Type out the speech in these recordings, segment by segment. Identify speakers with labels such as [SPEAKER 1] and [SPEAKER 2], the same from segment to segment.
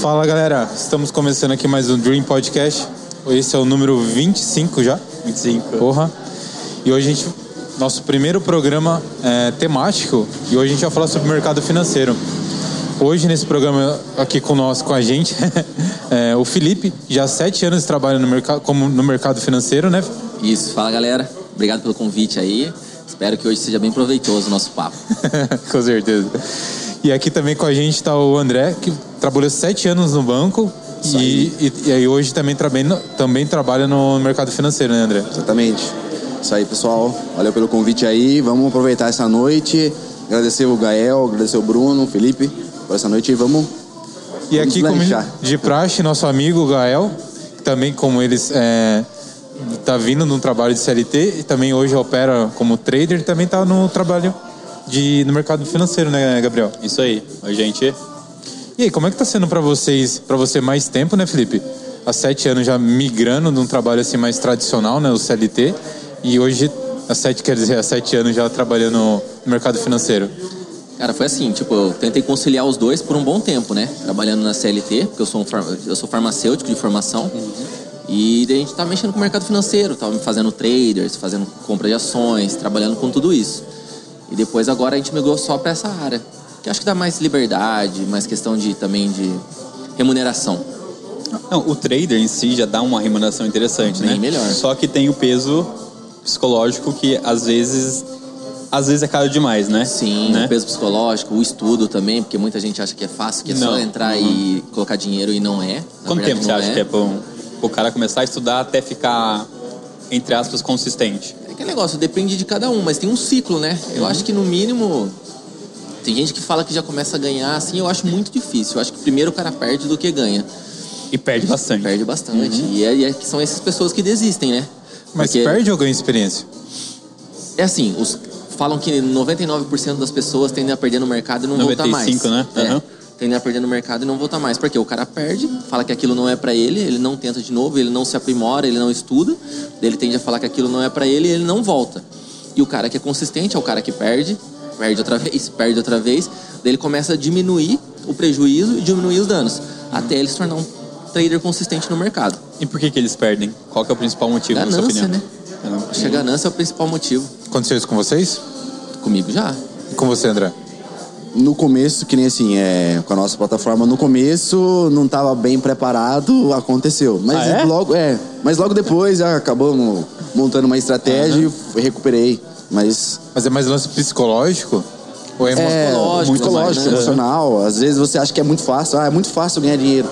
[SPEAKER 1] Fala galera, estamos começando aqui mais um Dream Podcast. Esse é o número 25 já.
[SPEAKER 2] 25.
[SPEAKER 1] Porra. E hoje a gente. Nosso primeiro programa é, temático. E hoje a gente vai falar sobre mercado financeiro. Hoje, nesse programa aqui com nós, com a gente, é, o Felipe, já há sete anos trabalha no mercado, como no mercado financeiro, né?
[SPEAKER 2] Isso, fala galera. Obrigado pelo convite aí. Espero que hoje seja bem proveitoso o nosso papo.
[SPEAKER 1] com certeza. E aqui também com a gente está o André, que trabalhou sete anos no banco.
[SPEAKER 3] Isso
[SPEAKER 1] E, e, e aí hoje também, trabalha no- também trabalha no mercado financeiro, né, André?
[SPEAKER 3] Exatamente. Isso aí, pessoal. Valeu pelo convite aí. Vamos aproveitar essa noite. Agradecer o Gael, agradecer o Bruno, o Felipe por essa noite. e Vamos.
[SPEAKER 1] E
[SPEAKER 3] Vamos
[SPEAKER 1] aqui como
[SPEAKER 3] lanchar.
[SPEAKER 1] de praxe, nosso amigo Gael, que também como eles é, tá vindo num trabalho de CLT e também hoje opera como trader, também tá no trabalho de no mercado financeiro, né, Gabriel?
[SPEAKER 4] Isso aí. Oi, gente.
[SPEAKER 1] E aí, como é que tá sendo para vocês, para você mais tempo, né, Felipe? Há sete anos já migrando de um trabalho assim mais tradicional, né, o CLT, e hoje há sete, quer dizer, há sete anos já trabalhando no mercado financeiro.
[SPEAKER 2] Cara, foi assim, tipo, eu tentei conciliar os dois por um bom tempo, né? Trabalhando na CLT, porque eu sou, um far- eu sou farmacêutico de formação. E daí a gente tava mexendo com o mercado financeiro, tava fazendo traders, fazendo compra de ações, trabalhando com tudo isso. E depois agora a gente migrou só pra essa área, que acho que dá mais liberdade, mais questão de também de remuneração.
[SPEAKER 4] Não, o trader em si já dá uma remuneração interessante, né?
[SPEAKER 2] Bem melhor.
[SPEAKER 4] Só que tem o peso psicológico que às vezes às vezes é caro demais, né?
[SPEAKER 2] Sim,
[SPEAKER 4] né?
[SPEAKER 2] o peso psicológico, o estudo também, porque muita gente acha que é fácil, que é
[SPEAKER 4] Não. Uhum.
[SPEAKER 2] só entrar e colocar dinheiro e não é. Na
[SPEAKER 4] Quanto
[SPEAKER 2] verdade,
[SPEAKER 4] tempo você
[SPEAKER 2] não
[SPEAKER 4] acha que é pro, pro cara começar a estudar até ficar entre aspas consistente?
[SPEAKER 2] É que negócio, depende de cada um, mas tem um ciclo, né?
[SPEAKER 4] Uhum.
[SPEAKER 2] Eu acho que no mínimo. Tem gente que fala que já começa a ganhar, assim, eu acho muito difícil. Eu acho que primeiro o cara perde do que ganha.
[SPEAKER 4] E perde bastante.
[SPEAKER 2] Perde bastante.
[SPEAKER 4] Uhum.
[SPEAKER 2] E, é, e é que são essas pessoas que desistem, né?
[SPEAKER 1] Mas
[SPEAKER 2] Porque
[SPEAKER 1] perde ou ganha experiência?
[SPEAKER 2] É assim, os, falam que 99% das pessoas tendem a perder no mercado e não voltar mais.
[SPEAKER 4] 95, né?
[SPEAKER 2] É,
[SPEAKER 4] Aham.
[SPEAKER 2] tendem a perder no mercado e não voltar mais. Porque o cara perde, fala que aquilo não é pra ele, ele não tenta de novo, ele não se aprimora, ele não estuda, daí ele tende a falar que aquilo não é pra ele e ele não volta. E o cara que é consistente é o cara que perde, perde outra vez, perde outra vez, daí ele começa a diminuir o prejuízo e diminuir os danos,
[SPEAKER 4] Uhum.
[SPEAKER 2] até ele se tornar um trader consistente no mercado.
[SPEAKER 4] E por que que eles perdem? Qual que é o principal motivo, na sua
[SPEAKER 2] Ganância,
[SPEAKER 4] opinião?
[SPEAKER 2] né? Acho
[SPEAKER 4] Uhum.
[SPEAKER 2] que a ganância é o principal motivo.
[SPEAKER 1] Aconteceu isso com vocês?
[SPEAKER 2] Comigo já.
[SPEAKER 1] E com você, André?
[SPEAKER 3] No começo, que nem assim, é, com a nossa plataforma, no começo não tava bem preparado, aconteceu. Mas
[SPEAKER 4] Ah, é?
[SPEAKER 3] logo, é. Mas logo depois já acabamos montando uma estratégia e recuperei. Mas
[SPEAKER 1] Mas é mais lance psicológico? Ou é,
[SPEAKER 3] é,
[SPEAKER 2] psicológico,
[SPEAKER 3] muito psicológico,
[SPEAKER 2] né?
[SPEAKER 3] emocional. Às vezes você acha que é muito fácil, ah, é muito fácil ganhar dinheiro.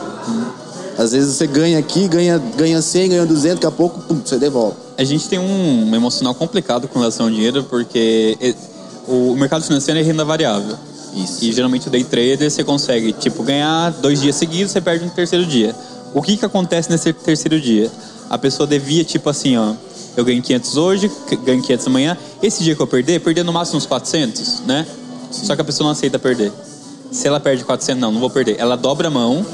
[SPEAKER 3] Às vezes você ganha aqui, ganha, ganha 100, ganha 200, daqui a pouco, pum, você devolve.
[SPEAKER 4] A gente tem um emocional complicado com relação ao dinheiro, porque e- o mercado financeiro é renda variável.
[SPEAKER 2] Isso.
[SPEAKER 4] E geralmente o day trader você consegue, tipo, ganhar dois dias seguidos, você perde no terceiro dia. O que que acontece nesse terceiro dia? A pessoa devia, tipo assim, ó, eu ganho 500 hoje, c- ganho 500 amanhã, esse dia que eu perder, perder no máximo uns 400, né? Só que a pessoa não aceita perder. Se ela perde 400, não, não vou perder. Ela dobra a mão,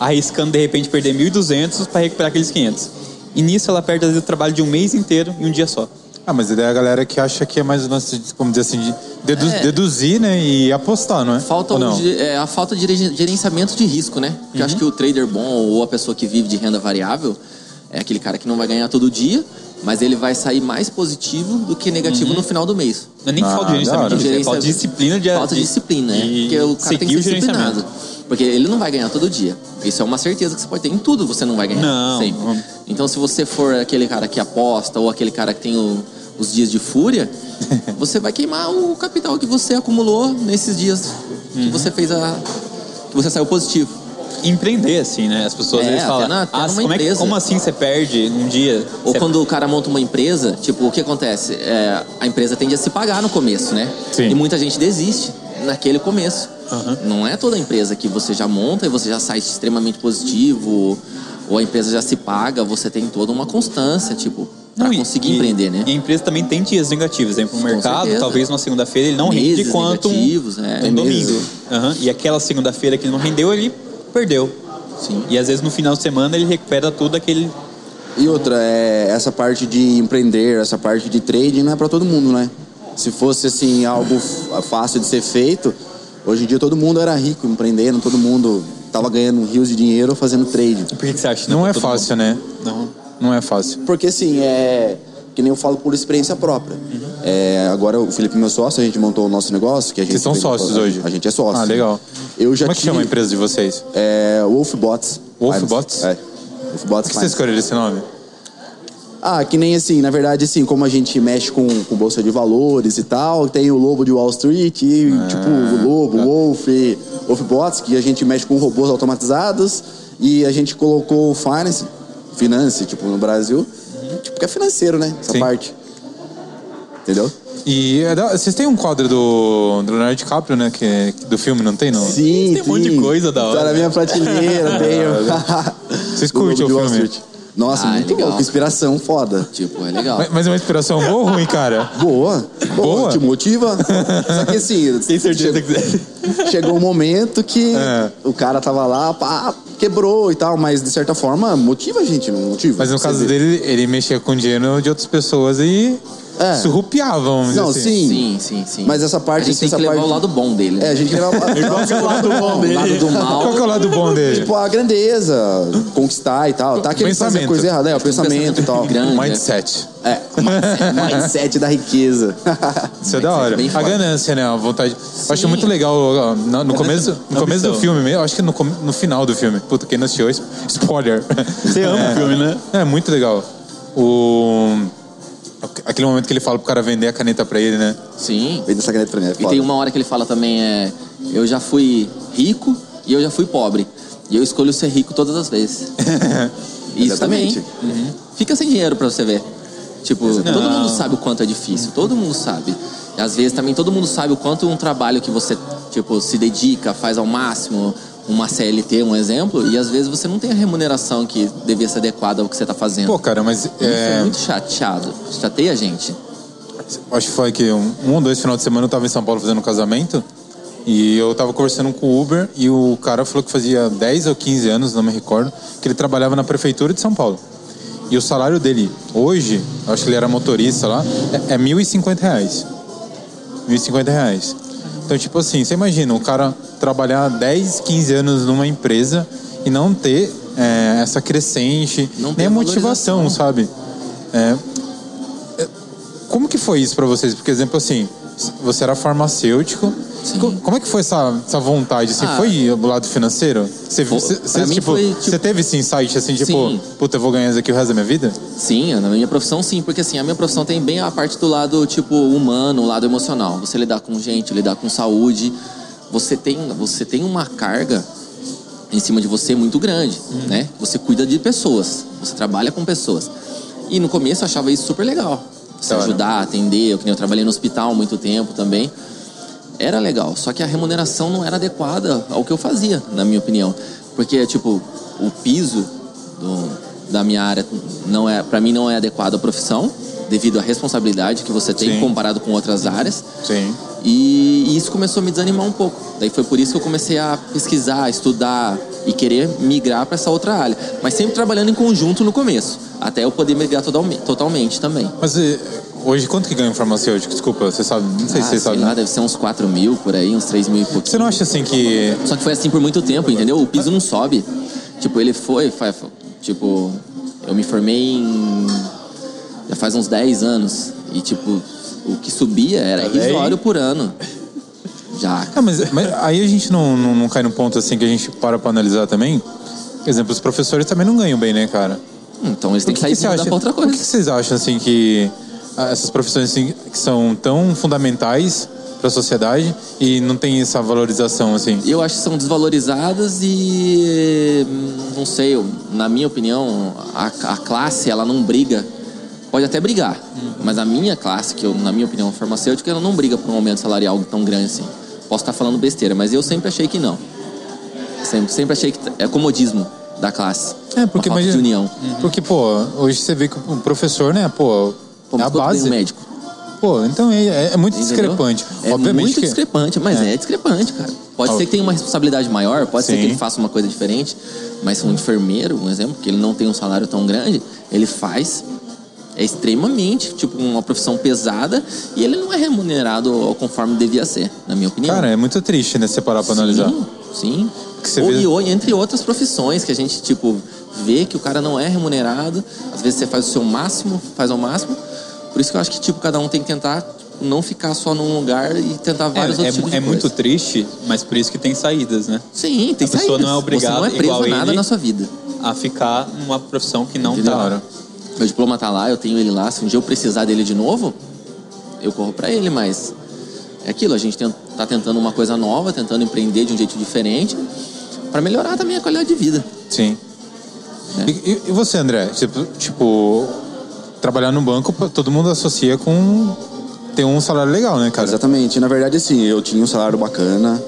[SPEAKER 4] arriscando de repente perder 1.200 para recuperar aqueles 500. E nisso ela perde às vezes, o trabalho de um mês inteiro em um dia só.
[SPEAKER 1] Ah, mas daí é a galera que acha que é mais lance, de, como dizer assim, de dedu-
[SPEAKER 2] É.
[SPEAKER 1] deduzir, né? E apostar, não é?
[SPEAKER 2] Falta
[SPEAKER 1] Ou
[SPEAKER 2] um
[SPEAKER 1] não? Uhum.
[SPEAKER 2] di- é, a falta de gere- gerenciamento de risco, né? Porque eu acho que o trader bom ou a pessoa que vive de renda variável é aquele cara que não vai ganhar todo dia, mas ele vai sair mais positivo do que negativo
[SPEAKER 1] Uhum.
[SPEAKER 2] no final do mês.
[SPEAKER 4] Não é nem
[SPEAKER 1] Ah,
[SPEAKER 4] falta de
[SPEAKER 1] da
[SPEAKER 4] gerenciamento,
[SPEAKER 1] hora.
[SPEAKER 4] de risco, é falta de disciplina de
[SPEAKER 2] Falta de disciplina, né?
[SPEAKER 4] de
[SPEAKER 2] Porque o cara tem
[SPEAKER 4] seguir o
[SPEAKER 2] que ser disciplinado.
[SPEAKER 4] gerenciamento.
[SPEAKER 2] Porque ele não vai ganhar todo dia. Isso é uma certeza que você pode ter. Em tudo você não vai ganhar.
[SPEAKER 4] Não.
[SPEAKER 2] Sempre. Então, se você for aquele cara que aposta ou aquele cara que tem o- os dias de fúria, você vai queimar o capital que você acumulou nesses dias
[SPEAKER 4] Uhum.
[SPEAKER 2] que você fez a. que você saiu positivo.
[SPEAKER 4] empreender, assim, né? As pessoas
[SPEAKER 2] É,
[SPEAKER 4] eles falam,
[SPEAKER 2] até na- até
[SPEAKER 4] "Ah,
[SPEAKER 2] numa
[SPEAKER 4] como, é que-
[SPEAKER 2] empresa."
[SPEAKER 4] como assim você perde num dia?
[SPEAKER 2] Ou
[SPEAKER 4] Você-
[SPEAKER 2] quando o cara monta uma empresa, tipo, o que acontece? É, a empresa tende a se pagar no começo, né?
[SPEAKER 1] Sim.
[SPEAKER 2] E muita gente desiste naquele começo.
[SPEAKER 4] Aham.
[SPEAKER 2] Não é toda empresa que você já monta e você já sai extremamente positivo, ou a empresa já se paga, você tem toda uma constância, tipo, pra
[SPEAKER 4] Não, e-
[SPEAKER 2] conseguir
[SPEAKER 4] e-
[SPEAKER 2] empreender, né?
[SPEAKER 4] E a empresa também tem dias negativos, né? Pro
[SPEAKER 2] Com
[SPEAKER 4] mercado,
[SPEAKER 2] certeza.
[SPEAKER 4] talvez uma segunda-feira ele não rende
[SPEAKER 2] Meses
[SPEAKER 4] quanto um-
[SPEAKER 2] negativos,
[SPEAKER 4] um,
[SPEAKER 2] é.
[SPEAKER 3] meses.
[SPEAKER 4] domingo. Aham, E aquela segunda-feira que ele não rendeu, ele perdeu.
[SPEAKER 2] Sim.
[SPEAKER 4] E às vezes no final de semana ele recupera tudo aquele.
[SPEAKER 3] E outra, é, essa parte de empreender, essa parte de trading não é pra todo mundo, né? Se fosse assim algo f- fácil de ser feito, hoje em dia todo mundo era rico empreendendo, todo mundo tava ganhando rios de dinheiro fazendo trade.
[SPEAKER 4] Por que, que você acha? que
[SPEAKER 1] Não é
[SPEAKER 4] pra todo mundo?
[SPEAKER 1] fácil, né?
[SPEAKER 4] Não.
[SPEAKER 1] Não é fácil.
[SPEAKER 3] Porque assim, é. Que nem eu falo por experiência própria. É, agora o Felipe, meu sócio, a gente montou o nosso negócio. Que a gente
[SPEAKER 1] Vocês são sócios
[SPEAKER 3] a,
[SPEAKER 1] hoje?
[SPEAKER 3] A gente é sócio.
[SPEAKER 1] Ah, legal.
[SPEAKER 3] Eu já
[SPEAKER 1] Como é que
[SPEAKER 3] tive-
[SPEAKER 1] chama a empresa de vocês? Por
[SPEAKER 3] É, Wolfbots.
[SPEAKER 1] Wolfbots?
[SPEAKER 3] Finance. É. Wolfbots.
[SPEAKER 1] que vocês
[SPEAKER 3] Finance.
[SPEAKER 1] escolheram esse nome?
[SPEAKER 3] Ah, que nem assim, na verdade, assim, como a gente mexe com, com bolsa de valores e tal, tem o lobo de Wall Street, e, tipo, o lobo, o Wolf, Wolfbots, que a gente mexe com robôs automatizados, e a gente colocou o Finance, Finance, tipo, no Brasil, tipo, que é financeiro, né? Essa
[SPEAKER 1] Sim.
[SPEAKER 3] parte. Entendeu?
[SPEAKER 1] E é da- vocês têm um quadro do, do Leonardo DiCaprio, né? Que, é- do filme, não tem? Não?
[SPEAKER 3] Sim,
[SPEAKER 4] Tem um monte de
[SPEAKER 3] sim.
[SPEAKER 4] coisa da hora.
[SPEAKER 3] Tá na minha prateleira, tenho.
[SPEAKER 1] Vocês
[SPEAKER 3] Do
[SPEAKER 1] curtem
[SPEAKER 3] Lobo de
[SPEAKER 1] o
[SPEAKER 3] Wall
[SPEAKER 1] filme?
[SPEAKER 3] Street. Nossa,
[SPEAKER 2] Ah, é
[SPEAKER 3] muito
[SPEAKER 2] legal.
[SPEAKER 3] louco, inspiração, foda.
[SPEAKER 2] Tipo, é legal.
[SPEAKER 1] Mas- Mas é uma inspiração boa ou ruim, cara?
[SPEAKER 3] Boa.
[SPEAKER 1] Boa?
[SPEAKER 3] Te motiva. Só que assim,
[SPEAKER 4] Tem certeza que
[SPEAKER 3] chegou um momento que
[SPEAKER 1] É.
[SPEAKER 3] o cara tava lá, pá, quebrou e tal, mas de certa forma motiva a gente, não motiva.
[SPEAKER 1] Mas no
[SPEAKER 3] Você
[SPEAKER 1] caso
[SPEAKER 3] vê.
[SPEAKER 1] dele, ele mexia com o dinheiro de outras pessoas e
[SPEAKER 3] É.
[SPEAKER 1] surrupiava, vamos dizer
[SPEAKER 3] Não,
[SPEAKER 1] assim.
[SPEAKER 3] sim.
[SPEAKER 2] Sim, sim, sim.
[SPEAKER 3] Mas essa parte,
[SPEAKER 2] A gente
[SPEAKER 3] assim,
[SPEAKER 2] tem que
[SPEAKER 3] essa
[SPEAKER 2] levar
[SPEAKER 3] parte-
[SPEAKER 2] o lado bom dele.
[SPEAKER 3] É,
[SPEAKER 2] né?
[SPEAKER 3] a gente
[SPEAKER 4] o
[SPEAKER 3] leva
[SPEAKER 4] lado bom
[SPEAKER 2] O lado do mal.
[SPEAKER 1] Qual que é o lado bom dele?
[SPEAKER 3] tipo a grandeza, conquistar e tal. Tá querendo fazer
[SPEAKER 1] Pensamento.
[SPEAKER 3] coisa errada, é, o
[SPEAKER 2] Tem um
[SPEAKER 3] pensamento e tal.
[SPEAKER 2] grande, assim, um né?
[SPEAKER 1] tipo, Mindset.
[SPEAKER 3] É, mindset da riqueza.
[SPEAKER 1] Isso é da
[SPEAKER 2] Mindset
[SPEAKER 1] hora.
[SPEAKER 2] bem
[SPEAKER 1] A
[SPEAKER 2] forte.
[SPEAKER 1] ganância, né? A vontade. Eu acho muito legal ó, no, no começo, no
[SPEAKER 4] ambição.
[SPEAKER 1] começo do filme mesmo. eu Acho que no, com- no final do filme. Puta, quem não assistiu, es- spoiler.
[SPEAKER 4] Você ama o filme, né?
[SPEAKER 1] É muito legal. O. Aquele momento que ele fala pro cara vender a caneta pra ele, né?
[SPEAKER 2] Sim.
[SPEAKER 3] Vem dessa caneta pra mim, é
[SPEAKER 2] E
[SPEAKER 3] foda.
[SPEAKER 2] tem uma hora que ele fala também, é... Eu já fui rico e eu já fui pobre. E eu escolho ser rico todas as vezes. Isso também. Uhum.
[SPEAKER 3] Exatamente.
[SPEAKER 2] Fica sem dinheiro pra você ver. Tipo, todo
[SPEAKER 4] Não.
[SPEAKER 2] mundo sabe o quanto é difícil. Todo mundo sabe. E às vezes também todo mundo sabe o quanto um trabalho que você, tipo, se dedica, faz ao máximo... Uma CLT, um exemplo, e às vezes você não tem a remuneração que devia ser adequada ao que você tá fazendo.
[SPEAKER 1] Pô, cara, mas.
[SPEAKER 2] Isso
[SPEAKER 1] é,
[SPEAKER 2] é muito chateado. Chateia a gente.
[SPEAKER 1] acho que foi que um, um ou dois final de semana eu tava em São Paulo fazendo um casamento e eu tava conversando com o Uber e o cara falou que fazia 10 ou 15 anos, não me recordo, que ele trabalhava na prefeitura de São Paulo. E o salário dele hoje, eu acho que ele era motorista lá, é, é 1.050 reais. 1.050 reais. Então, tipo assim, você imagina um cara trabalhar 10, 15 anos numa empresa e não ter é, essa crescente,
[SPEAKER 2] Não
[SPEAKER 1] nem
[SPEAKER 2] ter
[SPEAKER 1] a motivação, sabe? É, como que foi isso pra vocês? Porque, exemplo, assim, você era farmacêutico.
[SPEAKER 2] Sim.
[SPEAKER 1] Co- Como é que foi essa, essa vontade? Assim,
[SPEAKER 2] Ah.
[SPEAKER 1] foi o lado financeiro? Você,
[SPEAKER 2] Pô,
[SPEAKER 1] você,
[SPEAKER 2] pra
[SPEAKER 1] você,
[SPEAKER 2] mim
[SPEAKER 1] tipo,
[SPEAKER 2] foi, tipo-
[SPEAKER 1] você teve esse insight, assim, tipo...
[SPEAKER 2] Sim.
[SPEAKER 1] Puta, eu vou ganhar isso aqui o resto da minha vida?
[SPEAKER 2] Sim, na minha profissão sim, porque assim, a minha profissão tem bem a parte do lado, tipo, humano, o lado emocional. Você lidar com gente, lidar com saúde. Você tem, você tem uma carga em cima de você muito grande,
[SPEAKER 1] Uhum.
[SPEAKER 2] né? Você cuida de pessoas, você trabalha com pessoas. E no começo eu achava isso super legal. Você
[SPEAKER 1] Da hora.
[SPEAKER 2] ajudar, atender, eu, que nem eu trabalhei no hospital muito tempo também. Era legal, só que a remuneração não era adequada ao que eu fazia, na minha opinião. Porque, tipo, o piso do- da minha área não é, para mim não é adequado à profissão, devido à responsabilidade que você tem
[SPEAKER 1] Sim.
[SPEAKER 2] comparado com outras áreas.
[SPEAKER 1] Sim.
[SPEAKER 2] E isso começou a me desanimar um pouco. Daí foi por isso que eu comecei a pesquisar, estudar e querer migrar para essa outra área. Mas sempre trabalhando em conjunto no começo, até eu poder migrar totalme- totalmente também.
[SPEAKER 1] Mas eh, hoje, quanto que ganha um farmacêutico? Desculpa, você sabe? Não sei
[SPEAKER 2] Ah,
[SPEAKER 1] se
[SPEAKER 2] sei
[SPEAKER 1] você sabe.
[SPEAKER 2] lá, deve ser uns 4 mil por aí, uns 3 mil e pouquinho.
[SPEAKER 1] Você não acha, assim, que...
[SPEAKER 2] Só que foi assim por muito tempo, entendeu? O piso não sobe. Tipo, ele foi, fa- fa- tipo, eu me formei em. já faz uns 10 anos. E, tipo, o que subia era
[SPEAKER 4] Olha aí.
[SPEAKER 2] irrisório por ano. Já.
[SPEAKER 1] Ah, mas, mas aí a gente não, não, não cai no ponto, assim, que a gente para pra analisar também? Por exemplo, os professores também não ganham bem, né, cara?
[SPEAKER 2] Então eles têm que,
[SPEAKER 1] que
[SPEAKER 2] sair de pra outra
[SPEAKER 1] O que
[SPEAKER 2] coisa.
[SPEAKER 1] vocês acham assim que ah, essas profissões assim, que são tão fundamentais para a sociedade e não tem essa valorização assim?
[SPEAKER 2] Eu acho que são desvalorizadas e hum, não sei, eu- na minha opinião, a, a classe ela não briga. Pode até brigar,
[SPEAKER 1] Uhum.
[SPEAKER 2] mas a minha classe, que eu, na minha opinião, é farmacêutica, ela não briga por um aumento salarial tão grande assim. Posso estar falando besteira, mas eu sempre achei que não. Sempre, sempre achei que t- é comodismo da classe.
[SPEAKER 1] É, porque
[SPEAKER 2] uma falta
[SPEAKER 1] imagina-
[SPEAKER 2] de união.
[SPEAKER 1] Porque pô, hoje você vê que o professor, né, pô,
[SPEAKER 2] Pô, mas
[SPEAKER 1] é a
[SPEAKER 2] quanto ganha
[SPEAKER 1] base.
[SPEAKER 2] um médico,
[SPEAKER 1] Pô, então é, é- é muito
[SPEAKER 2] entendeu?
[SPEAKER 1] discrepante.
[SPEAKER 2] É
[SPEAKER 1] Obviamente
[SPEAKER 2] muito
[SPEAKER 1] que
[SPEAKER 2] discrepante, mas é. discrepante, cara. Pode
[SPEAKER 1] Ó.
[SPEAKER 2] ser que tenha uma responsabilidade maior, pode ser
[SPEAKER 1] Sim.
[SPEAKER 2] que ele faça uma coisa diferente, mas um enfermeiro, um exemplo, que ele não tem um salário tão grande, ele faz é extremamente, tipo, uma profissão pesada e ele não é remunerado conforme devia ser, na minha opinião.
[SPEAKER 1] Cara, é muito triste, né, separar pra analisar.
[SPEAKER 2] Sim, sim.
[SPEAKER 1] Que você
[SPEAKER 2] ou,
[SPEAKER 1] vê-
[SPEAKER 2] e, ou- e entre outras profissões que a gente, tipo, vê que o cara não é remunerado. Às vezes você faz o seu máximo, faz ao máximo. Por isso que eu acho que, tipo, cada um tem que tentar tipo, não ficar só num lugar e tentar vários
[SPEAKER 4] É,
[SPEAKER 2] outros
[SPEAKER 4] é,
[SPEAKER 2] tipos tipo de
[SPEAKER 4] é muito
[SPEAKER 2] coisa.
[SPEAKER 4] triste, mas por isso que tem saídas, né?
[SPEAKER 2] Sim, tem
[SPEAKER 4] A pessoa
[SPEAKER 2] saídas.
[SPEAKER 4] não é obrigada,
[SPEAKER 2] Você não é preso
[SPEAKER 4] igual
[SPEAKER 2] a nada
[SPEAKER 4] ele.
[SPEAKER 2] na sua vida.
[SPEAKER 4] A ficar numa profissão que não
[SPEAKER 1] Da
[SPEAKER 4] tá.
[SPEAKER 1] hora.
[SPEAKER 2] Meu diploma tá lá, eu tenho ele lá. Se um dia eu precisar dele de novo, eu corro pra ele, mas é aquilo, a gente tem- tá tentando uma coisa nova, tentando empreender de um jeito diferente pra melhorar também a qualidade de vida.
[SPEAKER 1] Sim.
[SPEAKER 2] Né?
[SPEAKER 1] E, e- e você, André? Tipo, tipo, trabalhar no banco, pô, todo mundo associa com ter um salário legal, né, cara?
[SPEAKER 3] Exatamente. Na verdade, assim, eu tinha um salário bacana.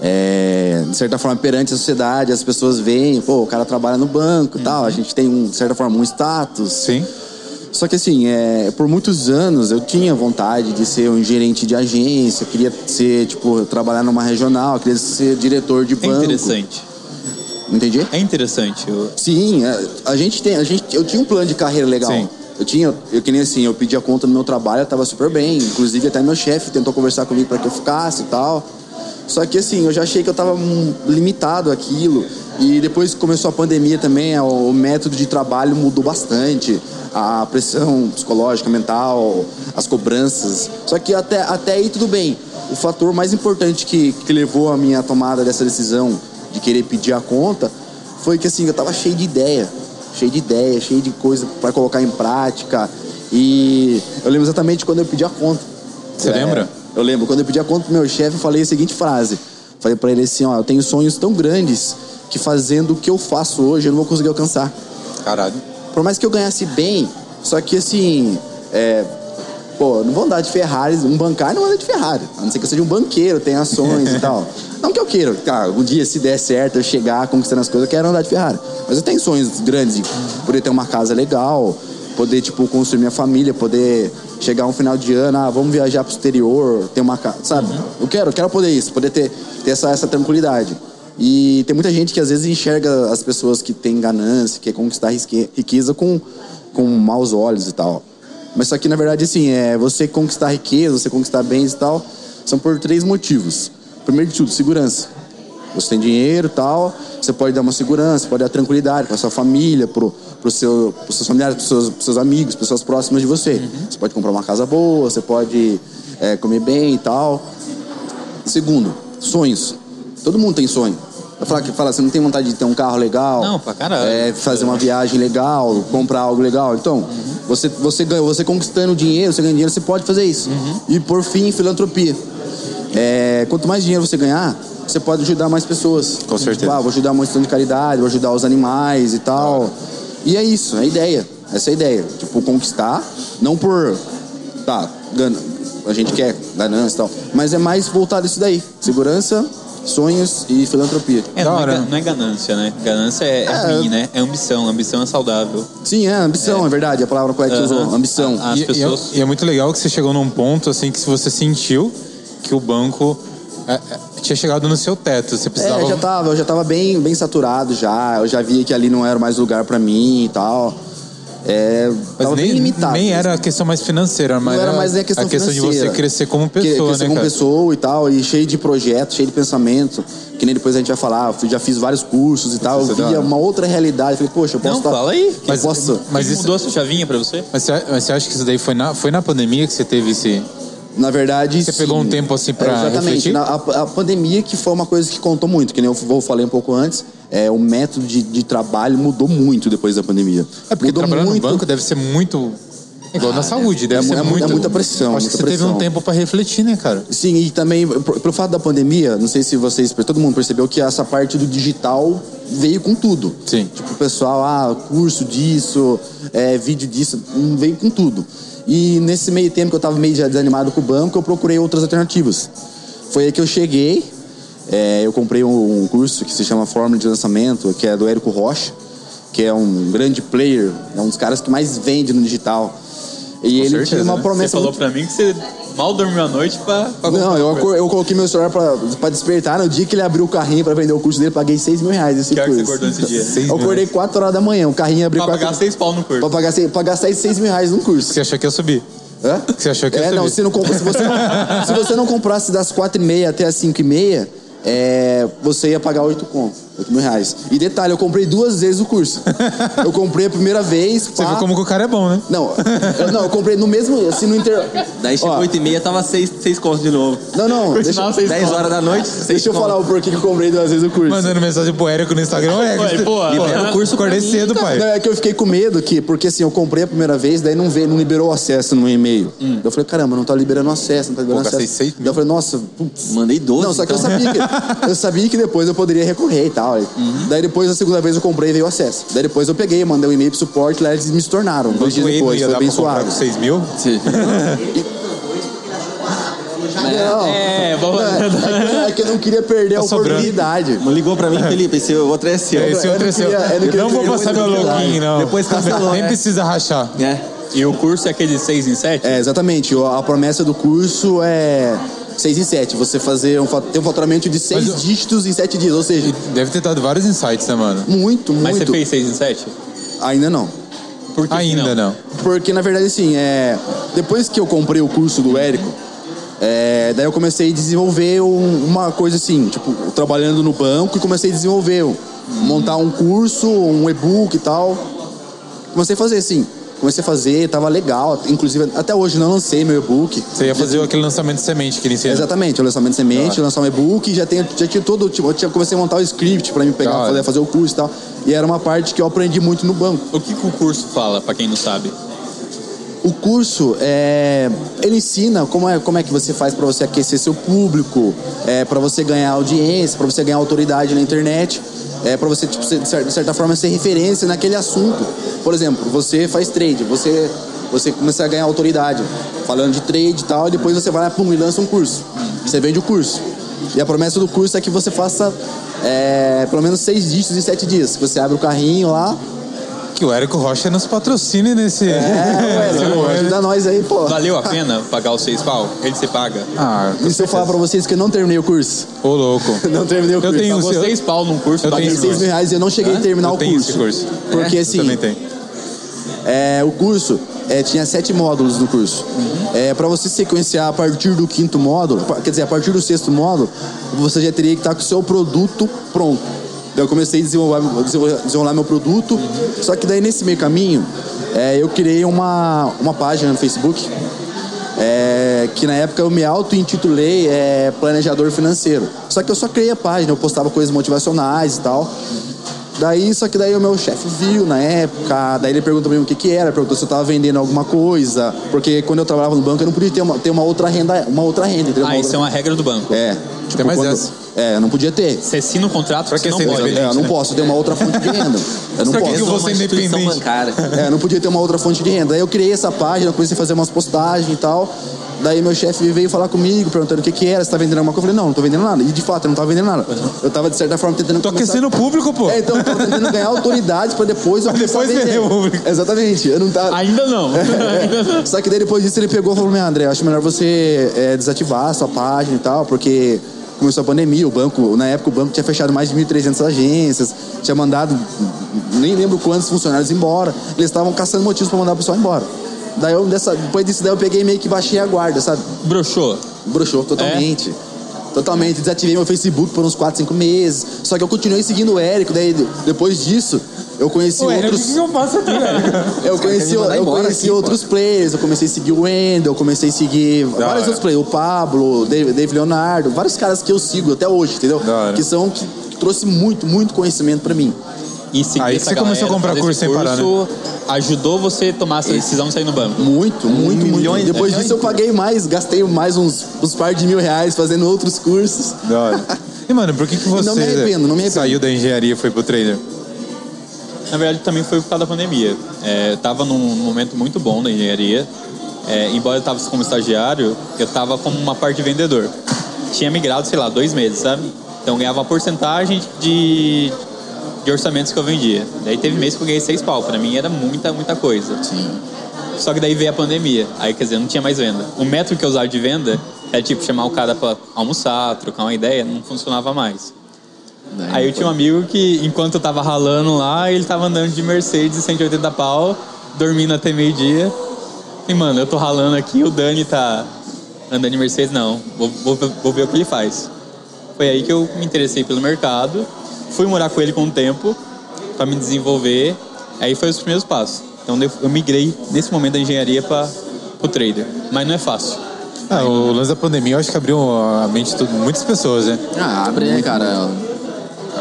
[SPEAKER 3] é, de certa forma, perante a sociedade, as pessoas veem, pô, o cara trabalha no banco e tal. A gente tem, um, de certa forma, um status.
[SPEAKER 1] Sim.
[SPEAKER 3] Só que assim, é, por muitos anos eu tinha vontade de ser um gerente de agência, eu queria ser, tipo, trabalhar numa regional, eu queria ser diretor de
[SPEAKER 4] É
[SPEAKER 3] banco.
[SPEAKER 4] interessante.
[SPEAKER 3] Entendi?
[SPEAKER 4] É interessante. Eu,
[SPEAKER 3] Sim, é, a, a gente tem. A gente, eu tinha um plano de carreira legal.
[SPEAKER 1] Sim.
[SPEAKER 3] Eu tinha, eu que nem assim, eu pedi a conta no meu trabalho, eu tava super bem. Inclusive até meu chefe tentou conversar comigo para que eu ficasse e tal. Só que assim, eu já achei que eu tava hum, limitado àquilo. E depois que começou a pandemia também, é, o, o método de trabalho mudou bastante. A pressão psicológica, mental, as cobranças. Só que até, até aí tudo bem. O fator mais importante que, que levou a minha tomada dessa decisão de querer pedir a conta foi que assim, eu tava cheio de ideia, cheio de ideia, cheio de coisa pra colocar em prática. E eu lembro exatamente quando eu pedi a conta. É,
[SPEAKER 1] Você lembra?
[SPEAKER 3] Eu lembro, quando eu pedi a conta pro meu chefe, eu falei a seguinte frase. Falei pra ele assim, ó, eu tenho sonhos tão grandes que fazendo o que eu faço hoje eu não vou conseguir alcançar.
[SPEAKER 1] Caralho.
[SPEAKER 3] Por mais que eu ganhasse bem, só que assim, é, pô, não vou andar de Ferrari, um bancário não anda de Ferrari, a não ser que eu seja um banqueiro, tenha ações e tal. Não que eu queira, cara, um dia se der certo eu chegar conquistando as coisas, eu quero andar de Ferrari. Mas eu tenho sonhos grandes, de poder ter uma casa legal, poder, tipo, construir minha família, poder chegar um final de ano, ah, vamos viajar pro exterior, ter uma casa, sabe? Eu quero, eu quero poder isso, poder ter, ter essa, essa tranquilidade. E tem muita gente que às vezes enxerga as pessoas que têm ganância, que quer conquistar risque- riqueza com, com maus olhos e tal. Mas só que na verdade, assim, é você conquistar riqueza, você conquistar bens e tal, são por três motivos. Primeiro de tudo, segurança. Você tem dinheiro e tal, você pode dar uma segurança, pode dar tranquilidade para sua família, para pro seu, pros seus familiares, para seus, pros seus amigos, pessoas próximas de você.
[SPEAKER 4] Uhum.
[SPEAKER 3] Você pode comprar uma casa boa, você pode é, comer bem e tal. Segundo, sonhos. Todo mundo tem sonho. Vai falar que fala, você não tem vontade de ter um carro legal?
[SPEAKER 4] Não, pra caralho.
[SPEAKER 3] É, fazer uma viagem legal, comprar algo legal. Então, você, você ganha, você conquistando dinheiro, você ganha dinheiro, você pode fazer isso. E por fim, filantropia. É, quanto mais dinheiro você ganhar, você pode ajudar mais pessoas.
[SPEAKER 1] Com certeza.
[SPEAKER 3] Ah, vou ajudar uma instituição de caridade, vou ajudar os animais e tal. E é isso, é a ideia. Essa é a ideia. Tipo, conquistar, não por. Tá, gana, a gente quer ganância e tal. Mas é mais voltado isso daí. Segurança, sonhos e filantropia.
[SPEAKER 4] é,
[SPEAKER 1] Da
[SPEAKER 4] não, é,
[SPEAKER 1] hora,
[SPEAKER 4] ga-
[SPEAKER 1] né?
[SPEAKER 4] não é ganância, né? Ganância é, é
[SPEAKER 3] É.
[SPEAKER 4] ruim, né? É ambição. Ambição é saudável.
[SPEAKER 3] Sim, é ambição, é, verdade. A palavra correta que
[SPEAKER 4] Aham.
[SPEAKER 3] usou, ambição.
[SPEAKER 4] Ah, As
[SPEAKER 1] e, e
[SPEAKER 4] pessoas-
[SPEAKER 1] é, e é muito legal que você chegou num ponto assim que se você sentiu que o banco é, é, tinha chegado no seu teto, você precisava.
[SPEAKER 3] É, já tava, eu já tava bem, bem saturado já. Eu já via que ali não era mais lugar pra mim e tal. É,
[SPEAKER 1] Mas
[SPEAKER 3] tava
[SPEAKER 1] nem,
[SPEAKER 3] bem limitado.
[SPEAKER 1] nem
[SPEAKER 3] mesmo.
[SPEAKER 1] era a questão mais financeira, mas
[SPEAKER 3] não era
[SPEAKER 1] era
[SPEAKER 3] mais nem a questão
[SPEAKER 1] a questão de
[SPEAKER 3] financeira.
[SPEAKER 1] você crescer como
[SPEAKER 3] Que-
[SPEAKER 1] pessoa,
[SPEAKER 3] crescer
[SPEAKER 1] né,
[SPEAKER 3] como
[SPEAKER 1] cara?
[SPEAKER 3] pessoa e tal, e cheio de projetos, cheio de pensamento. Que nem depois a gente vai falar, eu fui- já fiz vários cursos e tal. Eu
[SPEAKER 1] Isso é da
[SPEAKER 3] via
[SPEAKER 1] hora.
[SPEAKER 3] uma outra realidade. Falei, poxa, eu posso
[SPEAKER 4] Não,
[SPEAKER 3] tá-
[SPEAKER 4] fala aí.
[SPEAKER 3] Eu posso...
[SPEAKER 1] Mas
[SPEAKER 4] Mas
[SPEAKER 1] isso-
[SPEAKER 4] mudou essa chavinha pra você?
[SPEAKER 1] Mas você, mas você acha que isso daí foi na, foi na pandemia que você teve esse.
[SPEAKER 3] Na verdade, É,
[SPEAKER 1] Você pegou um tempo, assim, pra
[SPEAKER 3] Exatamente.
[SPEAKER 1] refletir?
[SPEAKER 3] Na- a, a pandemia que foi uma coisa que contou muito, que nem eu vou- falei um pouco antes, é, o método de, de trabalho mudou muito depois da pandemia.
[SPEAKER 1] É porque
[SPEAKER 3] mudou
[SPEAKER 1] trabalhar
[SPEAKER 3] muito,
[SPEAKER 1] no banco deve ser muito. Igual na saúde, deve
[SPEAKER 3] É mu-
[SPEAKER 1] ser
[SPEAKER 3] é mu-
[SPEAKER 1] muito.
[SPEAKER 3] é muita pressão,
[SPEAKER 1] Acho que
[SPEAKER 3] muita
[SPEAKER 1] você teve um
[SPEAKER 3] pressão.
[SPEAKER 1] tempo pra refletir, né, cara?
[SPEAKER 3] Sim, e também, por- pelo fato da pandemia, não sei se vocês, todo mundo percebeu que essa parte do digital veio com tudo.
[SPEAKER 1] Sim.
[SPEAKER 3] Tipo, o pessoal, ah, curso disso, é, vídeo disso, hum, veio com tudo. E nesse meio tempo que eu tava meio já desanimado com o banco, eu procurei outras alternativas. Foi aí que eu cheguei, é, eu comprei um, um curso que se chama Fórmula de Lançamento, que é do Érico Rocha, que é um grande player, é um dos caras que mais vende no digital. E ele
[SPEAKER 1] certeza,
[SPEAKER 3] tinha uma
[SPEAKER 1] né?
[SPEAKER 3] promessa
[SPEAKER 4] Você falou pra mim que você mal dormiu a noite pra... pra
[SPEAKER 3] não,
[SPEAKER 4] comprar
[SPEAKER 3] eu,
[SPEAKER 4] uma
[SPEAKER 3] acor- eu coloquei meu celular pra, pra despertar. No dia que ele abriu o carrinho pra vender o curso dele, paguei 6 mil reais esse
[SPEAKER 4] Que hora que
[SPEAKER 3] curso.
[SPEAKER 4] você acordou esse dia?
[SPEAKER 1] Seis
[SPEAKER 3] Eu acordei 4 horas da manhã, o carrinho abriu
[SPEAKER 4] Pra pagar
[SPEAKER 3] 4
[SPEAKER 4] seis pau no curso.
[SPEAKER 3] Pra pagar 6, pra gastar esses 6 mil reais num curso.
[SPEAKER 1] Você achou que ia subir?
[SPEAKER 3] Hã?
[SPEAKER 1] Você achou que ia
[SPEAKER 3] É, não,
[SPEAKER 1] subir?
[SPEAKER 3] se, não, comp- se, você não, se você não comprasse das 4 e meia até as 5 e meia, é, você ia pagar 8 conto, 8 mil reais. E detalhe, eu comprei duas vezes o curso. Eu comprei a primeira vez.
[SPEAKER 1] Você
[SPEAKER 3] pá.
[SPEAKER 1] viu como que o cara é bom, né?
[SPEAKER 3] Não, eu, não, eu comprei no mesmo. Assim, no inter...
[SPEAKER 2] Daí chegou
[SPEAKER 3] Ó.
[SPEAKER 2] 8 É e meia, tava 6 contos de novo.
[SPEAKER 3] Não, não, deixa,
[SPEAKER 5] Continuava seis
[SPEAKER 2] 10
[SPEAKER 5] conto.
[SPEAKER 2] horas da noite, 6
[SPEAKER 3] deixa eu falar o porquê que eu comprei duas vezes o curso.
[SPEAKER 1] Mandando mensagem pro Érico no Instagram. Ô, Érico,
[SPEAKER 5] Ué, pô,
[SPEAKER 1] libera
[SPEAKER 5] pô.
[SPEAKER 1] o curso Acordei
[SPEAKER 2] pra mim,
[SPEAKER 1] cedo, pai.
[SPEAKER 3] Não, é que eu fiquei com medo que, porque assim, eu comprei a primeira vez, daí não veio, não liberou o acesso no e-mail.
[SPEAKER 1] Hum.
[SPEAKER 3] Eu falei, caramba, não tá liberando o acesso, não tá liberando
[SPEAKER 5] Pô,
[SPEAKER 3] o acesso.
[SPEAKER 5] gastei seis
[SPEAKER 3] daí eu falei, nossa, putz.
[SPEAKER 2] Mandei
[SPEAKER 1] é
[SPEAKER 2] 12.
[SPEAKER 3] Não, só que eu
[SPEAKER 2] então.
[SPEAKER 3] sabia que, eu sabia que depois eu poderia recorrer e tal.
[SPEAKER 1] Uhum.
[SPEAKER 3] Daí depois, a segunda vez eu comprei e veio o acesso. Daí depois eu peguei, mandei um e-mail pro suporte, lá eles me estornaram. Dois dias
[SPEAKER 1] Quanto Eno
[SPEAKER 3] depois,
[SPEAKER 1] ia
[SPEAKER 3] foi
[SPEAKER 1] dar
[SPEAKER 3] bem
[SPEAKER 1] pra comprar com
[SPEAKER 3] suave.
[SPEAKER 1] 6 mil?
[SPEAKER 2] Mas-
[SPEAKER 4] É, vamos.
[SPEAKER 3] Não, é que- é que eu não queria perder a
[SPEAKER 1] Tá sobrando.
[SPEAKER 3] oportunidade.
[SPEAKER 2] Ligou pra mim, Felipe, esse outro é seu.
[SPEAKER 1] É, Esse
[SPEAKER 3] eu
[SPEAKER 1] outro
[SPEAKER 3] não
[SPEAKER 1] é seu.
[SPEAKER 3] queria- eu não
[SPEAKER 1] Eu
[SPEAKER 3] queria
[SPEAKER 1] não vou
[SPEAKER 3] perder
[SPEAKER 1] passar meu
[SPEAKER 3] muito detalhe.
[SPEAKER 1] login, não.
[SPEAKER 2] Depois cancelou,
[SPEAKER 1] Nem
[SPEAKER 2] né?
[SPEAKER 1] precisa rachar.
[SPEAKER 2] É.
[SPEAKER 4] E o curso é aquele 6 em 7?
[SPEAKER 3] É, exatamente. O- A promessa do curso é 6 em 7. Você fazer um, fa- ter um faturamento de
[SPEAKER 1] Mas eu-
[SPEAKER 3] 6 dígitos em 7 dias. Ou seja,
[SPEAKER 1] Deve ter dado vários insights, né, mano?
[SPEAKER 3] muito, muito.
[SPEAKER 4] Mas você fez 6 em 7?
[SPEAKER 3] Ainda não.
[SPEAKER 4] Por que que
[SPEAKER 1] Ainda não.
[SPEAKER 3] Porque, na verdade, assim, é... depois que eu comprei o curso do Érico, é, daí eu comecei a desenvolver um- uma coisa assim, tipo, trabalhando no banco e comecei a desenvolver, um- montar um curso, um e-book e tal. Comecei a fazer, assim. Comecei a fazer, tava legal. Inclusive, até hoje não lancei meu e-book.
[SPEAKER 1] Você ia fazer aquele lançamento de semente que ele ensinou.
[SPEAKER 3] Exatamente, o lançamento de semente, lançar um e-book, já, tenho, já tinha todo, tipo, eu tinha, comecei a montar o script pra me pegar,
[SPEAKER 1] Da hora.
[SPEAKER 3] fazer, fazer o curso e tal. E era uma parte que eu aprendi muito no banco.
[SPEAKER 4] O que, que o curso fala, pra quem não sabe?
[SPEAKER 3] O curso é, ele ensina como é, como é que você faz pra você aquecer seu público, é, para você ganhar audiência, pra você ganhar autoridade na internet, é para você tipo, ser- de cer- de certa forma ser referência naquele assunto. Por exemplo, você faz trade, você você começa a ganhar autoridade falando de trade e tal, e depois você vai lá pum, e lança um curso. Você vende o curso. E a promessa do curso é que você faça é, pelo menos seis dígitos em sete dias. Você abre o carrinho lá.
[SPEAKER 1] Que o Érico Rocha nos patrocine nesse.
[SPEAKER 3] É, ué, você não
[SPEAKER 1] é,
[SPEAKER 3] ajuda nós aí, pô.
[SPEAKER 4] Valeu a pena pagar os 6 pau? Ele se paga?
[SPEAKER 1] Ah, com
[SPEAKER 3] E se eu falar pra
[SPEAKER 1] certeza.
[SPEAKER 3] vocês que eu não terminei o curso?
[SPEAKER 1] Ô, louco.
[SPEAKER 3] Não terminei o
[SPEAKER 1] Eu
[SPEAKER 3] curso.
[SPEAKER 1] tenho
[SPEAKER 4] Pagou
[SPEAKER 1] seu-
[SPEAKER 4] 6 pau num curso,
[SPEAKER 1] Eu
[SPEAKER 4] paguei
[SPEAKER 3] Paguei
[SPEAKER 1] tenho
[SPEAKER 3] 6 mil reais e eu não cheguei a terminar
[SPEAKER 1] Eu
[SPEAKER 3] o
[SPEAKER 1] tenho
[SPEAKER 3] curso.
[SPEAKER 1] esse curso.
[SPEAKER 3] Porque
[SPEAKER 1] Eu
[SPEAKER 3] assim,
[SPEAKER 1] também tenho.
[SPEAKER 3] é, o curso é, tinha sete módulos no curso.
[SPEAKER 1] Uhum.
[SPEAKER 3] É, para você sequenciar a partir do quinto módulo, pa- quer dizer, a partir do sexto módulo, você já teria que estar com o seu produto pronto. Daí Eu comecei a desenvolver, desenvolver- desenrolar meu produto,
[SPEAKER 1] Uhum.
[SPEAKER 3] só que daí nesse meio caminho, é, eu criei uma, uma página no Facebook, é, que na época eu me auto-intitulei é, planejador financeiro. Só que eu só criei a página, eu postava coisas motivacionais e tal. Daí, só que daí o meu chefe viu na época, daí ele perguntou pra mim o que que era, perguntou se eu tava vendendo alguma coisa, porque quando eu trabalhava no banco eu não podia ter uma, ter uma outra renda, uma outra renda, entendeu?
[SPEAKER 4] Ah,
[SPEAKER 3] Uma
[SPEAKER 4] isso é
[SPEAKER 3] outra-
[SPEAKER 4] uma regra do banco.
[SPEAKER 3] É, tipo,
[SPEAKER 1] mais
[SPEAKER 3] quando-
[SPEAKER 1] essa.
[SPEAKER 3] É, eu não podia ter.
[SPEAKER 4] Você assina o contrato, você
[SPEAKER 1] que
[SPEAKER 4] não
[SPEAKER 1] ser
[SPEAKER 4] pode.
[SPEAKER 1] independente,
[SPEAKER 3] É, eu não posso ter uma outra fonte de renda. Eu não
[SPEAKER 1] Pra que
[SPEAKER 3] posso.
[SPEAKER 1] que eu vou ser
[SPEAKER 2] Uma instituição
[SPEAKER 1] independente?
[SPEAKER 2] bancária.
[SPEAKER 3] É, eu não podia ter uma outra fonte de renda. Aí eu criei essa página, comecei a fazer umas postagens e tal. Daí meu chefe veio falar comigo, perguntando o que que era, se tá vendendo alguma coisa. Eu falei, não, não tô vendendo nada. E de fato, eu não tava vendendo nada. Eu tava, de certa forma, tentando...
[SPEAKER 1] Tô
[SPEAKER 3] começar-
[SPEAKER 1] aquecendo o público, pô.
[SPEAKER 3] É, então eu tava tentando ganhar autoridade pra depois eu começar
[SPEAKER 1] depois
[SPEAKER 3] a vender.
[SPEAKER 1] vender o público.
[SPEAKER 3] Exatamente. Eu não tava...
[SPEAKER 4] Ainda não.
[SPEAKER 3] Só que daí depois disso ele pegou e falou, meu André, eu acho melhor você é, desativar a sua página e tal, porque começou a pandemia, o banco, na época o banco tinha fechado mais de 1.300 agências, tinha mandado nem lembro quantos funcionários embora, eles estavam caçando motivos pra mandar o pessoal embora. Daí eu, dessa, depois disso daí eu peguei e meio que baixei a guarda, sabe?
[SPEAKER 4] Broxou.
[SPEAKER 3] Broxou
[SPEAKER 2] É.
[SPEAKER 3] totalmente. Totalmente. Desativei meu Facebook por uns 4, 5 meses. Só que eu continuei seguindo o Érico, daí de- depois disso eu conheci
[SPEAKER 1] Ô, Érico, o que
[SPEAKER 3] outros.
[SPEAKER 1] que eu faço aqui, Érico?
[SPEAKER 3] Eu conheci,
[SPEAKER 2] querem me mandar
[SPEAKER 3] eu
[SPEAKER 2] embora
[SPEAKER 3] conheci
[SPEAKER 2] aqui,
[SPEAKER 3] outros players, eu comecei a seguir o Wendel, eu comecei a seguir vários
[SPEAKER 1] hora.
[SPEAKER 3] outros players, o Pablo, o Dave, Dave Leonardo, vários caras que eu sigo até hoje, entendeu?
[SPEAKER 1] Da hora.
[SPEAKER 3] Que são que trouxe muito, muito conhecimento pra mim.
[SPEAKER 4] E seguir
[SPEAKER 1] Aí que
[SPEAKER 4] essa
[SPEAKER 1] você
[SPEAKER 4] galera,
[SPEAKER 1] começou a comprar
[SPEAKER 4] fazer
[SPEAKER 1] curso
[SPEAKER 4] esse
[SPEAKER 1] sem parar, né?
[SPEAKER 4] curso, Ajudou você a tomar essa decisão de sair no banco.
[SPEAKER 3] Muito, muito,
[SPEAKER 4] milhão e-
[SPEAKER 2] né?
[SPEAKER 3] muito. Depois
[SPEAKER 4] milhão
[SPEAKER 3] disso eu paguei mais, gastei mais uns, uns par de mil reais fazendo outros cursos.
[SPEAKER 1] Da hora. E, mano, por que, que
[SPEAKER 3] me
[SPEAKER 1] você
[SPEAKER 3] arrependo, não me arrependo.
[SPEAKER 1] saiu da engenharia e foi pro trader?
[SPEAKER 4] Na verdade, também foi por causa da pandemia. É, eu tava num momento muito bom na engenharia. É, embora eu tava como estagiário, eu tava como uma parte de vendedor. Tinha migrado, sei lá, dois meses, sabe? Então eu ganhava uma porcentagem de, de orçamentos que eu vendia. Daí teve mês que eu ganhei seis pau. Pra mim era muita, muita coisa.
[SPEAKER 2] Sim.
[SPEAKER 4] Só que daí veio a pandemia. Aí, quer dizer, não tinha mais venda. O método que eu usava de venda era tipo chamar o cara pra almoçar, trocar uma ideia, não funcionava mais.
[SPEAKER 2] Daí
[SPEAKER 4] Aí eu
[SPEAKER 2] foi.
[SPEAKER 4] tinha um amigo que, enquanto eu tava ralando lá, ele tava andando de Mercedes 180 pau, dormindo até meio-dia. E, mano, eu tô ralando aqui, o Dani tá andando de Mercedes, não. Vou, vou, vou ver o que ele faz. Foi aí que eu me interessei pelo mercado. Fui morar com ele com o tempo para me desenvolver. Aí foi os primeiros passos. Então eu- eu migrei nesse momento da engenharia para o trader. Mas não é fácil.
[SPEAKER 1] Ah, o lance da pandemia eu acho que abriu a mente de todo- muitas pessoas, né?
[SPEAKER 2] Ah, abre, né, cara?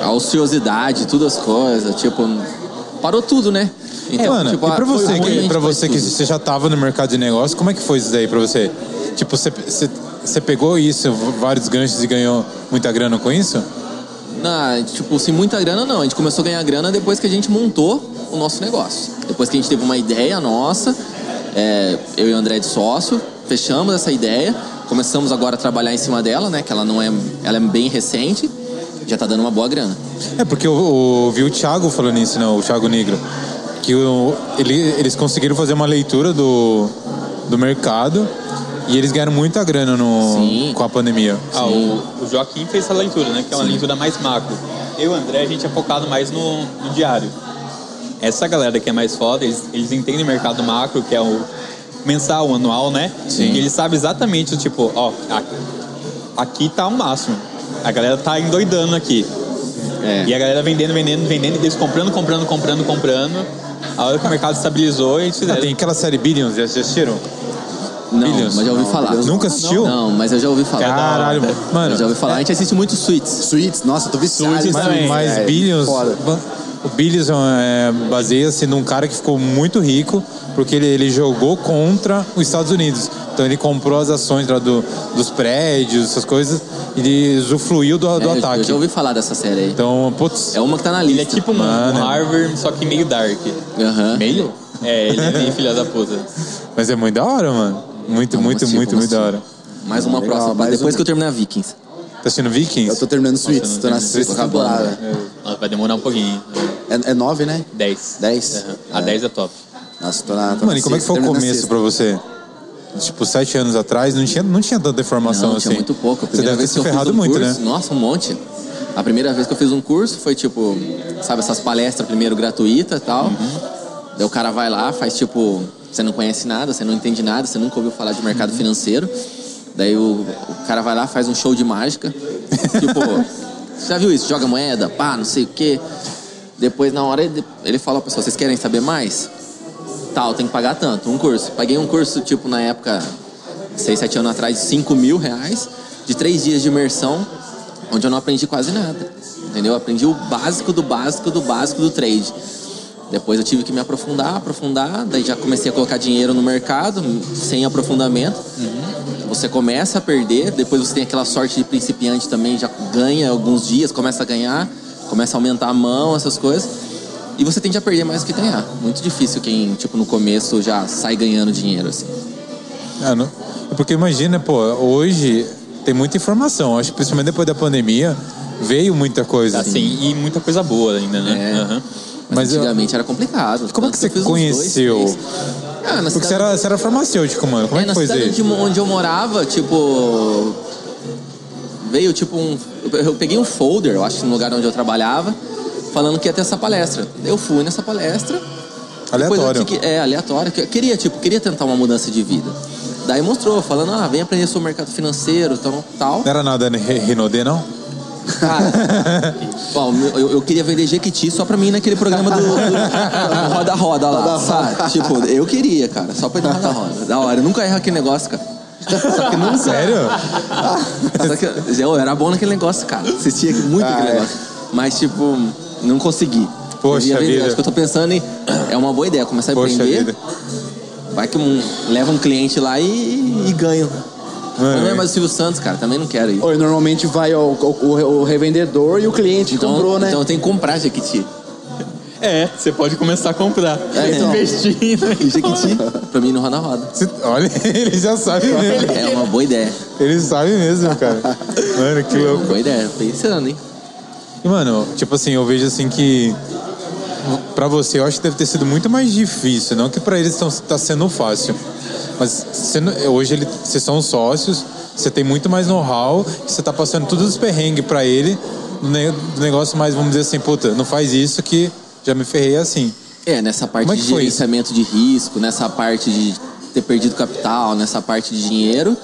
[SPEAKER 2] A ociosidade, todas as coisas. Tipo, parou tudo, né?
[SPEAKER 1] É, Mano, e pra
[SPEAKER 2] ah, foi
[SPEAKER 1] você,
[SPEAKER 2] ruim, a
[SPEAKER 1] que,
[SPEAKER 2] gente
[SPEAKER 1] pra
[SPEAKER 2] faz
[SPEAKER 1] você que
[SPEAKER 2] tudo.
[SPEAKER 1] você já tava no mercado de negócio, como é que foi isso daí pra você? Tipo, você- você você pegou isso, vários ganchos e ganhou muita grana com isso?
[SPEAKER 2] Na, tipo, sem muita grana, não. A gente começou a ganhar grana depois que a gente montou o nosso negócio. Depois que a gente teve uma ideia nossa, é, eu e o André de sócio, fechamos essa ideia, começamos agora a trabalhar em cima dela, né? Que ela não é. Ela é bem recente, já tá dando uma boa grana.
[SPEAKER 1] É porque eu ouvi o Thiago falando isso, não, o Thiago Negro. Que o- ele- eles conseguiram fazer uma leitura do, do mercado e eles ganharam muita grana no,
[SPEAKER 2] Sim.
[SPEAKER 1] com a pandemia.
[SPEAKER 4] Ah, o, o Joaquim fez essa leitura, né? Que é uma leitura mais macro. Eu e o André, a gente é focado mais no, no diário. Essa galera que é mais foda, eles, eles entendem o mercado macro, que é o mensal, o anual, né?
[SPEAKER 2] Sim.
[SPEAKER 4] E eles sabem exatamente o tipo, ó, a- aqui tá o máximo. A galera tá endoidando aqui.
[SPEAKER 2] É.
[SPEAKER 4] E a galera vendendo, vendendo, vendendo, e eles comprando, comprando, comprando, comprando. A hora que o mercado estabilizou, eles
[SPEAKER 1] Ah,
[SPEAKER 4] fizeram.
[SPEAKER 1] tem aquela série Billions, já assistiram?
[SPEAKER 2] Não,
[SPEAKER 1] Billions.
[SPEAKER 2] mas já ouvi falar.
[SPEAKER 1] Nunca assistiu?
[SPEAKER 2] Não, mas eu já ouvi falar.
[SPEAKER 1] Caralho, mano.
[SPEAKER 2] Eu já ouvi falar. A gente assiste muito Suits.
[SPEAKER 3] Suítes, nossa, eu tô viciado.
[SPEAKER 4] Suítes
[SPEAKER 3] em
[SPEAKER 4] mas-
[SPEAKER 3] suítes,
[SPEAKER 1] Mas
[SPEAKER 2] é
[SPEAKER 3] velho.
[SPEAKER 1] Billions.
[SPEAKER 3] Foda.
[SPEAKER 1] O Billions é, baseia-se num cara que ficou muito rico, porque ele, ele jogou contra os Estados Unidos. Então ele comprou as ações lá do, dos prédios, essas coisas, e ele usufruiu do, do
[SPEAKER 2] É, eu- Eu
[SPEAKER 1] ataque.
[SPEAKER 2] já ouvi falar dessa série aí.
[SPEAKER 1] Então, putz.
[SPEAKER 2] É uma que tá na
[SPEAKER 4] Ele
[SPEAKER 2] lista.
[SPEAKER 4] é tipo um,
[SPEAKER 1] Mano.
[SPEAKER 4] um Harvard, só que meio dark.
[SPEAKER 2] Aham.
[SPEAKER 1] Meio?
[SPEAKER 4] É, ele é meio filha da puta.
[SPEAKER 1] Mas é muito da hora, mano. Muito,
[SPEAKER 2] Vamos
[SPEAKER 1] muito,
[SPEAKER 2] assistir,
[SPEAKER 1] muito,
[SPEAKER 2] vamos
[SPEAKER 1] muito da hora.
[SPEAKER 2] assistir. Mais uma
[SPEAKER 3] Legal,
[SPEAKER 2] próxima.
[SPEAKER 3] mais
[SPEAKER 2] depois
[SPEAKER 3] um.
[SPEAKER 2] que eu terminar Vikings.
[SPEAKER 1] Tá assistindo
[SPEAKER 3] Eu
[SPEAKER 1] Vikings?
[SPEAKER 3] tô terminando Suítes,
[SPEAKER 4] não
[SPEAKER 3] tô na
[SPEAKER 4] tem-
[SPEAKER 3] sexta
[SPEAKER 2] tô
[SPEAKER 3] temporada.
[SPEAKER 4] Nossa, vai demorar um pouquinho.
[SPEAKER 3] É, é nove, né?
[SPEAKER 4] 10.
[SPEAKER 3] Dez?
[SPEAKER 4] A
[SPEAKER 3] É.
[SPEAKER 4] 10 é top.
[SPEAKER 3] Nossa, tô na. Tô
[SPEAKER 1] Mano,
[SPEAKER 3] na
[SPEAKER 1] e como é que
[SPEAKER 3] sexta,
[SPEAKER 1] foi o
[SPEAKER 3] terminando
[SPEAKER 1] começo
[SPEAKER 3] sexta.
[SPEAKER 1] pra você? Tipo, sete anos atrás, não tinha, não tinha tanta informação
[SPEAKER 2] Não,
[SPEAKER 1] assim.
[SPEAKER 2] tinha muito pouco. A
[SPEAKER 1] Você
[SPEAKER 2] primeira
[SPEAKER 1] deve ter
[SPEAKER 2] vez
[SPEAKER 1] se
[SPEAKER 2] que eu fiz
[SPEAKER 1] ferrado
[SPEAKER 2] um
[SPEAKER 1] muito,
[SPEAKER 2] curso,
[SPEAKER 1] né?
[SPEAKER 2] Nossa, um monte. A primeira vez que eu fiz um curso foi tipo, sabe, essas palestras primeiro gratuita e tal.
[SPEAKER 1] Uhum.
[SPEAKER 2] Daí o cara vai lá, faz tipo, você não conhece nada, você não entende nada, você nunca ouviu falar de mercado
[SPEAKER 1] Uhum.
[SPEAKER 2] financeiro. Daí o, o cara vai lá, faz um show de mágica. tipo, você já viu isso? Joga moeda, pá, não sei o quê. Depois, na hora, ele, ele fala, pessoal, vocês querem saber mais? Tal, tem que pagar tanto, um curso. Paguei um curso, tipo, na época, seis, sete anos atrás, de 5 mil reais, de três dias de imersão, onde eu não aprendi quase nada. Entendeu? Eu aprendi o básico do básico do básico do trade. Depois eu tive que me aprofundar, aprofundar, daí já comecei a colocar dinheiro no mercado, sem aprofundamento. Você começa a perder, depois você tem aquela sorte de principiante também, já ganha alguns dias, começa a ganhar, começa a aumentar a mão, essas coisas. E você tende a perder mais do que ganhar. Muito difícil quem, tipo, no começo já sai ganhando dinheiro, assim.
[SPEAKER 1] Ah, não- Porque imagina, pô, hoje tem muita informação. Acho que principalmente depois da pandemia, veio muita coisa.
[SPEAKER 4] Assim, e muita coisa boa ainda, né?
[SPEAKER 2] É.
[SPEAKER 4] Aham.
[SPEAKER 2] Mas,
[SPEAKER 1] Mas eu-
[SPEAKER 2] antigamente era complicado.
[SPEAKER 1] Como é que
[SPEAKER 2] Tanto eu
[SPEAKER 1] você
[SPEAKER 2] fiz uns
[SPEAKER 1] conheceu?
[SPEAKER 2] dois, três. ah, na
[SPEAKER 1] Porque
[SPEAKER 2] cidade,
[SPEAKER 1] você era, você era farmacêutico, mano. Como é,
[SPEAKER 2] é, na
[SPEAKER 1] que foi isso
[SPEAKER 2] cidade
[SPEAKER 1] aí?
[SPEAKER 2] onde, onde eu morava, tipo. Veio tipo um. eu- Eu peguei um folder, eu acho, no lugar onde eu trabalhava, falando que ia ter essa palestra. Eu fui nessa palestra. Depois eu
[SPEAKER 1] Aleatório.
[SPEAKER 2] tinha que- é, aleatório. que Eu queria, tipo, queria tentar uma mudança de vida. Daí mostrou, falando, ah, vem aprender sobre o mercado financeiro, tal, tal.
[SPEAKER 1] Não era nada né, Re- Renaudet, não?
[SPEAKER 2] Cara, bom, eu, eu queria vender Jequiti só pra mim naquele programa do, do Roda Roda lá, sabe? Tipo, eu queria, cara, só pra ir no Roda Roda. Da hora, eu nunca erro aquele negócio, cara. Só que nunca.
[SPEAKER 1] Sério?
[SPEAKER 2] Só que eu era bom naquele negócio, cara. Assistia muito
[SPEAKER 3] Ah,
[SPEAKER 2] aquele
[SPEAKER 3] é.
[SPEAKER 2] negócio. Mas, tipo, não consegui.
[SPEAKER 1] Poxa
[SPEAKER 2] Eu ia vender.
[SPEAKER 1] vida.
[SPEAKER 2] Acho que eu tô pensando em. É uma boa ideia começar a
[SPEAKER 1] Poxa
[SPEAKER 2] empreender.
[SPEAKER 1] vida.
[SPEAKER 2] Vai que um, leva um cliente lá e, e ganho. Mas não é mais o Silvio Santos, cara. Também não quero ir.
[SPEAKER 3] Oi, normalmente vai o, o, o revendedor e o cliente que comprou, né?
[SPEAKER 2] então eu tenho que comprar Jequiti.
[SPEAKER 4] É, você pode começar a comprar.
[SPEAKER 2] É, então.
[SPEAKER 4] Investindo.
[SPEAKER 2] E Jequiti, pra mim, não roda roda.
[SPEAKER 1] Você- Olha, ele já sabe mesmo.
[SPEAKER 2] É uma boa ideia.
[SPEAKER 1] Ele sabe mesmo, cara. Mano, que
[SPEAKER 2] É
[SPEAKER 1] louco.
[SPEAKER 2] uma boa ideia. Pensando, hein?
[SPEAKER 1] E, mano, tipo assim, eu vejo assim que. Pra você, eu acho que deve ter sido muito mais difícil. Não que pra eles tão, tá sendo fácil. Mas você não- hoje ele, vocês são sócios, você tem muito mais know-how, você tá passando todos os perrengues pra ele. Do ne- do negócio mais, vamos dizer assim, puta, não faz isso que já me ferrei assim.
[SPEAKER 2] É, nessa parte
[SPEAKER 1] Como é
[SPEAKER 2] de
[SPEAKER 1] que foi isso?
[SPEAKER 2] gerenciamento de risco, nessa parte de ter perdido capital, nessa parte de dinheiro,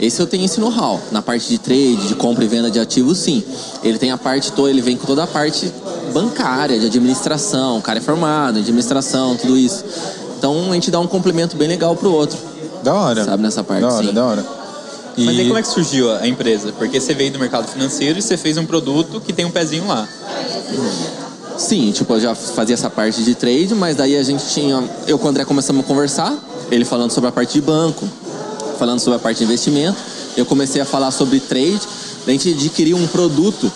[SPEAKER 2] Esse eu tenho esse know-how. Na parte de trade, de compra e venda de ativos, sim. Ele tem a parte toda, ele vem com toda a parte bancária, de administração. O cara é formado em administração, tudo isso. Então a gente dá um complemento bem legal pro outro.
[SPEAKER 1] Da hora.
[SPEAKER 2] Sabe, nessa parte,
[SPEAKER 1] Da hora,
[SPEAKER 2] sim.
[SPEAKER 1] da hora. E
[SPEAKER 4] Mas aí como é que surgiu a empresa? Porque você veio do mercado financeiro e você fez um produto que tem um pezinho lá.
[SPEAKER 2] Sim, tipo, eu já fazia essa parte de trade, mas daí a gente tinha. Eu com o André começamos a conversar, ele falando sobre a parte de banco, falando sobre a parte de investimento. Eu comecei a falar sobre trade, a gente adquiriu um produto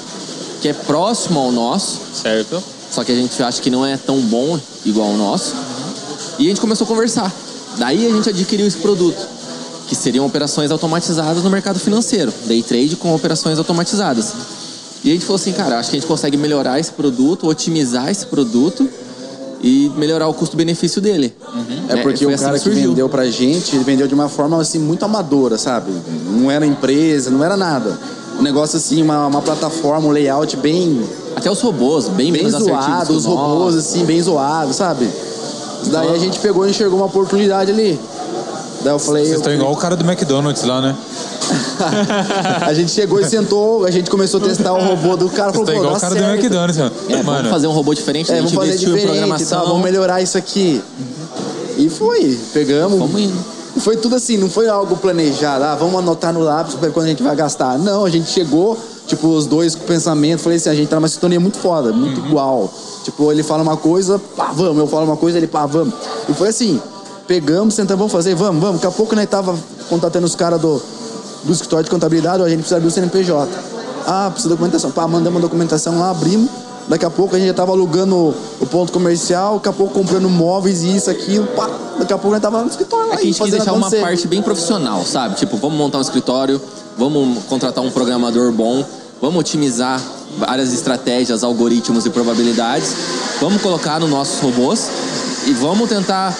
[SPEAKER 2] que é próximo ao nosso,
[SPEAKER 4] Certo?
[SPEAKER 2] só que a gente acha que não é tão bom igual o nosso. E a gente começou a conversar. Daí a gente adquiriu esse produto, que seriam operações automatizadas no mercado financeiro, day trade com operações automatizadas. E a gente falou assim, cara, acho que a gente consegue melhorar esse produto, otimizar esse produto e melhorar o custo-benefício dele.
[SPEAKER 3] É
[SPEAKER 2] Né?
[SPEAKER 3] porque
[SPEAKER 2] Foi
[SPEAKER 3] o
[SPEAKER 2] assim
[SPEAKER 3] cara que
[SPEAKER 2] surgiu.
[SPEAKER 3] vendeu pra gente, ele vendeu de uma forma assim muito amadora, sabe? Não era empresa, não era nada. Um negócio assim, uma, uma plataforma, um layout bem,
[SPEAKER 2] Até os robôs, bem,
[SPEAKER 3] bem
[SPEAKER 2] menos assertivos que
[SPEAKER 3] zoado,
[SPEAKER 2] o
[SPEAKER 3] os robôs
[SPEAKER 2] nosso.
[SPEAKER 3] assim, bem zoados, sabe? Isso Daí a gente pegou e enxergou uma oportunidade ali. Daí eu falei,
[SPEAKER 1] Vocês estão
[SPEAKER 3] eu-
[SPEAKER 1] igual o cara do McDonald's lá, né?
[SPEAKER 3] a gente chegou e sentou, a gente começou a testar o robô do cara, falou,
[SPEAKER 1] Vocês estão
[SPEAKER 3] pô,
[SPEAKER 1] igual
[SPEAKER 3] dá
[SPEAKER 1] o cara do
[SPEAKER 3] certo.
[SPEAKER 1] McDonald's, mano.
[SPEAKER 2] É, vamos
[SPEAKER 1] mano,
[SPEAKER 2] fazer um robô diferente,
[SPEAKER 3] É,
[SPEAKER 2] a
[SPEAKER 3] vamos
[SPEAKER 2] gente
[SPEAKER 3] fazer
[SPEAKER 2] investiu em
[SPEAKER 3] diferente, tá?
[SPEAKER 2] programação.
[SPEAKER 3] vamos melhorar isso aqui. E foi, pegamos,
[SPEAKER 2] Vamos indo.
[SPEAKER 3] E Foi tudo assim, não foi algo planejado. Ah, vamos anotar no lápis pra ver quando a gente vai gastar. Não, a gente chegou, tipo, os dois com pensamento. Falei assim, a gente tá numa sintonia muito foda, muito igual. Tipo, ele fala uma coisa, pá, vamos. Eu falo uma coisa, ele, pá, vamos. E foi assim, pegamos, sentamos, vamos fazer, vamos, vamos. Daqui a pouco, né, tava contatando os caras do, do escritório de contabilidade, ó, a gente precisa abrir o CNPJ. Ah, precisa de documentação. Pá, mandamos a documentação lá, abrimos. Daqui a pouco a gente já tava alugando o ponto comercial, daqui a pouco comprando móveis e isso, aquilo, pá. Daqui a pouco a gente tava no escritório.
[SPEAKER 2] É que a
[SPEAKER 3] aí,
[SPEAKER 2] gente quis
[SPEAKER 3] fazendo
[SPEAKER 2] deixar uma
[SPEAKER 3] acontecer.
[SPEAKER 2] parte bem profissional, sabe? Tipo, vamos montar um escritório, vamos contratar um programador bom, vamos otimizar várias estratégias, algoritmos e probabilidades, vamos colocar nos nossos robôs e vamos tentar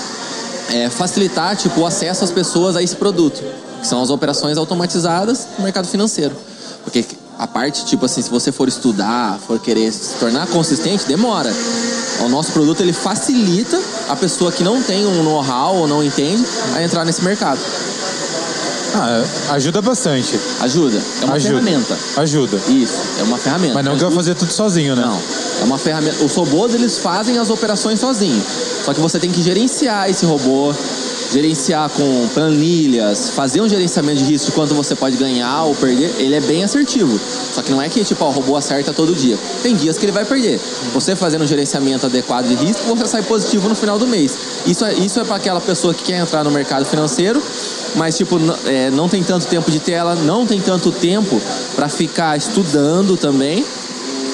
[SPEAKER 2] é, facilitar tipo, o acesso às pessoas a esse produto, que são as operações automatizadas no mercado financeiro. Porque a parte, tipo assim, se você for estudar, for querer se tornar consistente, demora. O nosso produto ele facilita a pessoa que não tem um know-how ou não entende a entrar nesse mercado.
[SPEAKER 1] ah, ajuda bastante.
[SPEAKER 2] Ajuda. É uma
[SPEAKER 1] ajuda.
[SPEAKER 2] ferramenta.
[SPEAKER 1] Ajuda.
[SPEAKER 2] Isso, é uma ferramenta.
[SPEAKER 1] Mas não que eu vou fazer tudo sozinho, né?
[SPEAKER 2] Não, é uma ferramenta. Os robôs eles fazem as operações sozinhos. Só que você tem que gerenciar esse robô, gerenciar com planilhas, fazer um gerenciamento de risco de quanto você pode ganhar ou perder. Ele é bem assertivo. Só que não é que tipo, ó, o robô acerta todo dia. Tem dias que ele vai perder. Você fazendo um gerenciamento adequado de risco, você sai positivo no final do mês. Isso é, isso é para aquela pessoa que quer entrar no mercado financeiro, mas tipo, n- é, não tem tanto tempo de tela, não tem tanto tempo para ficar estudando também.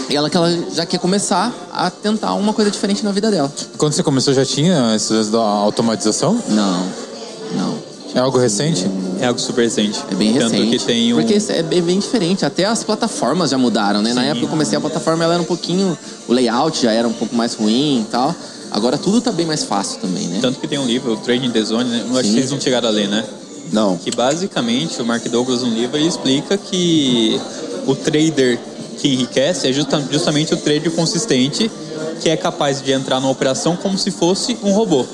[SPEAKER 2] E ela que ela já quer começar a tentar uma coisa diferente na vida dela.
[SPEAKER 1] Quando você começou já tinha esses lance da automatização?
[SPEAKER 2] Não, não.
[SPEAKER 1] É algo recente?
[SPEAKER 4] É algo super recente.
[SPEAKER 2] É bem
[SPEAKER 4] Tanto
[SPEAKER 2] recente.
[SPEAKER 4] que tem um...
[SPEAKER 2] Porque isso é bem, bem diferente. Até as plataformas já mudaram, né? Na época que eu comecei a plataforma, ela era um pouquinho. O layout já era um pouco mais ruim e tal. Agora tudo tá bem mais fácil também, né?
[SPEAKER 4] Tanto que tem um livro, o Trading the Zone, né? Eu acho
[SPEAKER 2] Sim.
[SPEAKER 4] que vocês não chegaram a ler, né?
[SPEAKER 3] Não.
[SPEAKER 4] Que basicamente o Mark Douglas, no livro, ele explica que o trader que enriquece é justa- justamente o trader consistente que é capaz de entrar numa operação como se fosse um robô.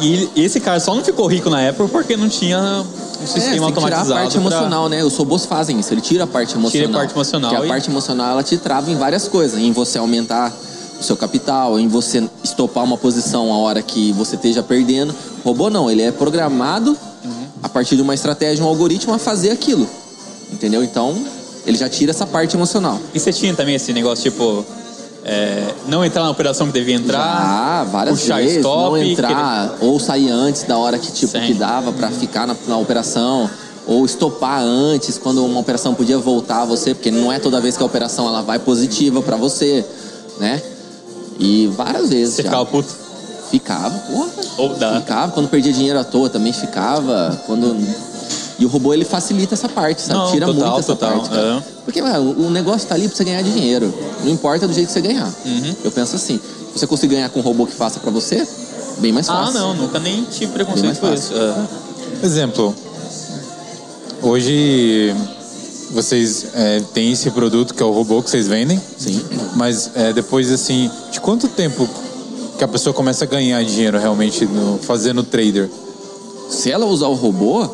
[SPEAKER 4] E ele- esse cara só não ficou rico na Apple porque não tinha um
[SPEAKER 2] É,
[SPEAKER 4] sistema
[SPEAKER 2] tem que tirar a
[SPEAKER 4] automatizado.
[SPEAKER 2] parte
[SPEAKER 4] pra-
[SPEAKER 2] emocional, né? Os robôs fazem isso, ele tira a parte emocional.
[SPEAKER 4] a parte emocional
[SPEAKER 2] Porque
[SPEAKER 4] e-
[SPEAKER 2] a parte emocional ela te trava em várias coisas, em você aumentar o seu capital, em você estopar uma posição a hora que você esteja perdendo. O robô não, ele é programado
[SPEAKER 4] Uhum.
[SPEAKER 2] a partir de uma estratégia, um algoritmo a fazer aquilo. Entendeu? Então, ele já tira essa parte emocional.
[SPEAKER 4] E você tinha também esse negócio, tipo, é, não entrar na operação que devia entrar.
[SPEAKER 2] Ah, várias
[SPEAKER 4] puxar
[SPEAKER 2] vezes,
[SPEAKER 4] stop,
[SPEAKER 2] não entrar ou sair antes da hora que tipo
[SPEAKER 4] Sim.
[SPEAKER 2] que dava pra ficar na, na operação ou estopar antes quando uma operação podia voltar a você, porque não é toda vez que a operação ela vai positiva pra você, né? E várias vezes
[SPEAKER 4] Você
[SPEAKER 2] já.
[SPEAKER 4] ficava puto.
[SPEAKER 2] ficava, porra.
[SPEAKER 4] Ou dá.
[SPEAKER 2] Ficava, quando perdia dinheiro à toa também ficava. Quando... E o robô ele facilita essa parte, sabe?
[SPEAKER 4] Não,
[SPEAKER 2] Tira
[SPEAKER 4] total,
[SPEAKER 2] muito essa
[SPEAKER 4] total,
[SPEAKER 2] parte. cara.
[SPEAKER 4] é.
[SPEAKER 2] Porque mano, o negócio tá ali pra você ganhar dinheiro. Não importa do jeito que você ganhar.
[SPEAKER 4] Uhum.
[SPEAKER 2] Eu penso assim: se você conseguir ganhar com um robô que faça pra você, bem mais
[SPEAKER 4] Ah,
[SPEAKER 2] fácil.
[SPEAKER 4] não, nunca nem tive
[SPEAKER 2] Bem
[SPEAKER 4] preconceito
[SPEAKER 2] mais
[SPEAKER 4] com isso.
[SPEAKER 2] fácil.
[SPEAKER 4] Ah.
[SPEAKER 1] Exemplo, hoje vocês é, têm esse produto que é o robô que vocês vendem,
[SPEAKER 2] Sim.
[SPEAKER 1] mas é, depois, assim, de quanto tempo que a pessoa começa a ganhar dinheiro realmente no, fazendo trader?
[SPEAKER 2] Se ela usar o robô,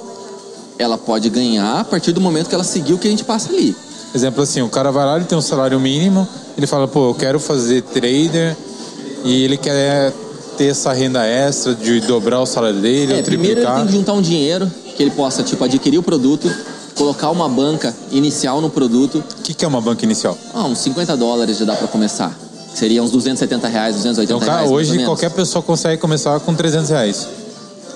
[SPEAKER 2] ela pode ganhar a partir do momento que ela seguir o que a gente passa ali.
[SPEAKER 1] Exemplo assim, o cara vai lá, ele tem um salário mínimo, ele fala, pô, eu quero fazer trader e ele quer ter essa renda extra de dobrar o salário dele,
[SPEAKER 2] É,
[SPEAKER 1] ou
[SPEAKER 2] primeiro ele
[SPEAKER 1] triplicar.
[SPEAKER 2] tem que juntar um dinheiro que ele possa, tipo, adquirir o produto, colocar uma banca inicial no produto.
[SPEAKER 1] O que, que é uma banca inicial?
[SPEAKER 2] Ah, uns 50 dólares já dá pra começar. Seria uns 270 reais, 280
[SPEAKER 1] Então, cara,
[SPEAKER 2] reais. mais ou
[SPEAKER 1] hoje
[SPEAKER 2] menos.
[SPEAKER 1] qualquer pessoa consegue começar com 300 reais.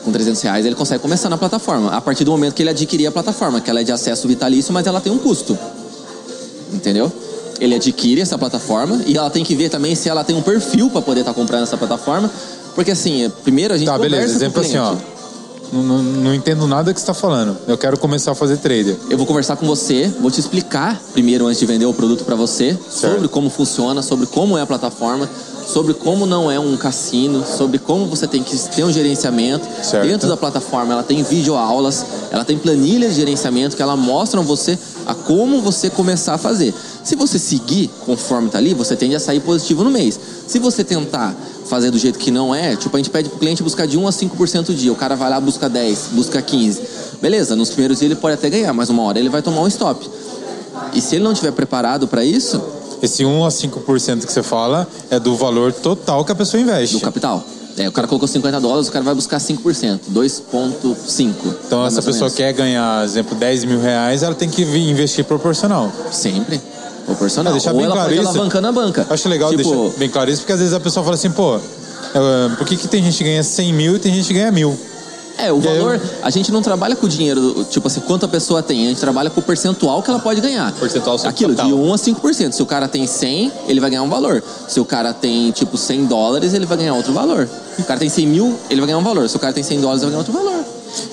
[SPEAKER 2] Com 300 reais ele consegue começar na plataforma. A partir do momento que ele adquirir a plataforma, que ela é de acesso vitalício, mas ela tem um custo. Entendeu? Ele adquire essa plataforma e ela tem que ver também se ela tem um perfil pra poder estar comprando essa plataforma. Porque assim, é- primeiro a gente
[SPEAKER 1] Tá, beleza.
[SPEAKER 2] conversa com o
[SPEAKER 1] Exemplo assim, ó.
[SPEAKER 2] cliente.
[SPEAKER 1] Não, não- não entendo nada que você tá falando. Eu quero começar a fazer trader.
[SPEAKER 2] Eu vou conversar com você, vou te explicar primeiro antes de vender o produto para você sobre como funciona, sobre como é a plataforma, sobre como não é um cassino, sobre como você tem que ter um gerenciamento.
[SPEAKER 1] Certo.
[SPEAKER 2] Dentro da plataforma ela tem videoaulas, ela tem planilhas de gerenciamento que ela mostram você a como você começar a fazer. Se você seguir conforme tá ali, você tende a sair positivo no mês. Se você tentar fazer do jeito que não é, tipo, a gente pede pro cliente buscar de 1 a 5% do dia. O cara vai lá, busca 10, busca 15. Beleza, nos primeiros dias ele pode até ganhar, mas uma hora ele vai tomar um stop. E se ele não estiver preparado para isso,
[SPEAKER 1] Esse 1 a 5% que você fala é do valor total que a pessoa investe.
[SPEAKER 2] do capital. É, o cara colocou 50 dólares, o cara vai buscar 5%, 2,5%.
[SPEAKER 1] Então,
[SPEAKER 2] É mais
[SPEAKER 1] essa
[SPEAKER 2] ou
[SPEAKER 1] pessoa
[SPEAKER 2] menos.
[SPEAKER 1] quer ganhar, exemplo, 10 mil reais, ela tem que vi- investir proporcional.
[SPEAKER 2] Sempre. Proporcional.
[SPEAKER 1] Ah, deixar
[SPEAKER 2] Ou
[SPEAKER 1] bem
[SPEAKER 2] ela
[SPEAKER 1] claro
[SPEAKER 2] pode
[SPEAKER 1] isso.
[SPEAKER 2] alavancando a banca.
[SPEAKER 1] Acho legal
[SPEAKER 2] tipo,
[SPEAKER 1] deixar bem claro isso, porque às vezes a pessoa fala assim, pô, eh, por que, que tem gente que ganha 100 mil e tem gente que ganha mil?
[SPEAKER 2] É, o
[SPEAKER 1] E aí eu-
[SPEAKER 2] valor... A gente não trabalha com o dinheiro, tipo assim, quanto a pessoa tem. A gente trabalha com o percentual que ela pode ganhar.
[SPEAKER 4] Percentual sobre
[SPEAKER 2] Aquilo, de
[SPEAKER 4] capital.
[SPEAKER 2] 1 a 5%. Se o cara tem 100, ele vai ganhar um valor. Se o cara tem, tipo, 100 dólares, ele vai ganhar outro valor. Se o cara tem 100 mil, ele vai ganhar um valor. Se o cara tem 100 dólares, ele vai ganhar outro valor.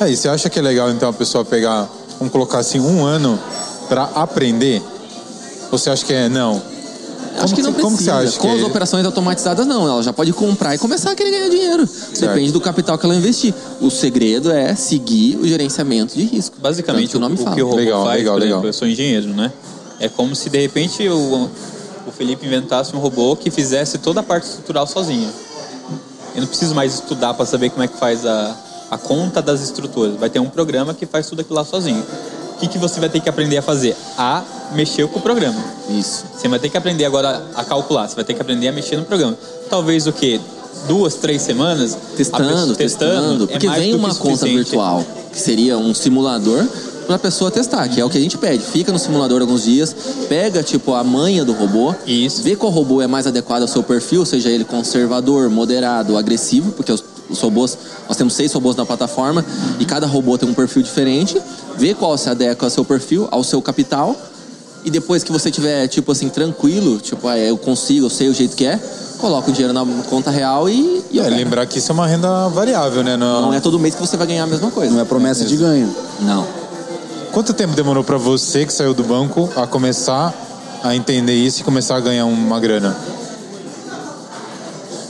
[SPEAKER 1] É, e você acha que é legal, então, a pessoa pegar, vamos colocar assim, um ano pra aprender? Ou você acha que é, não?
[SPEAKER 2] Acho que
[SPEAKER 1] que
[SPEAKER 2] não precisa.
[SPEAKER 1] você- como que você acha
[SPEAKER 2] Com
[SPEAKER 1] que
[SPEAKER 2] as
[SPEAKER 1] é?
[SPEAKER 2] operações automatizadas, não. Ela já pode comprar e começar a querer ganhar dinheiro. Depende do capital que ela investir. O segredo é seguir o gerenciamento de risco. Tanto
[SPEAKER 4] Basicamente,
[SPEAKER 2] que o nome
[SPEAKER 4] o,
[SPEAKER 2] fala.
[SPEAKER 4] que o robô
[SPEAKER 1] Legal,
[SPEAKER 4] faz,
[SPEAKER 1] legal,
[SPEAKER 4] por
[SPEAKER 1] legal.
[SPEAKER 4] exemplo, eu sou engenheiro, né? É como se de repente o, o Felipe inventasse um robô que fizesse toda a parte estrutural sozinho. Eu não preciso mais estudar para saber como é que faz a, a conta das estruturas. Vai ter um programa que faz tudo aquilo lá sozinho. O que, que você vai ter que aprender a fazer? A mexer com o programa.
[SPEAKER 2] Isso.
[SPEAKER 4] Você vai ter que aprender agora a calcular, você vai ter que aprender a mexer no programa. Talvez o quê? Duas, três semanas? A
[SPEAKER 2] Testando,
[SPEAKER 4] pessoa-
[SPEAKER 2] testando.
[SPEAKER 4] é
[SPEAKER 2] porque
[SPEAKER 4] mais
[SPEAKER 2] vem
[SPEAKER 4] do que
[SPEAKER 2] uma conta
[SPEAKER 4] suficiente.
[SPEAKER 2] virtual, que seria um simulador para a pessoa testar, que é o que a gente pede. Fica no simulador alguns dias, pega tipo a manha do robô,
[SPEAKER 4] Isso.
[SPEAKER 2] vê qual robô é mais adequado ao seu perfil, seja ele conservador, moderado, agressivo, porque os, os robôs, nós temos seis robôs na plataforma e cada robô tem um perfil diferente. Vê qual se adequa ao seu perfil, ao seu capital. E depois que você tiver, tipo assim, tranquilo, tipo, ah, eu consigo, eu sei o jeito que é, coloca o dinheiro na conta real e, e
[SPEAKER 1] É,
[SPEAKER 2] opera.
[SPEAKER 1] lembrar que isso é uma renda variável, né?
[SPEAKER 2] Não é todo mês que você vai ganhar a mesma
[SPEAKER 3] Não é
[SPEAKER 2] coisa.
[SPEAKER 3] promessa de ganho.
[SPEAKER 2] Não.
[SPEAKER 1] um- Quanto tempo demorou pra você que saiu do banco a começar a entender isso e começar a ganhar uma grana?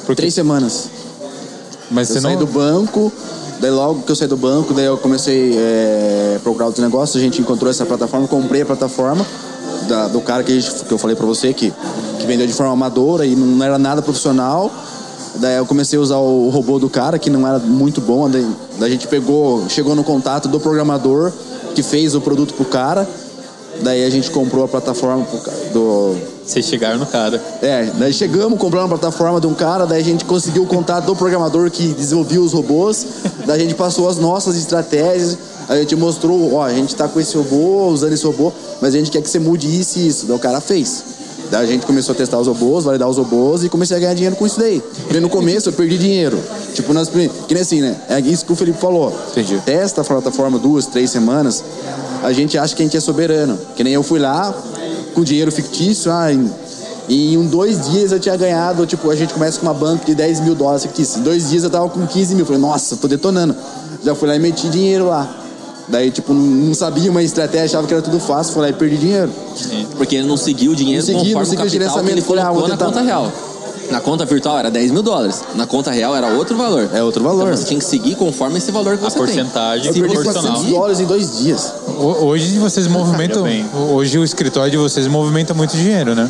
[SPEAKER 1] Porque,
[SPEAKER 3] Três semanas.
[SPEAKER 1] mas
[SPEAKER 3] Eu
[SPEAKER 1] você
[SPEAKER 3] saí
[SPEAKER 1] não.
[SPEAKER 3] do banco, daí logo que eu saí do banco, daí eu comecei é, a procurar outros negócios, a gente encontrou essa plataforma, comprei a plataforma da- do cara que, a gente- que eu falei pra você que, que vendeu de forma amadora e não era nada profissional. Daí eu comecei a usar o robô do cara, que não era muito bom. Daí, daí a gente pegou, chegou no contato do programador que fez o produto pro cara. Daí a gente comprou a plataforma pro ca- do,
[SPEAKER 4] Vocês chegaram no cara.
[SPEAKER 3] é, daí chegamos, compramos uma plataforma de um cara, daí a gente conseguiu o contato do programador que desenvolvia os robôs, daí a gente passou as nossas estratégias, a gente mostrou, ó, a gente tá com esse robô, usando esse robô, mas a gente quer que você mude isso e isso. Daí o cara fez. Daí a gente começou a testar os robôs, validar os robôs e comecei a ganhar dinheiro com isso daí. Porque no começo eu perdi dinheiro. Tipo, nas prime- que nem assim, né? É isso que o Felipe falou.
[SPEAKER 1] Entendi.
[SPEAKER 3] Testa a plataforma duas, três semanas, a gente acha que a gente é soberano. Que nem eu fui lá com dinheiro fictício, ah, em- e em um, dois dias eu tinha ganhado, tipo, a gente começa com uma banca de 10 mil dólares aqui. Em dois dias eu tava com 15 mil. Falei, nossa, tô detonando. Já fui lá e meti dinheiro lá. Daí, tipo, não- não sabia uma estratégia, achava que era tudo fácil. Fui lá e perdi dinheiro.
[SPEAKER 2] Porque ele não seguiu o dinheiro
[SPEAKER 3] Não segui, não
[SPEAKER 2] conforme
[SPEAKER 3] segui o
[SPEAKER 2] o capital que
[SPEAKER 3] gerenciamento.
[SPEAKER 2] ele
[SPEAKER 3] Falei, ah,
[SPEAKER 2] colocou
[SPEAKER 3] vou
[SPEAKER 2] na
[SPEAKER 3] tentar.
[SPEAKER 2] conta real. Na conta virtual era 10 mil dólares. Na conta real era outro valor.
[SPEAKER 3] É outro valor.
[SPEAKER 2] Então você tinha que seguir conforme esse valor que
[SPEAKER 4] A
[SPEAKER 2] você
[SPEAKER 4] porcentagem
[SPEAKER 2] tem. Se
[SPEAKER 3] Eu perdi
[SPEAKER 2] você
[SPEAKER 3] 400
[SPEAKER 2] seguir,
[SPEAKER 3] dólares em dois dias.
[SPEAKER 1] Ho- Hoje vocês movimentam.
[SPEAKER 4] bem.
[SPEAKER 1] Hoje o escritório de vocês movimenta muito dinheiro, né?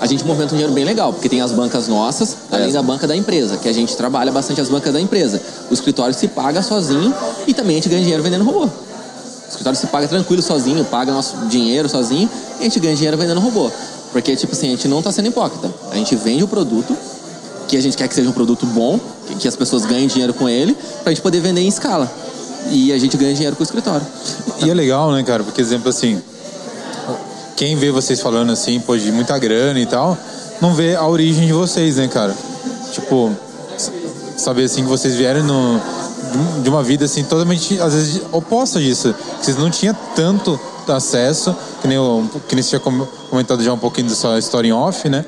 [SPEAKER 2] a gente movimenta um dinheiro bem legal, porque tem as bancas nossas, além da banca da empresa, que a gente trabalha bastante as bancas da empresa. O escritório se paga sozinho e também a gente ganha dinheiro vendendo robô. escritório se paga tranquilo sozinho, paga nosso dinheiro sozinho, e a gente ganha dinheiro vendendo robô. Porque, tipo assim, a gente não tá sendo hipócrita. A gente vende o produto, que a gente quer que seja um produto bom, que- que as pessoas ganhem dinheiro com ele, pra gente poder vender em escala. E a gente ganha dinheiro com o escritório.
[SPEAKER 1] E é legal, né, cara? Porque, exemplo, assim, quem vê vocês falando assim, pô, de muita grana e tal, não vê a origem de vocês, né, cara? Tipo, s- saber assim que vocês vieram no, de um- de uma vida assim totalmente, às vezes, oposta disso. Que vocês não tinham tanto acesso, que nem, o- que nem você tinha com- comentado já um pouquinho da sua história em off, né?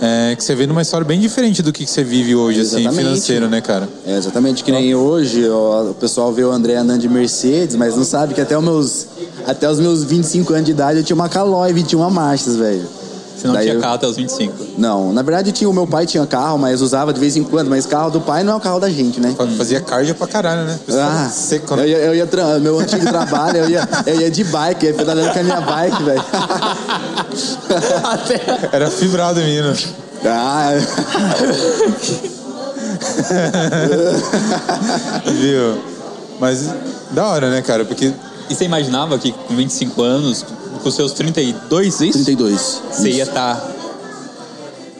[SPEAKER 1] É, que você vê numa história bem diferente do que que você vive hoje, assim,
[SPEAKER 3] Exatamente.
[SPEAKER 1] financeiro, né, cara?
[SPEAKER 3] É, exatamente, que nem hoje, ó, o pessoal vê o André andando de Mercedes, mas não sabe que até os meus, até os meus 25 anos de idade eu tinha uma Calói 21 marchas, um velho.
[SPEAKER 4] Você não
[SPEAKER 3] Daí
[SPEAKER 4] tinha
[SPEAKER 3] eu-
[SPEAKER 4] carro até os 25.
[SPEAKER 3] Não, na verdade tinha, o meu pai tinha carro, mas usava de vez em quando, mas carro do pai não é o carro da gente, né?
[SPEAKER 1] Fa- Fazia cardio pra caralho, né?
[SPEAKER 3] Ah,
[SPEAKER 1] Seco,
[SPEAKER 3] eu
[SPEAKER 1] né?
[SPEAKER 3] ia, eu ia tra- meu antigo trabalho, eu ia, eu ia de bike, eu ia pedalando com a minha bike, velho.
[SPEAKER 1] Era fibrado, menino.
[SPEAKER 3] Ah,
[SPEAKER 1] Viu? Mas da hora, né, cara? Porque
[SPEAKER 4] E você imaginava que com 25 anos, com seus 32, é isso?
[SPEAKER 3] 32.
[SPEAKER 4] Você ia tá- estar.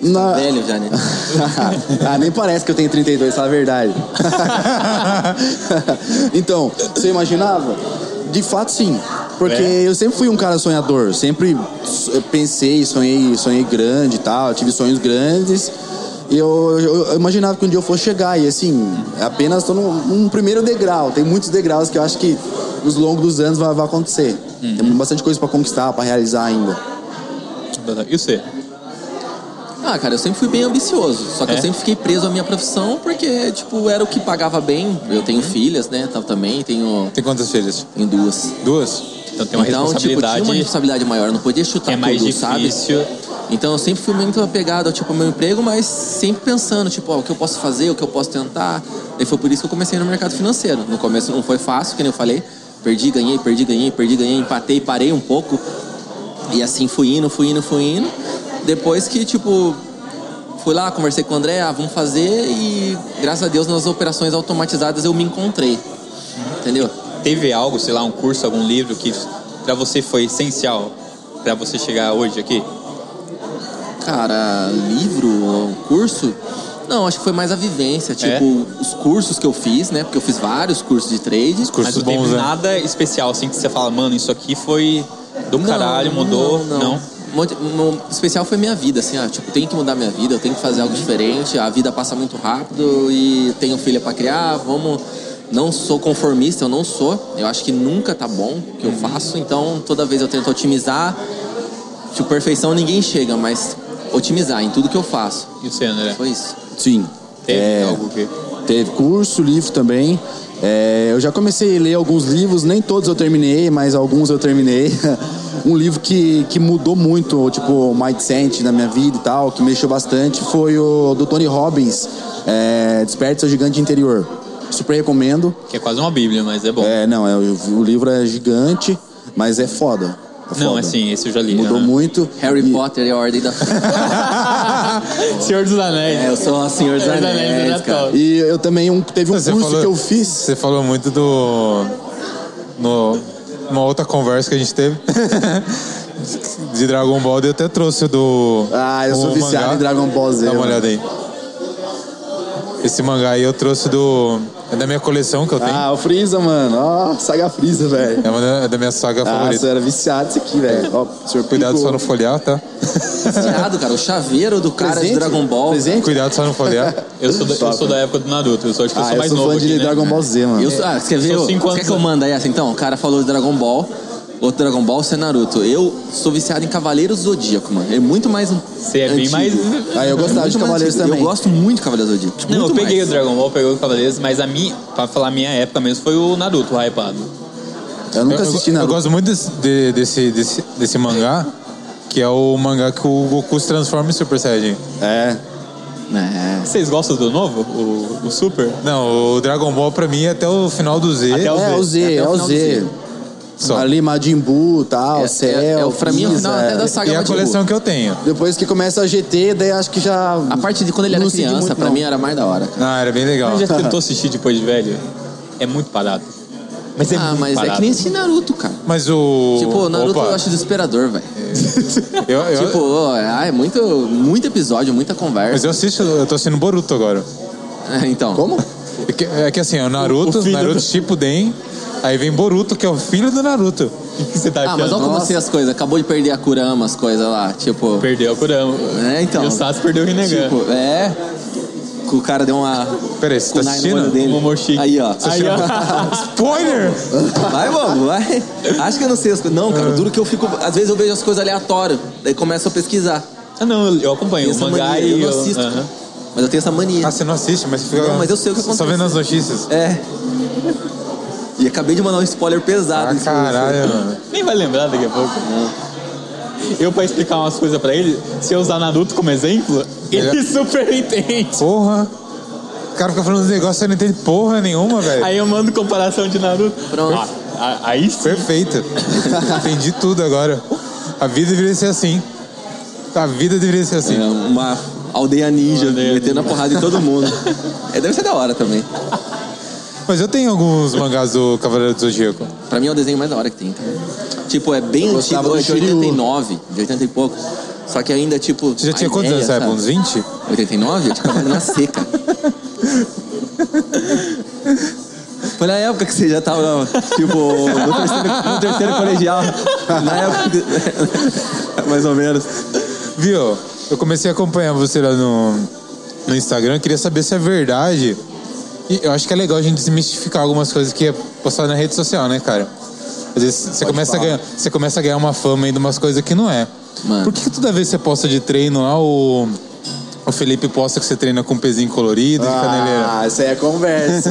[SPEAKER 3] Na-
[SPEAKER 2] Velho já, né?
[SPEAKER 3] ah, nem parece que eu tenho 32, fala a verdade. então, você imaginava? De fato, sim. Porque
[SPEAKER 4] É.
[SPEAKER 3] eu sempre fui um cara sonhador. Sempre so- eu pensei, sonhei, sonhei grande e tal. eu Tive sonhos grandes. E eu, eu- eu imaginava que um dia eu fosse chegar. E assim, apenas estou num, num primeiro degrau. Tem muitos degraus que eu acho que nos longos dos anos vai, vai acontecer. Tem bastante coisa para conquistar, para realizar ainda.
[SPEAKER 4] E você?
[SPEAKER 2] Ah, cara, eu sempre fui bem ambicioso. Só que
[SPEAKER 4] É?
[SPEAKER 2] eu sempre fiquei preso à minha profissão porque, tipo, era o que pagava bem. Eu tenho
[SPEAKER 4] Uhum.
[SPEAKER 2] filhas, né? tal, Também tenho
[SPEAKER 1] tem quantas filhas?
[SPEAKER 2] em duas.
[SPEAKER 1] Duas?
[SPEAKER 4] Então tem uma
[SPEAKER 2] então, tipo,
[SPEAKER 4] responsabilidade
[SPEAKER 2] tinha uma responsabilidade maior. eu Não podia
[SPEAKER 4] que
[SPEAKER 2] chutar
[SPEAKER 4] é mais
[SPEAKER 2] tudo, sabe?
[SPEAKER 4] difícil.
[SPEAKER 2] Então eu sempre fui muito apegado ao tipo, ao meu emprego, mas sempre pensando, tipo, ó, o que eu posso fazer, o que eu posso tentar. E foi por isso que eu comecei no mercado financeiro. No começo não foi fácil, que nem eu falei. Perdi, ganhei, perdi, ganhei, perdi, ganhei, empatei, parei um pouco. E assim fui indo, fui indo, fui indo. Depois que, tipo, fui lá, conversei com o André, ah, vamos fazer e graças a Deus nas operações automatizadas eu me encontrei. Entendeu?
[SPEAKER 4] Teve algo, sei lá, um curso, algum livro que pra você foi essencial pra você chegar hoje aqui?
[SPEAKER 2] Cara, livro, ou curso? Não, acho que foi mais a
[SPEAKER 4] É?
[SPEAKER 2] vivência. Tipo, os cursos que eu fiz, né? Porque eu fiz vários cursos de trade. Os
[SPEAKER 1] cursos
[SPEAKER 4] Mas não teve
[SPEAKER 1] bons, né?
[SPEAKER 4] nada especial assim que você fala, mano, isso aqui foi do caralho, mudou. Não.
[SPEAKER 2] Um monte- um- um especial foi minha vida, assim, ah, tipo, tem que mudar minha vida, eu tenho que fazer
[SPEAKER 4] Uhum.
[SPEAKER 2] algo diferente, a vida passa muito rápido e tenho filha pra criar, vamos. Não sou conformista, eu não sou. Eu acho que nunca tá bom o
[SPEAKER 4] Uhum.
[SPEAKER 2] que eu faço, então toda vez eu tento otimizar. Tipo, perfeição ninguém chega, mas otimizar em tudo que eu faço.
[SPEAKER 4] E você, André?
[SPEAKER 2] Foi isso.
[SPEAKER 3] Sim.
[SPEAKER 4] Teve
[SPEAKER 3] É,
[SPEAKER 4] algo que.
[SPEAKER 3] Teve curso, livro também. É, eu já comecei a ler alguns livros, nem todos eu terminei, mas alguns eu terminei. Um livro que, que mudou muito, tipo, o mindset na minha vida e tal, que mexeu bastante, foi o do Tony Robbins, é, Desperte seu gigante interior. Super recomendo.
[SPEAKER 4] que é quase uma bíblia, mas é bom.
[SPEAKER 3] É, não, é, o livro é gigante, mas é foda. É
[SPEAKER 4] não,
[SPEAKER 3] foda.
[SPEAKER 4] assim, esse eu já li.
[SPEAKER 3] Mudou
[SPEAKER 4] né?
[SPEAKER 3] muito.
[SPEAKER 2] Harry
[SPEAKER 3] E-
[SPEAKER 2] Potter é a ordem da
[SPEAKER 4] Senhor dos Anéis.
[SPEAKER 2] É, eu sou a Senhor dos
[SPEAKER 4] Senhor dos Anéis,
[SPEAKER 2] Anéis,
[SPEAKER 4] né,
[SPEAKER 2] cara.
[SPEAKER 4] top.
[SPEAKER 3] E eu também, um, teve um
[SPEAKER 1] Você
[SPEAKER 3] curso
[SPEAKER 1] falou-
[SPEAKER 3] que eu fiz.
[SPEAKER 1] Você falou muito do. No, uma outra conversa que a gente teve de Dragon Ball, daí eu até trouxe o do.
[SPEAKER 3] Ah, eu sou
[SPEAKER 1] o
[SPEAKER 3] viciado
[SPEAKER 1] mangá.
[SPEAKER 3] em Dragon Ball Z.
[SPEAKER 1] Dá uma
[SPEAKER 3] mano.
[SPEAKER 1] olhada aí. Esse mangá aí eu trouxe do. É da minha coleção que eu tenho.
[SPEAKER 3] Ah, o Freeza, mano. Ó, saga Freeza, velho.
[SPEAKER 1] É, uma da, é da minha saga
[SPEAKER 3] Nossa,
[SPEAKER 1] favorita.
[SPEAKER 3] eu era viciado isso aqui, velho. Ó, senhor
[SPEAKER 1] Cuidado
[SPEAKER 3] Pico.
[SPEAKER 1] só não folhear, tá?
[SPEAKER 2] Viciado, cara. O chaveiro do cara
[SPEAKER 3] Presente?
[SPEAKER 2] de Dragon Ball.
[SPEAKER 3] Presente?
[SPEAKER 1] Cuidado só não folhear.
[SPEAKER 4] Eu sou, da, eu sou da época do Naruto, eu sou, acho que eu
[SPEAKER 3] né?
[SPEAKER 4] sou
[SPEAKER 3] Ah, eu
[SPEAKER 4] mais
[SPEAKER 3] sou
[SPEAKER 4] novo.
[SPEAKER 3] fã de
[SPEAKER 4] aqui, né?
[SPEAKER 3] Dragon Ball Z, mano.
[SPEAKER 2] Eu sou- ah, você viu?
[SPEAKER 4] sou cinco
[SPEAKER 2] Quer
[SPEAKER 4] anos-
[SPEAKER 2] que eu manda aí essa então? O cara falou de Dragon Ball, outro Dragon Ball, você é Naruto. Eu sou viciado em Cavaleiros do Zodíaco, mano. É muito mais um.
[SPEAKER 4] Você é bem
[SPEAKER 2] antigo. É
[SPEAKER 4] mais.
[SPEAKER 3] Ah, eu gostava
[SPEAKER 2] Muito
[SPEAKER 3] de
[SPEAKER 2] mais
[SPEAKER 3] Cavaleiros
[SPEAKER 2] antigo.
[SPEAKER 3] também.
[SPEAKER 2] Eu gosto muito de Cavaleiros do Zodíaco.
[SPEAKER 4] Não, eu
[SPEAKER 2] muito
[SPEAKER 4] peguei
[SPEAKER 2] mais.
[SPEAKER 4] o Dragon Ball, peguei o Cavaleiros, mas a minha, pra falar a minha época mesmo, foi o Naruto, o hypado.
[SPEAKER 3] Eu nunca
[SPEAKER 1] Eu- eu-
[SPEAKER 3] assisti
[SPEAKER 1] eu,
[SPEAKER 3] nada.
[SPEAKER 1] gosto muito desse, de- desse, desse, desse mangá, que é o mangá que o Goku se transforma em Super Saiyajin.
[SPEAKER 3] É.
[SPEAKER 2] É.
[SPEAKER 4] Vocês gostam do novo? O, o Super?
[SPEAKER 1] Não, o Dragon Ball pra mim é até o final do Z.
[SPEAKER 4] Até o-
[SPEAKER 3] É, o Z,
[SPEAKER 2] É
[SPEAKER 3] é
[SPEAKER 2] até o
[SPEAKER 3] o
[SPEAKER 2] final
[SPEAKER 3] Z.
[SPEAKER 2] do
[SPEAKER 1] Só.
[SPEAKER 3] Ali, Majin Buu, tal,
[SPEAKER 2] É-
[SPEAKER 3] Cell,
[SPEAKER 2] é- é o- pra mim, é o
[SPEAKER 3] Freeza,
[SPEAKER 2] final até da
[SPEAKER 3] é.
[SPEAKER 2] saga
[SPEAKER 1] E a
[SPEAKER 2] Majin Buu.
[SPEAKER 1] coleção que eu tenho.
[SPEAKER 3] Depois que começa a GT, daí acho que já...
[SPEAKER 2] A parte de quando ele
[SPEAKER 3] Não
[SPEAKER 2] era
[SPEAKER 3] segui
[SPEAKER 2] criança,
[SPEAKER 3] muito,
[SPEAKER 2] pra
[SPEAKER 3] não.
[SPEAKER 2] mim era mais da hora.
[SPEAKER 1] Ah, era bem legal.
[SPEAKER 4] Você já tentou assistir depois de velho? É muito parado. Mas é
[SPEAKER 2] ah,
[SPEAKER 4] muito
[SPEAKER 2] mas é
[SPEAKER 4] barato.
[SPEAKER 2] que nem esse Naruto, cara.
[SPEAKER 1] Mas o.
[SPEAKER 2] Tipo, o Naruto
[SPEAKER 1] Opa,
[SPEAKER 2] eu acho desesperador, velho.
[SPEAKER 1] eu- eu-
[SPEAKER 2] Tipo, ó, ah, é muito, muito episódio, muita
[SPEAKER 1] Mas
[SPEAKER 2] conversa.
[SPEAKER 1] eu assisto, eu tô assistindo Boruto agora.
[SPEAKER 2] É, então.
[SPEAKER 3] Como?
[SPEAKER 1] É que, é que assim, é o Naruto,
[SPEAKER 4] O- o filho
[SPEAKER 1] Naruto
[SPEAKER 4] do-
[SPEAKER 1] Shippuden, aí vem Boruto, que é o filho do Naruto.
[SPEAKER 4] O que você
[SPEAKER 1] é
[SPEAKER 4] tá
[SPEAKER 2] Ah, mas
[SPEAKER 4] achando?
[SPEAKER 2] olha como eu
[SPEAKER 4] Nossa.
[SPEAKER 2] sei as coisas. Acabou de perder a Kurama, as coisas lá. Tipo.
[SPEAKER 4] Perdeu a Kurama.
[SPEAKER 2] É, então.
[SPEAKER 4] E o Sasuke perdeu o Rinnegan.
[SPEAKER 2] Tipo, é. O cara deu uma.
[SPEAKER 1] Peraí, você tá
[SPEAKER 2] kunai no olho
[SPEAKER 1] assistindo?
[SPEAKER 2] dele.
[SPEAKER 4] O Momoshiki.
[SPEAKER 2] Aí, ó.
[SPEAKER 4] Aí, ó.
[SPEAKER 1] Spoiler!
[SPEAKER 2] Vai, bobo, vai. Acho que eu não sei as coisas. Não, cara, duro que eu fico. Às vezes eu vejo as coisas aleatórias. Daí começo a pesquisar.
[SPEAKER 4] Ah, não, eu- eu acompanho o
[SPEAKER 2] Essa
[SPEAKER 4] mangá
[SPEAKER 2] mania,
[SPEAKER 4] e
[SPEAKER 2] eu não assisto.
[SPEAKER 4] aham.
[SPEAKER 2] cara. Mas eu tenho essa mania.
[SPEAKER 1] Ah, você não assiste, mas fica.
[SPEAKER 2] Não, mas eu sei o que
[SPEAKER 1] Só
[SPEAKER 2] aconteceu.
[SPEAKER 1] vendo as notícias.
[SPEAKER 2] É. E acabei de mandar um spoiler pesado.
[SPEAKER 1] Ah,
[SPEAKER 2] em cima de você.
[SPEAKER 1] caralho, mano.
[SPEAKER 4] Nem vai lembrar daqui a pouco. Eu, pra explicar umas coisas pra ele, se eu usar Naruto como exemplo, ele
[SPEAKER 1] Ele-
[SPEAKER 4] super entende.
[SPEAKER 1] Porra! O cara fica falando uns negócios, você não entende porra nenhuma, velho.
[SPEAKER 4] Aí eu mando comparação de Naruto.
[SPEAKER 2] É. Pronto.
[SPEAKER 4] Ah, a- aí sim.
[SPEAKER 1] Perfeito. Entendi tudo agora. A vida deveria ser assim. A vida deveria ser assim.
[SPEAKER 2] É, uma aldeia ninja,
[SPEAKER 4] Uma aldeia
[SPEAKER 2] metendo a porrada em todo mundo. é, deve ser da hora também.
[SPEAKER 1] Mas eu tenho alguns mangás do Cavaleiro do Zodíaco.
[SPEAKER 2] Pra mim é o desenho mais da hora que tem, cara. Tipo, é bem
[SPEAKER 3] Eu gostava
[SPEAKER 2] antigo,
[SPEAKER 3] do
[SPEAKER 2] é de
[SPEAKER 3] Shiryu.
[SPEAKER 2] 89, de 80 e pouco. Só que ainda, tipo.
[SPEAKER 1] Você já
[SPEAKER 2] a
[SPEAKER 1] tinha quantos
[SPEAKER 2] ideia,
[SPEAKER 1] anos nessa época?
[SPEAKER 2] sabe?
[SPEAKER 1] um Uns 20?
[SPEAKER 2] 89? Eu tinha acabado de nascer, cara. Foi na época que você já tava, tipo, no terceiro, no terceiro colegial. Na época. que- Mais ou menos.
[SPEAKER 1] Viu? Eu comecei a acompanhar você lá no, no Instagram. Eu queria saber se é verdade. E eu acho que é legal a gente desmistificar algumas coisas que é postado na rede social, né, cara? Às vezes você começa, a ganhar, você começa a ganhar uma fama aí de umas coisas que não é.
[SPEAKER 2] Mano.
[SPEAKER 1] Por que, que toda vez que você posta de treino lá, o, o Felipe posta que você treina com um pezinho colorido, de caneleira?
[SPEAKER 3] Ah, isso aí é conversa.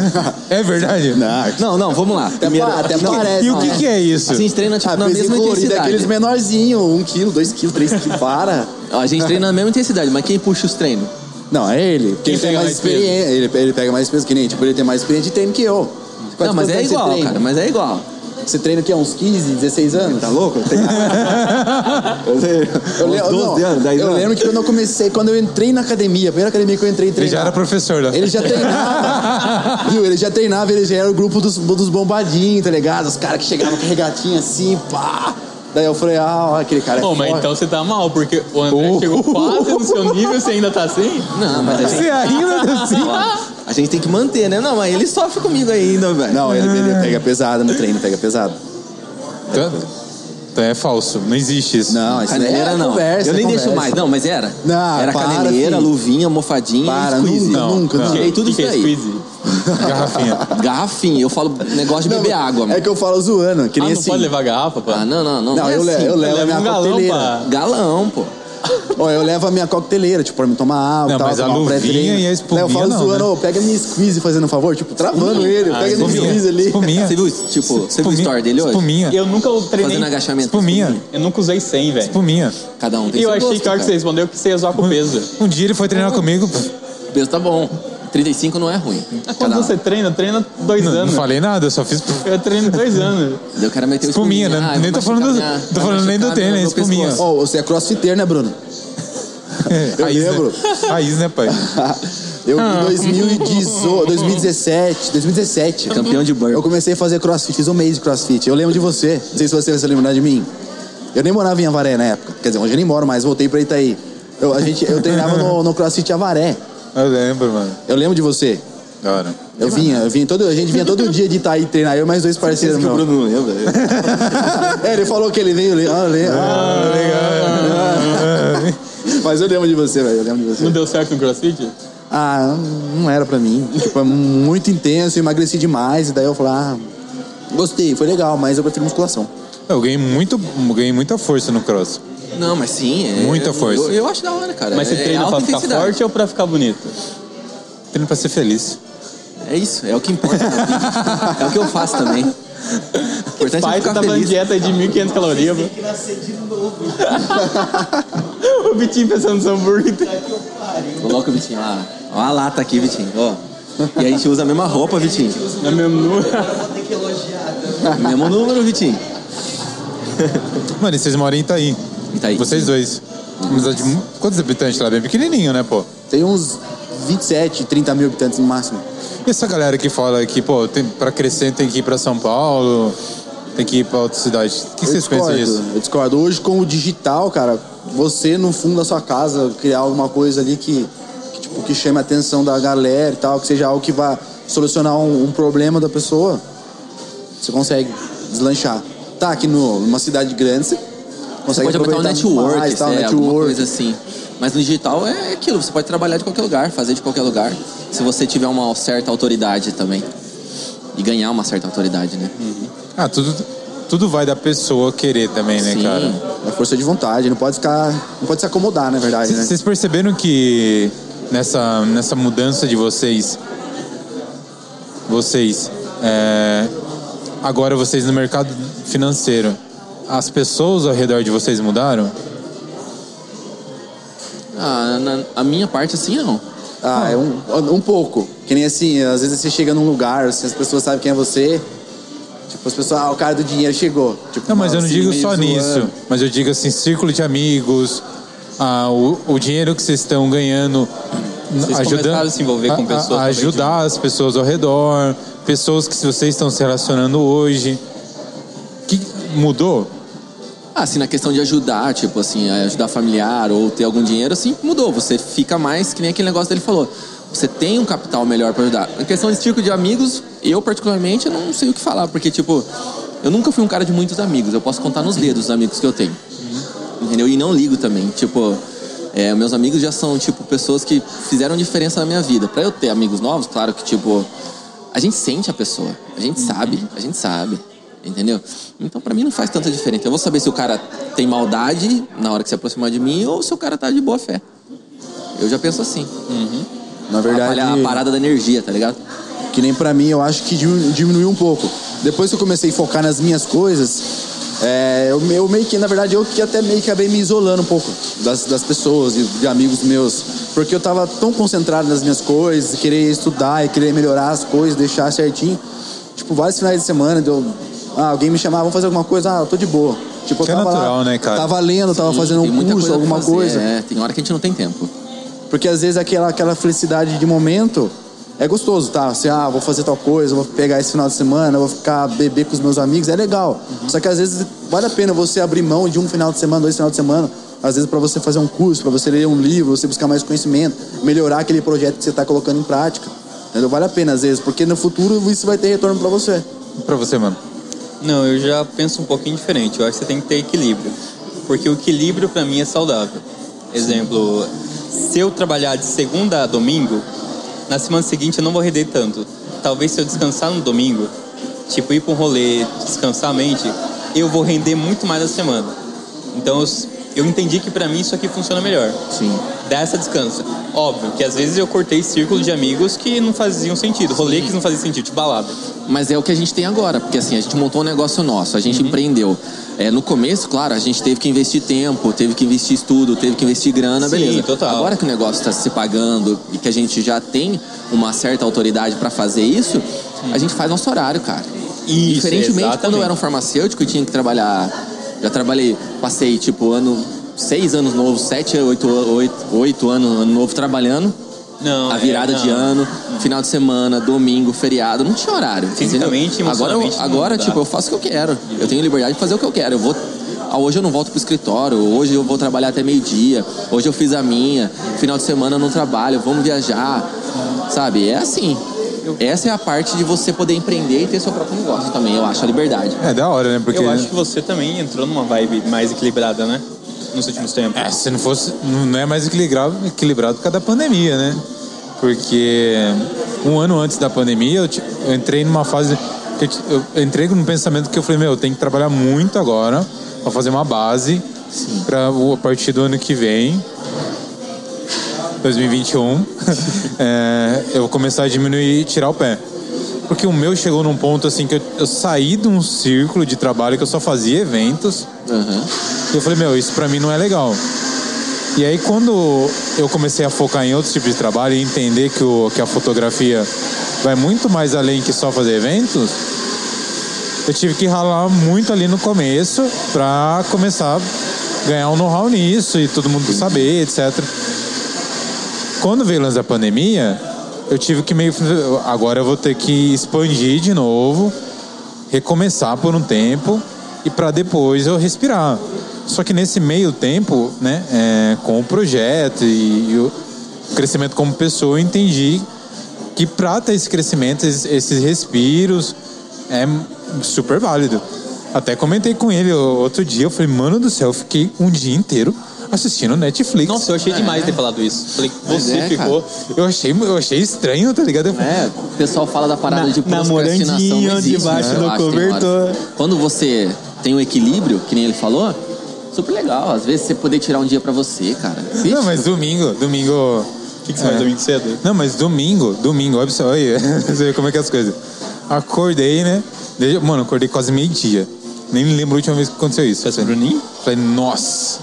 [SPEAKER 1] É verdade?
[SPEAKER 3] Não,
[SPEAKER 2] Não, não, vamos lá.
[SPEAKER 3] até, pa- até parece.
[SPEAKER 1] E o que,
[SPEAKER 3] né?
[SPEAKER 1] que é isso?
[SPEAKER 2] A gente treina, tipo,
[SPEAKER 3] Ah,
[SPEAKER 2] na
[SPEAKER 3] pezinho
[SPEAKER 2] mesma
[SPEAKER 3] colorido, é aqueles um
[SPEAKER 2] intensidade.
[SPEAKER 3] menorzinhos, 1 kg, 2 kg, 3 kg, para.
[SPEAKER 2] Ó, A gente treina na mesma intensidade, mas quem puxa os treinos?
[SPEAKER 3] Não, é ele. Porque
[SPEAKER 4] Quem
[SPEAKER 3] ele tem
[SPEAKER 4] pega
[SPEAKER 3] mais
[SPEAKER 4] mais peso?
[SPEAKER 3] experiência. Ele, ele pega mais peso que nem, tipo, ele tem mais experiência de treino que eu. Quanto-
[SPEAKER 2] não, mas
[SPEAKER 3] quanto
[SPEAKER 2] é
[SPEAKER 3] tempo você
[SPEAKER 2] igual,
[SPEAKER 3] treina?
[SPEAKER 2] cara, mas é igual.
[SPEAKER 3] Você treina o quê? Uns 15, 16 anos? Tá louco? Eu, tenho... eu, le-
[SPEAKER 2] Uns 12
[SPEAKER 3] não,
[SPEAKER 2] anos, 10
[SPEAKER 3] eu
[SPEAKER 2] anos.
[SPEAKER 3] lembro que quando eu comecei, quando eu entrei na academia, a primeira academia que eu entrei
[SPEAKER 1] Ele já
[SPEAKER 3] treinar.
[SPEAKER 1] era professor lá.
[SPEAKER 3] Ele já treinava, viu? Ele já treinava, ele já era o grupo dos, dos bombadinhos, tá ligado? Os caras que chegavam com regatinha assim, pá. Daí eu falei, ah, ó, aquele cara é
[SPEAKER 4] Pô, mas
[SPEAKER 3] forte.
[SPEAKER 4] então você tá mal, porque o André
[SPEAKER 2] Uh.
[SPEAKER 1] Oh.
[SPEAKER 4] chegou quase no seu nível e você ainda tá assim?
[SPEAKER 3] Ah, é
[SPEAKER 2] Não, mas a gente,
[SPEAKER 1] Você ainda tá assim?
[SPEAKER 2] ó, a gente tem que manter, né? Não, mas ele sofre comigo ainda, velho.
[SPEAKER 3] Não, ele, ele pega pesado no treino, pega pesado.
[SPEAKER 1] Então, então é falso, não existe isso.
[SPEAKER 3] Não, isso daí
[SPEAKER 2] Caneleira
[SPEAKER 3] é
[SPEAKER 2] não.
[SPEAKER 3] conversa,
[SPEAKER 2] eu nem
[SPEAKER 3] é
[SPEAKER 2] deixo
[SPEAKER 3] conversa.
[SPEAKER 2] mais. Não, mas era.
[SPEAKER 3] Não,
[SPEAKER 2] era
[SPEAKER 3] para,
[SPEAKER 2] caneleira,
[SPEAKER 3] filho.
[SPEAKER 2] luvinha, almofadinha
[SPEAKER 3] Para,
[SPEAKER 2] e squeeze.
[SPEAKER 3] nunca,
[SPEAKER 1] Não,
[SPEAKER 3] nunca,
[SPEAKER 1] não.
[SPEAKER 3] nunca.
[SPEAKER 2] Tirei tudo
[SPEAKER 4] Que que
[SPEAKER 2] isso
[SPEAKER 4] é
[SPEAKER 2] aí.
[SPEAKER 4] squeeze?
[SPEAKER 1] Garrafinha.
[SPEAKER 2] Garrafinha. Eu falo negócio de
[SPEAKER 3] Não,
[SPEAKER 2] beber água, mano.
[SPEAKER 3] É que eu falo zoando, que
[SPEAKER 4] Ah,
[SPEAKER 3] nem
[SPEAKER 4] não
[SPEAKER 3] assim.
[SPEAKER 4] pode levar garrafa, pá?
[SPEAKER 2] Ah, não, não, não.
[SPEAKER 3] Não,
[SPEAKER 2] é
[SPEAKER 3] eu, le-
[SPEAKER 2] assim.
[SPEAKER 3] eu levo a
[SPEAKER 4] Leva
[SPEAKER 3] minha
[SPEAKER 4] um galão
[SPEAKER 3] coqueteleira.
[SPEAKER 4] pra...
[SPEAKER 2] Galão, pô.
[SPEAKER 3] Ó, eu levo a minha coqueteleira, tipo, pra me tomar água,
[SPEAKER 1] Não,
[SPEAKER 3] tal,
[SPEAKER 1] mas a
[SPEAKER 3] tomar um
[SPEAKER 1] luvinha
[SPEAKER 3] pré-treino.
[SPEAKER 1] e a espuminha
[SPEAKER 3] Daí eu falo
[SPEAKER 1] não,
[SPEAKER 3] zoando,
[SPEAKER 1] né?
[SPEAKER 3] ô, pega minha squeeze fazendo um favor, tipo, travando ele,
[SPEAKER 4] Ah,
[SPEAKER 3] pega minha
[SPEAKER 4] espuminha.
[SPEAKER 3] squeeze ali.
[SPEAKER 1] Espuminha.
[SPEAKER 2] Você viu, tipo, você viu o
[SPEAKER 1] Espuminha.
[SPEAKER 2] story dele hoje?
[SPEAKER 1] Espuminha.
[SPEAKER 4] Eu nunca treinei...
[SPEAKER 2] Fazendo agachamento.
[SPEAKER 1] Espuminha.
[SPEAKER 4] Eu nunca usei 100, velho.
[SPEAKER 1] Espuminha.
[SPEAKER 2] Cada um tem
[SPEAKER 4] E eu
[SPEAKER 2] seu
[SPEAKER 4] achei
[SPEAKER 2] gosto,
[SPEAKER 4] que a hora que você
[SPEAKER 2] cara.
[SPEAKER 4] respondeu que você ia zoar com peso.
[SPEAKER 1] Um dia ele foi treinar comigo. pff,
[SPEAKER 2] Peso tá bom. 35 não é ruim.
[SPEAKER 4] Ah, Quando
[SPEAKER 2] Cada um.
[SPEAKER 4] você treina, treina dois
[SPEAKER 1] Não, não
[SPEAKER 4] anos.
[SPEAKER 1] falei nada, eu só fiz. pff,
[SPEAKER 4] Eu treino dois anos.
[SPEAKER 2] Daí o cara meteu
[SPEAKER 1] Espuminha, né?
[SPEAKER 2] Ah, eu
[SPEAKER 1] Nem
[SPEAKER 2] vou
[SPEAKER 1] tô falando
[SPEAKER 2] machucar
[SPEAKER 1] do-
[SPEAKER 2] minha-
[SPEAKER 1] tô
[SPEAKER 2] vai
[SPEAKER 1] falando nem do
[SPEAKER 2] machucar meu-
[SPEAKER 1] tênis,
[SPEAKER 2] meu
[SPEAKER 1] espuminha.
[SPEAKER 2] pescoço.
[SPEAKER 3] Ó, você é crossfiteiro, né, Bruno? Eu
[SPEAKER 1] Raiz,
[SPEAKER 3] lembro.
[SPEAKER 1] Né? Raiz, né, pai?
[SPEAKER 3] Eu
[SPEAKER 1] Ah.
[SPEAKER 3] em 2018, 2017, 2017.
[SPEAKER 1] Uhum.
[SPEAKER 2] Campeão de
[SPEAKER 3] Eu
[SPEAKER 2] burpee.
[SPEAKER 3] comecei a fazer crossfit, fiz um mês de crossfit. Eu lembro de você, não sei se você vai se lembrar de mim. Eu nem morava em Avaré na época. Quer dizer, hoje eu nem moro mais, voltei pra Itaí. Eu, a gente, eu treinava no, no crossfit Avaré.
[SPEAKER 1] Eu lembro, mano.
[SPEAKER 3] Eu lembro de você.
[SPEAKER 1] Da hora.
[SPEAKER 3] Eu vinha, eu vinha todo, a gente vinha todo dia de Itaí treinar, eu e mais dois parceiros
[SPEAKER 2] que o
[SPEAKER 3] meus.
[SPEAKER 2] Bruno não lembra.
[SPEAKER 3] É, ele falou que ele veio, ele, ah, ele- ah.
[SPEAKER 1] Ah, legal.
[SPEAKER 3] mas eu lembro de você, velho, eu lembro de
[SPEAKER 4] Não
[SPEAKER 3] você.
[SPEAKER 4] deu certo no crossfit?
[SPEAKER 3] Ah, não era pra mim. Tipo, é muito intenso, eu emagreci demais, e daí eu falei, ah, gostei, foi legal, mas eu prefiro musculação.
[SPEAKER 1] Eu ganhei, muito, ganhei muita força no cross.
[SPEAKER 2] Não, mas sim. é-
[SPEAKER 1] Muita
[SPEAKER 2] eu-
[SPEAKER 1] força.
[SPEAKER 2] Eu, eu acho da hora, cara.
[SPEAKER 4] Mas
[SPEAKER 2] É-
[SPEAKER 4] você
[SPEAKER 2] é
[SPEAKER 4] treina
[SPEAKER 2] alta
[SPEAKER 4] pra ficar
[SPEAKER 2] intensidade.
[SPEAKER 4] forte ou pra ficar bonito?
[SPEAKER 1] Treino pra ser feliz.
[SPEAKER 2] É isso, é o que importa. na vida. é o que eu faço também. O importante é
[SPEAKER 4] Pai,
[SPEAKER 2] ficar
[SPEAKER 4] tá fazendo
[SPEAKER 2] feliz.
[SPEAKER 4] dieta de 1.500 calorias. mano. o Vitinho pensando no hambúrguer.
[SPEAKER 2] Coloca o Vitinho lá. Ó a lata aqui, Vitinho. Ó. E a gente usa a mesma roupa, Vitinho.
[SPEAKER 4] É mesmo nu.
[SPEAKER 2] Mesmo número, Vitinho.
[SPEAKER 1] Mano, e vocês moram em Itaí.
[SPEAKER 2] E tá aí.
[SPEAKER 1] Vocês dois. Uma cidade mu- É Quantos habitantes lá? Bem pequenininho, né, pô?
[SPEAKER 3] Tem uns 27, 30 mil habitantes no máximo.
[SPEAKER 1] E essa galera que fala que, pô, tem, pra crescer tem que ir pra São Paulo, tem que ir pra outra cidade. O que
[SPEAKER 3] Eu
[SPEAKER 1] vocês pensam
[SPEAKER 3] discordo,
[SPEAKER 1] disso?
[SPEAKER 3] Eu discordo. Hoje, com o digital, cara, você no fundo da sua casa criar alguma coisa ali que, que, tipo, que chame a atenção da galera e tal, que seja algo que vá solucionar um, um problema da pessoa, você consegue deslanchar. Tá aqui no, numa cidade grande, você consegue
[SPEAKER 2] Pode aumentar o
[SPEAKER 3] aproveitar muito
[SPEAKER 2] network,
[SPEAKER 3] mais, tal,
[SPEAKER 2] é, alguma
[SPEAKER 3] network.
[SPEAKER 2] coisa assim. Mas no digital é aquilo, você pode trabalhar de qualquer lugar, fazer de qualquer lugar, se você tiver uma certa autoridade também. E ganhar uma certa autoridade, né?
[SPEAKER 1] Ah, tudo, tudo vai da pessoa querer também, né,
[SPEAKER 2] Sim.
[SPEAKER 1] cara?
[SPEAKER 3] É força de vontade, não pode ficar. Não pode se acomodar, na verdade, né?
[SPEAKER 1] Vocês perceberam que nessa, nessa mudança de vocês, vocês, é, agora vocês no mercado financeiro, as pessoas ao redor de vocês mudaram?
[SPEAKER 2] Ah, na- a minha parte, assim, não.
[SPEAKER 3] Ah, é um, um pouco. Que nem assim, às vezes você chega num lugar, assim, as pessoas sabem quem é você. Tipo, as pessoas, ah, o cara do dinheiro chegou. Tipo,
[SPEAKER 1] Não, mas eu não
[SPEAKER 3] assim,
[SPEAKER 1] digo
[SPEAKER 3] meio
[SPEAKER 1] só
[SPEAKER 3] zoando.
[SPEAKER 1] nisso. Mas eu digo assim, círculo de amigos, ah, o, o dinheiro que vocês estão ganhando,
[SPEAKER 4] Vocês começaram a se envolver com pessoas também, tipo.
[SPEAKER 1] ajudar as pessoas ao redor, pessoas que vocês estão se relacionando hoje. Que mudou?
[SPEAKER 2] Ah, assim, na questão de ajudar, tipo assim, ajudar familiar ou ter algum dinheiro, assim, mudou. Você fica mais, que nem aquele negócio dele falou. Você tem um capital melhor pra ajudar. Na questão de círculo de amigos, eu particularmente eu não sei o que falar, porque, tipo, eu nunca fui um cara de muitos amigos. Eu posso contar nos dedos os amigos que eu tenho. Entendeu? E não ligo também. Tipo, é, meus amigos já são, tipo, pessoas que fizeram diferença na minha vida. Pra eu ter amigos novos, claro que, tipo, a gente sente a pessoa. A gente sabe, a gente sabe. Entendeu? Então, pra mim, não faz tanta diferença. Eu vou saber se o cara tem maldade na hora que se aproximar de mim ou se o cara tá de boa fé. Eu já penso assim.
[SPEAKER 3] Na verdade,
[SPEAKER 2] Atrapalhar a parada da energia, tá ligado?
[SPEAKER 3] que nem pra mim, eu acho que diminuiu diminuiu um pouco. Depois que eu comecei a focar nas minhas coisas, é, eu, eu meio que, na verdade, eu que até meio que acabei me isolando um pouco das, das pessoas e de amigos meus. Porque eu tava tão concentrado nas minhas coisas, querer estudar e querer melhorar as coisas, deixar certinho. Tipo, vários finais de semana, deu, ah, alguém me chamava, vamos fazer alguma coisa, ah, eu tô de boa. Tipo, eu
[SPEAKER 1] Que é
[SPEAKER 3] tava
[SPEAKER 1] natural,
[SPEAKER 3] lá,
[SPEAKER 1] né, cara?
[SPEAKER 3] tava lendo, tava
[SPEAKER 2] Sim,
[SPEAKER 3] fazendo
[SPEAKER 2] tem
[SPEAKER 3] um
[SPEAKER 2] muita coisa
[SPEAKER 3] curso,
[SPEAKER 2] pra
[SPEAKER 3] alguma
[SPEAKER 2] fazer,
[SPEAKER 3] coisa.
[SPEAKER 2] É, tem hora que a gente não tem tempo.
[SPEAKER 3] Porque às vezes aquela, aquela felicidade de momento é gostoso, tá? Você, ah, vou fazer tal coisa, vou pegar esse final de semana, vou ficar beber com os meus amigos, é legal. Só que às vezes vale a pena você abrir mão de um final de semana, dois final de semana, às vezes pra você fazer um curso, pra você ler um livro, você buscar mais conhecimento, melhorar aquele projeto que você tá colocando em prática. Entendeu? Vale a pena às vezes, porque no futuro isso vai ter retorno pra você.
[SPEAKER 1] Pra você, mano.
[SPEAKER 4] Não, eu já penso um pouquinho diferente. Eu acho que você tem que ter equilíbrio. Porque o equilíbrio pra mim é saudável. Exemplo, se eu trabalhar de segunda a domingo, na semana seguinte eu não vou render tanto. Talvez se eu descansar no domingo, tipo ir pra um rolê, descansar a mente, eu vou render muito mais na semana. Então eu, s- eu entendi que pra mim isso aqui funciona melhor
[SPEAKER 3] Sim.
[SPEAKER 4] dá essa descansa. Óbvio que às vezes eu cortei círculo de amigos que não faziam sentido, rolê que não fazia sentido, tipo balada.
[SPEAKER 2] Mas é o que a gente tem agora, porque assim, a gente montou um negócio nosso, a gente
[SPEAKER 4] Uhum.
[SPEAKER 2] empreendeu. É, no começo, claro, a gente teve que investir tempo, teve que investir estudo, teve que investir grana,
[SPEAKER 4] Sim,
[SPEAKER 2] beleza.
[SPEAKER 4] total.
[SPEAKER 2] Agora que o negócio está se pagando e que a gente já tem uma certa autoridade para fazer isso, a gente faz nosso horário, cara.
[SPEAKER 4] Isso,
[SPEAKER 2] Diferentemente de quando eu
[SPEAKER 4] exatamente.
[SPEAKER 2] era um farmacêutico e tinha que trabalhar. Já trabalhei, passei tipo ano. Seis anos novos, sete, oito, oito, oito anos ano novo trabalhando.
[SPEAKER 4] Não.
[SPEAKER 2] A
[SPEAKER 4] é,
[SPEAKER 2] virada de
[SPEAKER 4] não.
[SPEAKER 2] ano, final de semana, domingo, feriado, não tinha horário.
[SPEAKER 4] Fisicamente,
[SPEAKER 2] entendeu? agora, eu-
[SPEAKER 4] emocionalmente, não
[SPEAKER 2] agora
[SPEAKER 4] dá.
[SPEAKER 2] tipo, eu faço o que eu quero. Eu tenho liberdade de fazer o que eu quero. Eu vou ah, hoje eu não volto pro escritório, hoje eu vou trabalhar até meio-dia, hoje eu fiz a minha, final de semana eu não trabalho, vamos viajar. Sabe? É assim. Essa é a parte de você poder empreender e ter seu próprio negócio também, eu acho, a liberdade.
[SPEAKER 1] É da hora, né? Porque.
[SPEAKER 4] Eu acho que você também entrou numa vibe mais equilibrada, né? Nos últimos tempos.
[SPEAKER 1] É, se não fosse. Não não é mais equilibrado, equilibrado por causa da pandemia, né? Porque um ano antes da pandemia eu, ti- eu entrei numa fase. Que eu ti- eu, entrei num pensamento que eu falei, meu, eu tenho que trabalhar muito agora pra fazer uma base pra o- a partir do ano que vem. 2021, é, eu vou começar a diminuir e tirar o pé. Porque o meu chegou num ponto assim que eu, eu saí de um círculo de trabalho que eu só fazia eventos
[SPEAKER 2] Aham.
[SPEAKER 1] e eu falei, meu, isso pra mim não é legal. E aí quando eu comecei a focar em outros tipos de trabalho e entender que, o, que a fotografia vai muito mais além que só fazer eventos, eu tive que ralar muito ali no começo pra começar a ganhar um know-how nisso e todo mundo saber, etc. Quando veio o lance da pandemia, eu tive que meio. Agora eu vou ter que expandir de novo, recomeçar por um tempo e para depois eu respirar. Só que nesse meio tempo, né, é, com o projeto e, e o crescimento como pessoa, eu entendi que para ter esse crescimento, esses, esses respiros, é super válido. Até comentei com ele o- outro dia, eu falei, mano do céu, eu fiquei um dia inteiro assistindo Netflix.
[SPEAKER 4] Nossa, eu achei demais ter falado isso. Falei,
[SPEAKER 3] Mas
[SPEAKER 4] você
[SPEAKER 3] é,
[SPEAKER 4] ficou.
[SPEAKER 1] Eu achei, eu achei estranho, tá ligado? Eu falei,
[SPEAKER 2] É, o pessoal fala da parada
[SPEAKER 4] Na-
[SPEAKER 2] de procrastinação.
[SPEAKER 4] namorandinho
[SPEAKER 2] Não existe,
[SPEAKER 4] debaixo
[SPEAKER 2] né?
[SPEAKER 4] do
[SPEAKER 2] Eu acho que tem
[SPEAKER 4] cobertor.
[SPEAKER 2] horas. Quando você tem um equilíbrio, que nem ele falou, super legal. Às vezes você poder tirar um dia pra você, cara. Existe?
[SPEAKER 1] Não, mas domingo, domingo.
[SPEAKER 4] O que, que você faz
[SPEAKER 1] É.
[SPEAKER 4] domingo cedo?
[SPEAKER 1] Não, mas domingo, domingo, olha só aí, você vê como é que é as coisas. Acordei, né? Desde- Mano, acordei quase meio-dia. Nem lembro a última vez que aconteceu isso. assim.
[SPEAKER 4] Festa Bruninho?
[SPEAKER 1] Falei, nossa,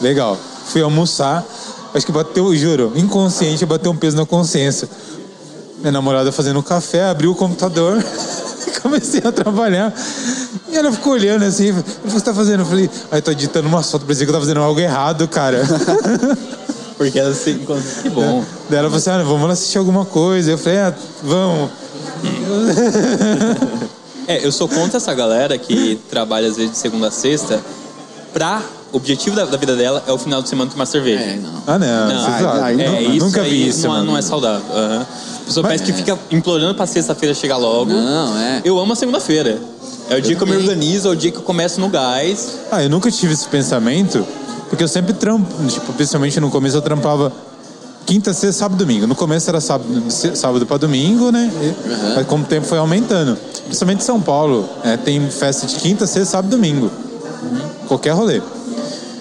[SPEAKER 1] legal. Fui almoçar, acho que bateu, juro, inconsciente, bateu um peso na consciência. Minha namorada fazendo café, abriu o computador, comecei a trabalhar. E ela ficou olhando assim, falou, o que você tá fazendo? Eu falei, ai, tô editando uma foto, parecia que eu tava fazendo algo errado, cara.
[SPEAKER 4] Porque ela se encontra. Que bom.
[SPEAKER 1] Daí ela falou assim, ah, vamos lá assistir alguma coisa. Eu falei, ah, vamos.
[SPEAKER 4] É, eu sou contra essa galera que trabalha às vezes de segunda a sexta pra. O objetivo da, da vida dela é o final de semana tomar cerveja.
[SPEAKER 2] É, não.
[SPEAKER 1] Ah, não,
[SPEAKER 4] Não,
[SPEAKER 1] vocês
[SPEAKER 3] ai,
[SPEAKER 1] zoaram.
[SPEAKER 3] ai,
[SPEAKER 4] É,
[SPEAKER 1] Nu-
[SPEAKER 4] isso
[SPEAKER 1] Nunca
[SPEAKER 4] aí
[SPEAKER 1] vi isso,
[SPEAKER 4] não, é-
[SPEAKER 1] mano.
[SPEAKER 4] não é saudável. aham. A pessoa
[SPEAKER 1] Mas-
[SPEAKER 4] parece que fica implorando pra sexta-feira chegar logo.
[SPEAKER 2] Não, é.
[SPEAKER 4] Eu amo a segunda-feira. É o dia que eu me
[SPEAKER 2] também.
[SPEAKER 4] organizo, é o dia que eu começo no gás.
[SPEAKER 1] Ah, eu nunca tive esse pensamento, porque eu sempre trampo, tipo, principalmente no começo eu trampava quinta, sexta, sábado, domingo. No começo era sábado, se- sábado para domingo, né? E- Mas como o tempo foi aumentando. Principalmente em São Paulo, é, tem festa de quinta, sexta, sábado, domingo. Qualquer rolê.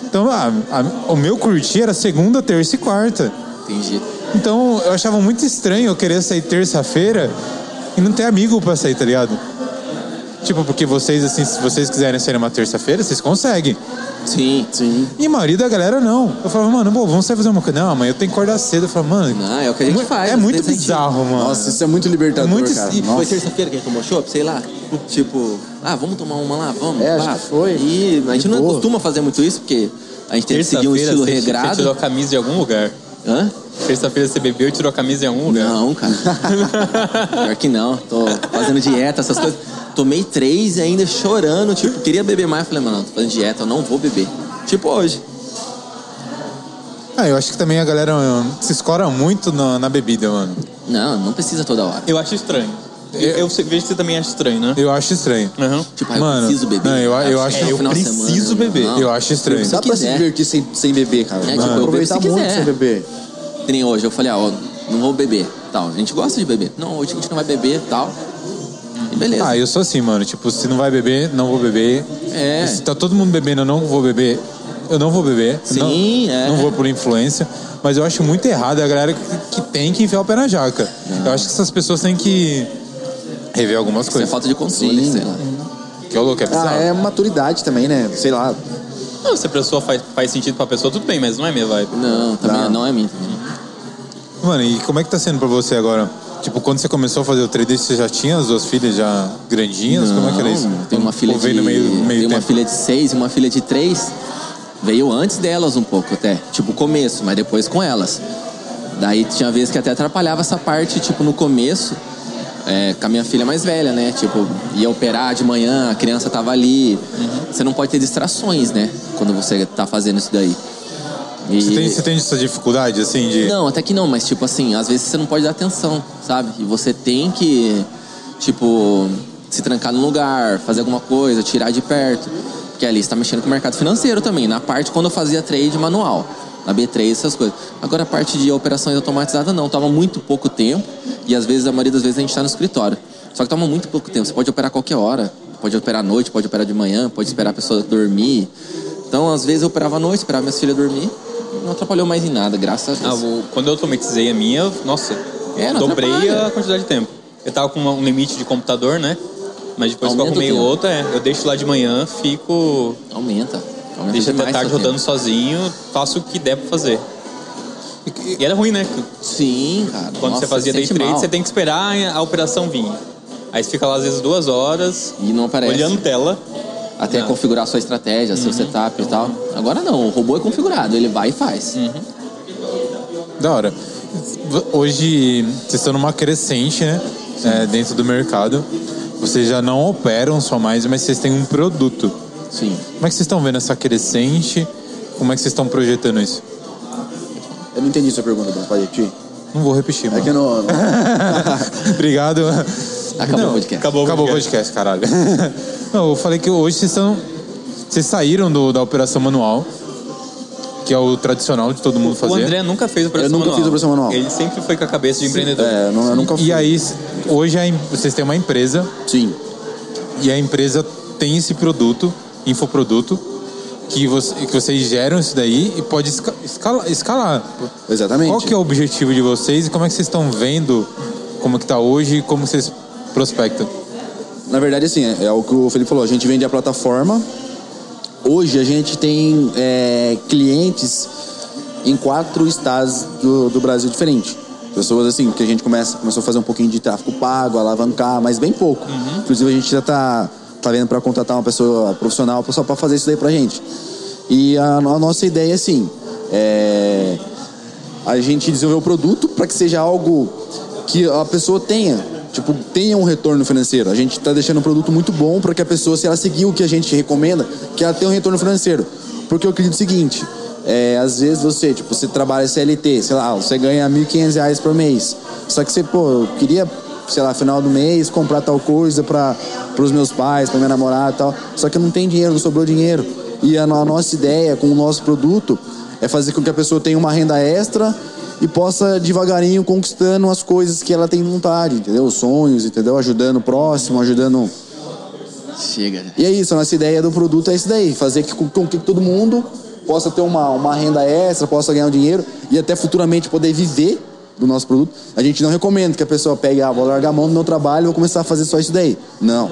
[SPEAKER 1] Então, ah, a- o meu curtir era segunda, terça e quarta.
[SPEAKER 2] Entendi.
[SPEAKER 1] Então eu achava muito estranho eu querer sair terça-feira e não ter amigo pra sair, tá ligado? Tipo, porque vocês, assim, se vocês quiserem sair numa terça-feira, vocês conseguem.
[SPEAKER 2] Sim.
[SPEAKER 3] Sim.
[SPEAKER 1] E a maioria da galera não. Eu falava, mano, pô, vamos sair fazer uma coisa. Não, amanhã eu tenho que acordar cedo. Eu falava, mano,
[SPEAKER 2] Não, é o que a gente
[SPEAKER 1] mu-
[SPEAKER 2] faz,
[SPEAKER 1] É muito
[SPEAKER 2] nesse
[SPEAKER 1] bizarro, mano.
[SPEAKER 3] Nossa, isso é muito libertador,
[SPEAKER 1] Muito
[SPEAKER 3] cara.
[SPEAKER 1] sim,
[SPEAKER 2] Foi
[SPEAKER 3] Nossa.
[SPEAKER 2] terça-feira que a gente tomou chopp, sei lá. Tipo, ah, vamos tomar uma lá, vamos.
[SPEAKER 3] É, acho
[SPEAKER 2] pá.
[SPEAKER 3] que foi.
[SPEAKER 2] E a gente
[SPEAKER 3] De
[SPEAKER 2] não
[SPEAKER 3] boa.
[SPEAKER 2] costuma fazer muito isso, porque a gente tem que seguir um
[SPEAKER 4] Terça-feira
[SPEAKER 2] estilo
[SPEAKER 4] você- Você tirou
[SPEAKER 2] regrado.
[SPEAKER 4] a camisa de algum lugar.
[SPEAKER 2] Hã?
[SPEAKER 4] Terça-feira você bebeu e tirou a camisa em algum lugar.
[SPEAKER 2] Não, cara. Pior que não. Tô fazendo dieta, essas coisas. Tomei três e ainda chorando. Tipo, queria beber mais. Falei, mano, tô fazendo dieta, eu não vou beber. Tipo hoje.
[SPEAKER 1] Ah, eu acho que também a galera um, se escora muito na, na bebida, mano.
[SPEAKER 2] Não, não precisa toda hora.
[SPEAKER 4] Eu acho estranho. Eu, eu vejo que você também acha estranho, né?
[SPEAKER 1] Eu acho estranho.
[SPEAKER 4] Aham.
[SPEAKER 2] Tipo, ah, eu
[SPEAKER 1] Mano,
[SPEAKER 2] preciso beber.
[SPEAKER 1] não, eu-
[SPEAKER 2] Ah,
[SPEAKER 1] eu acho-
[SPEAKER 2] é o
[SPEAKER 1] eu
[SPEAKER 2] final de semana,
[SPEAKER 1] preciso beber.
[SPEAKER 2] não.
[SPEAKER 1] Eu acho estranho.
[SPEAKER 2] Se
[SPEAKER 3] Dá pra se
[SPEAKER 2] quiser.
[SPEAKER 3] divertir sem, sem beber, cara.
[SPEAKER 2] É,
[SPEAKER 3] Dá
[SPEAKER 2] tipo,
[SPEAKER 3] pra
[SPEAKER 2] eu
[SPEAKER 3] aproveitar
[SPEAKER 2] bebo se
[SPEAKER 3] muito
[SPEAKER 2] quiser.
[SPEAKER 3] sem beber.
[SPEAKER 2] Que nem hoje, eu falei, ah, ó, não vou beber. Tal. A gente gosta de beber. Não, hoje a gente não vai beber, tal. E beleza.
[SPEAKER 1] Ah, eu sou assim, mano. Tipo, se não vai beber, não vou beber.
[SPEAKER 2] É.
[SPEAKER 1] E Se tá todo mundo bebendo, eu não vou beber. Eu não vou beber.
[SPEAKER 2] Sim,
[SPEAKER 1] não,
[SPEAKER 2] é.
[SPEAKER 1] Não vou por influência. Mas eu acho muito errado é a galera que, que tem que enfiar o pé na jaca. Eu acho que essas pessoas têm que rever algumas
[SPEAKER 2] Isso é
[SPEAKER 1] coisas.
[SPEAKER 2] falta de controle,
[SPEAKER 3] Sim.
[SPEAKER 2] sei lá.
[SPEAKER 1] Que é louco, é bizarro.
[SPEAKER 3] Ah, é maturidade também, né? Sei lá.
[SPEAKER 4] Não, se a pessoa faz, faz sentido pra pessoa, tudo bem, mas não é minha vibe.
[SPEAKER 2] Não, também
[SPEAKER 1] Tá.
[SPEAKER 3] Não.
[SPEAKER 2] não, é minha. também.
[SPEAKER 1] Mano, e como é que tá sendo pra você agora? Tipo, quando você começou a fazer o 3D, você já tinha as duas filhas já grandinhas? como é que era isso?
[SPEAKER 2] Tem uma filha
[SPEAKER 1] Ou veio
[SPEAKER 2] de.
[SPEAKER 1] no meio, meio
[SPEAKER 2] tem uma
[SPEAKER 1] tempo?
[SPEAKER 2] filha de seis e uma filha de três. Veio antes delas um pouco até. Tipo, começo, mas depois com elas. Daí tinha vezes que até atrapalhava essa parte, tipo, no começo. é, com a minha filha mais velha, né? Tipo, ia operar de manhã, a criança tava ali.
[SPEAKER 1] Uhum.
[SPEAKER 2] Você não pode ter distrações, né? Quando você tá fazendo isso daí. E-
[SPEAKER 1] Você, tem, você tem essa dificuldade, assim, de...
[SPEAKER 2] Não, até que não, mas tipo assim, às vezes você não pode dar atenção, sabe? E você tem que, tipo, se trancar num lugar, fazer alguma coisa, tirar de perto. Porque ali você tá mexendo com o mercado financeiro também, na parte quando eu fazia trade manual, na B3, essas coisas. Agora a parte de operações automatizadas não, toma muito pouco tempo e às vezes, a maioria das vezes a gente tá no escritório. Só que toma muito pouco tempo, você pode operar a qualquer hora, pode operar à noite, pode operar de manhã, pode esperar a pessoa dormir. Então, às vezes eu operava à noite, esperava minhas filhas dormir. Não atrapalhou mais em nada, graças a
[SPEAKER 4] Ah,
[SPEAKER 2] Deus.
[SPEAKER 4] o- quando eu automatizei a minha, nossa,
[SPEAKER 2] É, não
[SPEAKER 4] dobrei
[SPEAKER 2] atrapalha.
[SPEAKER 4] a quantidade de tempo. Eu tava com uma- um limite de computador, né? Mas depois que eu
[SPEAKER 2] Aumenta o
[SPEAKER 4] arrumei
[SPEAKER 2] tempo.
[SPEAKER 4] outra, é, eu deixo lá de manhã, fico.
[SPEAKER 2] Aumenta. Aumenta
[SPEAKER 4] Deixo até
[SPEAKER 2] demais
[SPEAKER 4] tarde
[SPEAKER 2] seu
[SPEAKER 4] rodando
[SPEAKER 2] tempo.
[SPEAKER 4] sozinho, faço o que der pra fazer. E era ruim, né? Que
[SPEAKER 2] Sim, cara.
[SPEAKER 4] Quando
[SPEAKER 2] Nossa,
[SPEAKER 4] você fazia day
[SPEAKER 2] sente
[SPEAKER 4] trade,
[SPEAKER 2] mal.
[SPEAKER 4] você tem que esperar a operação vir. Aí você fica lá às vezes duas horas,
[SPEAKER 2] E não aparece.
[SPEAKER 4] olhando tela.
[SPEAKER 2] Até
[SPEAKER 4] Não. Uhum.
[SPEAKER 2] configurar sua estratégia, seu
[SPEAKER 4] Uhum.
[SPEAKER 2] setup e tal. Agora não, o robô é configurado, ele vai e faz.
[SPEAKER 1] Da hora. hoje vocês estão numa crescente, né? É, dentro do mercado. Vocês já não operam só mais, mas vocês têm um produto.
[SPEAKER 2] Sim.
[SPEAKER 1] Como é que vocês estão vendo essa crescente? Como é que vocês estão projetando isso?
[SPEAKER 3] Eu não entendi sua pergunta, Bruno. Pode repetir?
[SPEAKER 1] Não vou repetir,
[SPEAKER 3] É
[SPEAKER 1] mano.
[SPEAKER 3] que eu não...
[SPEAKER 1] Obrigado.
[SPEAKER 2] Acabou
[SPEAKER 1] Não,
[SPEAKER 2] o podcast.
[SPEAKER 1] Acabou, o podcast, caralho. Não, eu falei que hoje vocês estão. Vocês saíram do- da operação manual, que é o tradicional de todo mundo
[SPEAKER 4] O
[SPEAKER 1] fazer.
[SPEAKER 4] André nunca fez operação
[SPEAKER 3] Eu nunca
[SPEAKER 4] manual.
[SPEAKER 3] fiz operação manual.
[SPEAKER 4] Ele sempre foi com a cabeça de empreendedor.
[SPEAKER 3] é, eu não- eu nunca fui.
[SPEAKER 1] E aí, s- hoje é a em- vocês têm uma empresa
[SPEAKER 3] Sim.
[SPEAKER 1] e a empresa tem esse produto, infoproduto, que, você, que vocês geram isso daí e pode esca- escala- escalar.
[SPEAKER 3] Exatamente.
[SPEAKER 1] Qual que é o objetivo de vocês e como é que vocês estão vendo como que tá hoje e como vocês prospectam?
[SPEAKER 3] Na verdade, assim, é, é o que o Felipe falou. A gente vende a plataforma. Hoje a gente tem é, clientes em quatro estados do, do Brasil diferente. Pessoas assim, que a gente começa, começou a fazer um pouquinho de tráfego pago, alavancar, mas bem pouco.
[SPEAKER 1] Uhum.
[SPEAKER 3] Inclusive a gente já tá, tá vendo para contratar uma pessoa profissional só para fazer isso daí pra gente. E a, no- a nossa ideia, assim, é a gente desenvolver o produto para que seja algo que a pessoa tenha, tipo, tenha um retorno financeiro. A gente está deixando um produto muito bom para que a pessoa, se ela seguir o que a gente recomenda, que ela tenha um retorno financeiro. Porque eu acredito o seguinte, é, às vezes você, tipo, você trabalha CLT, sei lá, você ganha R$ 1.500 reais por mês. Só que você, pô, eu queria, sei lá, final do mês, comprar tal coisa para os meus pais, para minha namorada e tal. Só que não tem dinheiro, não sobrou dinheiro. E a no- a nossa ideia com o nosso produto é fazer com que a pessoa tenha uma renda extra e possa devagarinho conquistando as coisas que ela tem vontade, entendeu? Os sonhos, entendeu? Ajudando o próximo, ajudando.
[SPEAKER 2] Chega.
[SPEAKER 3] E é isso, a nossa ideia do produto é isso daí, fazer que, com com que todo mundo possa ter uma, uma renda extra, possa ganhar um dinheiro e até futuramente poder viver do nosso produto. A gente não recomenda que a pessoa pegue, ah, vou largar a mão do meu trabalho e vou começar a fazer só isso daí. Não.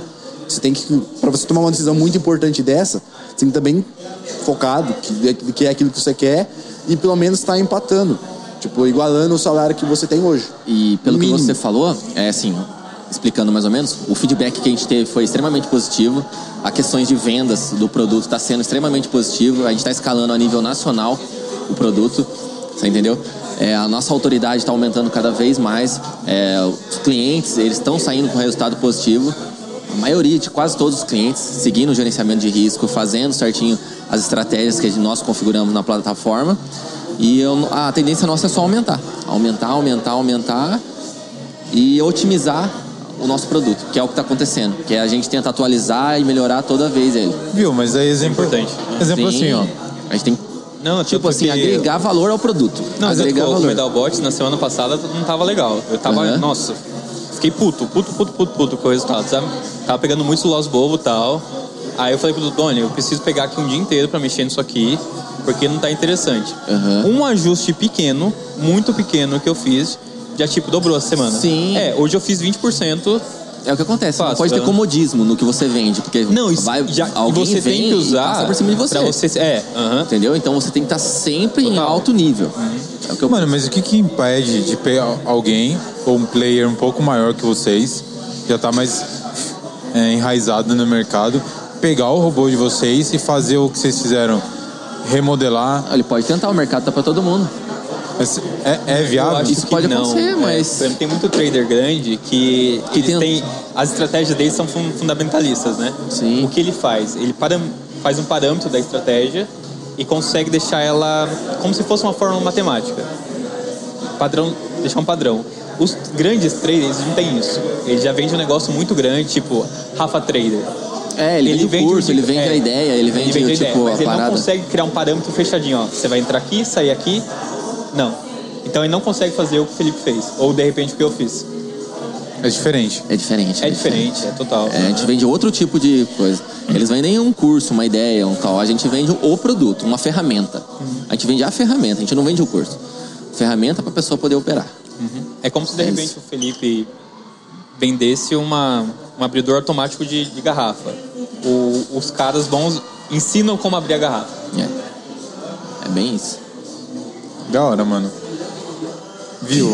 [SPEAKER 3] Você tem que, para você tomar uma decisão muito importante dessa, você tem que estar bem focado, que, que é aquilo que você quer e pelo menos estar empatando, tipo, igualando o salário que você tem hoje.
[SPEAKER 2] E pelo que
[SPEAKER 3] Mínimo.
[SPEAKER 2] você falou, é assim, explicando mais ou menos, o feedback que a gente teve foi extremamente positivo. A questões de vendas do produto está sendo extremamente positivo. A gente está escalando a nível nacional o produto, você entendeu? É, a nossa autoridade está aumentando cada vez mais. É, os clientes eles estão saindo com resultado positivo. A maioria de quase todos os clientes seguindo o gerenciamento de risco, fazendo certinho as estratégias que nós configuramos na plataforma. E eu- a tendência nossa é só aumentar. Aumentar, aumentar, aumentar e otimizar o nosso produto, que é o que está acontecendo. Que é a gente tenta atualizar e melhorar toda vez ele.
[SPEAKER 1] Viu? Mas aí exemplo.
[SPEAKER 4] Importante, né?
[SPEAKER 1] Exemplo
[SPEAKER 2] Sim,
[SPEAKER 1] assim, ó.
[SPEAKER 2] A gente tem que,
[SPEAKER 4] Não,
[SPEAKER 2] tipo assim, agregar valor ao produto.
[SPEAKER 4] Não, mas eu
[SPEAKER 2] agregar
[SPEAKER 4] o
[SPEAKER 2] valor.
[SPEAKER 4] Medal Bot na semana passada não tava legal. Eu tava,
[SPEAKER 2] Aham.
[SPEAKER 4] nossa, fiquei puto, puto, puto, puto, puto com o resultado, sabe? Tava pegando muitos los bobo e tal. Aí eu falei pro Doni, eu preciso pegar aqui um dia inteiro pra mexer nisso aqui, porque não tá interessante.
[SPEAKER 2] Aham.
[SPEAKER 4] Um ajuste pequeno, muito pequeno que eu fiz, já tipo dobrou essa semana.
[SPEAKER 2] Sim.
[SPEAKER 4] É, hoje eu fiz 20%.
[SPEAKER 2] É o que acontece. não
[SPEAKER 4] Fácil,
[SPEAKER 2] pode ter
[SPEAKER 4] um né?
[SPEAKER 2] comodismo no que você vende, porque
[SPEAKER 4] Não, isso
[SPEAKER 2] vai,
[SPEAKER 4] já,
[SPEAKER 2] alguém
[SPEAKER 4] você
[SPEAKER 2] vem
[SPEAKER 4] tem que
[SPEAKER 2] e
[SPEAKER 4] usar
[SPEAKER 2] passa por cima de você.
[SPEAKER 4] pra você é, aham.
[SPEAKER 2] Entendeu? Então você tem que estar sempre em
[SPEAKER 4] Total.
[SPEAKER 2] alto nível. É o que eu
[SPEAKER 1] Mano, mas o que que impede de pegar alguém ou um player um pouco maior que vocês, já tá mais é, enraizado no mercado, pegar o robô de vocês e fazer o que vocês fizeram? Remodelar?
[SPEAKER 2] Ele pode tentar, o mercado tá pra todo mundo.
[SPEAKER 1] Mas É, é viável?
[SPEAKER 4] Eu acho
[SPEAKER 2] Isso
[SPEAKER 4] que
[SPEAKER 2] pode
[SPEAKER 4] não.
[SPEAKER 2] acontecer,
[SPEAKER 4] É,
[SPEAKER 2] mas-
[SPEAKER 4] por exemplo, tem muito trader grande que,
[SPEAKER 2] Que
[SPEAKER 4] eles
[SPEAKER 2] tem-
[SPEAKER 4] têm- as estratégias deles são fun- fundamentalistas, né?
[SPEAKER 2] Sim.
[SPEAKER 4] O que ele faz? Ele param- faz um parâmetro da estratégia e consegue deixar ela como se fosse uma fórmula matemática. Padrão, deixar um padrão. Os grandes traders não têm isso. Ele já vende um negócio muito grande, tipo Rafa Trader.
[SPEAKER 2] É, ele, vende o curso,
[SPEAKER 4] um-
[SPEAKER 2] ele vende
[SPEAKER 4] é,
[SPEAKER 2] a ideia, ele vende,
[SPEAKER 4] a
[SPEAKER 2] tipo,
[SPEAKER 4] ideia, mas
[SPEAKER 2] a
[SPEAKER 4] ele não
[SPEAKER 2] parada.
[SPEAKER 4] consegue criar um parâmetro fechadinho, ó. Você vai entrar aqui, sair aqui. Não. Então ele não consegue fazer o que o Felipe fez. Ou de repente o que eu fiz.
[SPEAKER 1] É diferente.
[SPEAKER 2] É diferente.
[SPEAKER 4] É diferente, é total.
[SPEAKER 2] É, a gente vende outro tipo de coisa. Eles vendem um curso, uma ideia, um tal. A gente vende o produto, uma ferramenta. A gente vende a ferramenta, a gente não vende o curso. Ferramenta para a pessoa poder operar.
[SPEAKER 4] É como se de
[SPEAKER 2] É
[SPEAKER 4] repente
[SPEAKER 2] isso.
[SPEAKER 4] o Felipe vendesse uma, um abridor automático de, de garrafa. O- os caras bons ensinam como abrir a garrafa.
[SPEAKER 2] É, é bem isso.
[SPEAKER 1] Da hora, mano. Viu?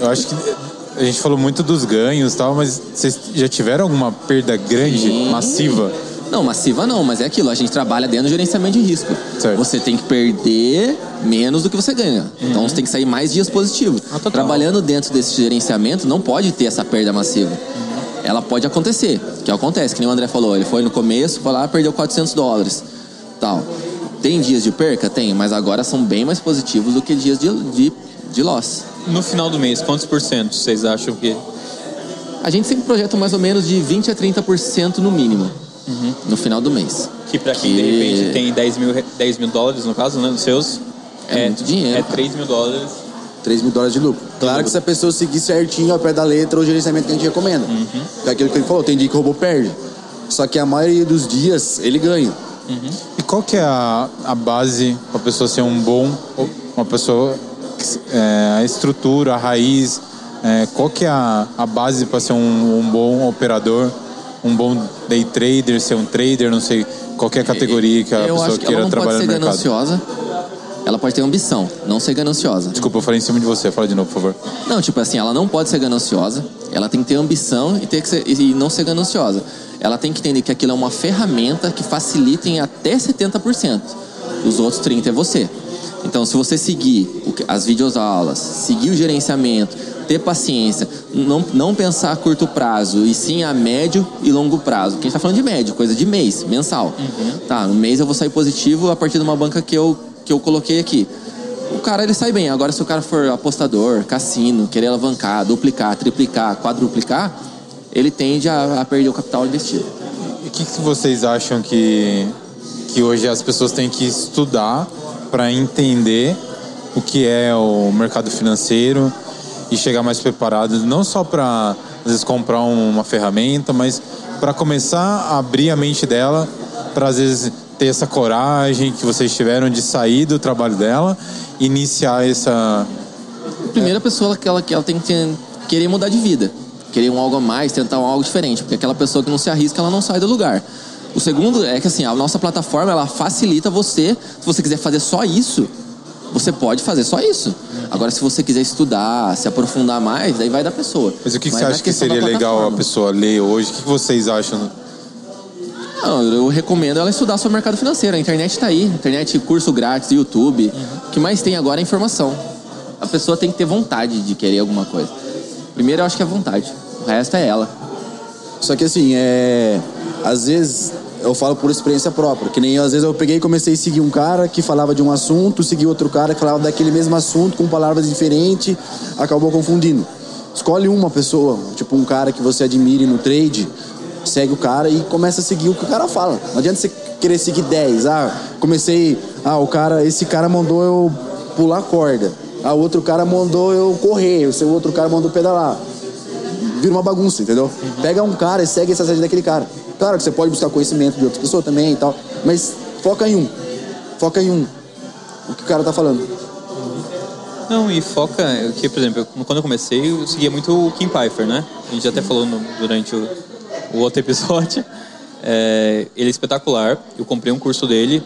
[SPEAKER 1] Eu acho que a gente falou muito dos ganhos e tal, mas vocês já tiveram alguma perda grande,
[SPEAKER 2] Sim.
[SPEAKER 1] massiva?
[SPEAKER 2] Não, massiva não, mas é aquilo. A gente trabalha dentro do gerenciamento de risco.
[SPEAKER 1] Certo.
[SPEAKER 2] Você tem que perder menos do que você ganha.
[SPEAKER 1] Uhum.
[SPEAKER 2] Então você tem que sair mais dias positivo.
[SPEAKER 1] Ah,
[SPEAKER 4] total.
[SPEAKER 2] Trabalhando dentro desse gerenciamento, não pode ter essa perda massiva.
[SPEAKER 1] Uhum.
[SPEAKER 2] Ela pode acontecer, que acontece, que nem o André falou. Ele foi no começo, foi lá, perdeu 400 dólares. Tal. Tem dias de perca? Tem, mas agora são bem mais positivos do que dias de, de, de loss.
[SPEAKER 4] No final do mês, quantos por cento vocês acham que.
[SPEAKER 2] A gente sempre projeta mais ou menos de 20% a 30% no mínimo,
[SPEAKER 1] Uhum.
[SPEAKER 2] no final do mês.
[SPEAKER 4] Que pra quem de
[SPEAKER 2] Que-
[SPEAKER 4] repente tem 10 mil, re- 10 mil dólares, no caso, né? Nos seus.
[SPEAKER 2] É muito dinheiro,
[SPEAKER 4] É
[SPEAKER 2] cara.
[SPEAKER 4] 3 mil dólares.
[SPEAKER 3] 3 mil dólares de lucro. Claro que se a pessoa seguir certinho ao pé da letra o gerenciamento que a gente recomenda. É aquilo que ele falou, tem dia que o robô perde. Só que a maioria dos dias ele ganha.
[SPEAKER 1] E qual que é a, a base para a pessoa ser um bom, uma pessoa, que se- é, a estrutura, a raiz, é, qual que é a, a base para ser um, um bom operador, um bom day trader, ser um trader, não sei, qualquer categoria que a
[SPEAKER 2] Eu
[SPEAKER 1] pessoa
[SPEAKER 2] acho que ela
[SPEAKER 1] queira
[SPEAKER 2] não pode
[SPEAKER 1] trabalhar
[SPEAKER 2] ser
[SPEAKER 1] no mercado.
[SPEAKER 2] gananciosa. Ela pode ter ambição, não ser gananciosa.
[SPEAKER 1] Desculpa, eu falei em cima de você, fala de novo, por favor.
[SPEAKER 2] Não, tipo assim, ela não pode ser gananciosa. Ela tem que ter ambição e, ter que ser- e não ser gananciosa. Ela tem que entender que aquilo é uma ferramenta que facilita em até 70%. Os outros 30% é você. Então, se você seguir o que- as videoaulas, seguir o gerenciamento, ter paciência, não, não pensar a curto prazo, e sim a médio e longo prazo. Porque a gente tá falando de médio, coisa de mês, mensal. Tá, no mês eu vou sair positivo a partir de uma banca que eu, que eu coloquei aqui. O cara ele sai bem. Agora, se o cara for apostador, cassino, querer alavancar, duplicar, triplicar, quadruplicar, ele tende a, a perder o capital investido.
[SPEAKER 1] E o que, que vocês acham que, que hoje as pessoas têm que estudar para entender o que é o mercado financeiro e chegar mais preparado, não só para às vezes comprar um- uma ferramenta, mas para começar a abrir a mente dela, para às vezes ter essa coragem que vocês tiveram de sair do trabalho dela, e iniciar essa
[SPEAKER 2] Primeira
[SPEAKER 1] É.
[SPEAKER 2] pessoa que ela, que ela tem que ter- querer mudar de vida, querer um algo a mais, tentar um algo diferente, porque aquela pessoa que não se arrisca, ela não sai do lugar. O segundo é que assim, a nossa plataforma ela facilita você, se você quiser fazer só isso, você pode fazer só isso. Agora, se você quiser estudar, se aprofundar mais, daí vai da pessoa.
[SPEAKER 1] Mas o que, que você
[SPEAKER 2] na
[SPEAKER 1] acha que
[SPEAKER 2] questão da
[SPEAKER 1] seria legal a
[SPEAKER 2] plataforma.
[SPEAKER 1] pessoa ler hoje? O que, que vocês acham?
[SPEAKER 2] Não, eu recomendo ela estudar sobre o mercado financeiro. A internet tá aí. Internet, curso grátis, YouTube. O que mais tem agora é informação. A pessoa tem que ter vontade de querer alguma coisa. Primeiro eu acho que é vontade. O resto é ela.
[SPEAKER 3] Só que assim, é. Às vezes eu falo por experiência própria, que nem eu, às vezes eu peguei e comecei a seguir um cara que falava de um assunto, segui outro cara que falava daquele mesmo assunto com palavras diferentes, acabou confundindo. Escolhe uma pessoa, tipo um cara que você admire no trade, segue o cara e começa a seguir o que o cara fala. Não adianta você querer seguir 10. Ah, comecei, ah, o cara, esse cara mandou eu pular corda. Ah, o outro cara mandou eu correr, o seu outro cara mandou pedalar vira uma bagunça, entendeu? Pega um cara e segue essa sede daquele cara. Claro que você pode buscar conhecimento de outras pessoas também e tal, mas foca em um. Foca em um. O que o cara tá falando.
[SPEAKER 4] Não, e foca. eu Que, por exemplo, eu- quando eu comecei, eu seguia muito o Kim Pfeiffer, né? A gente já até falou no- durante o, o outro episódio. É, ele é espetacular. Eu comprei um curso dele.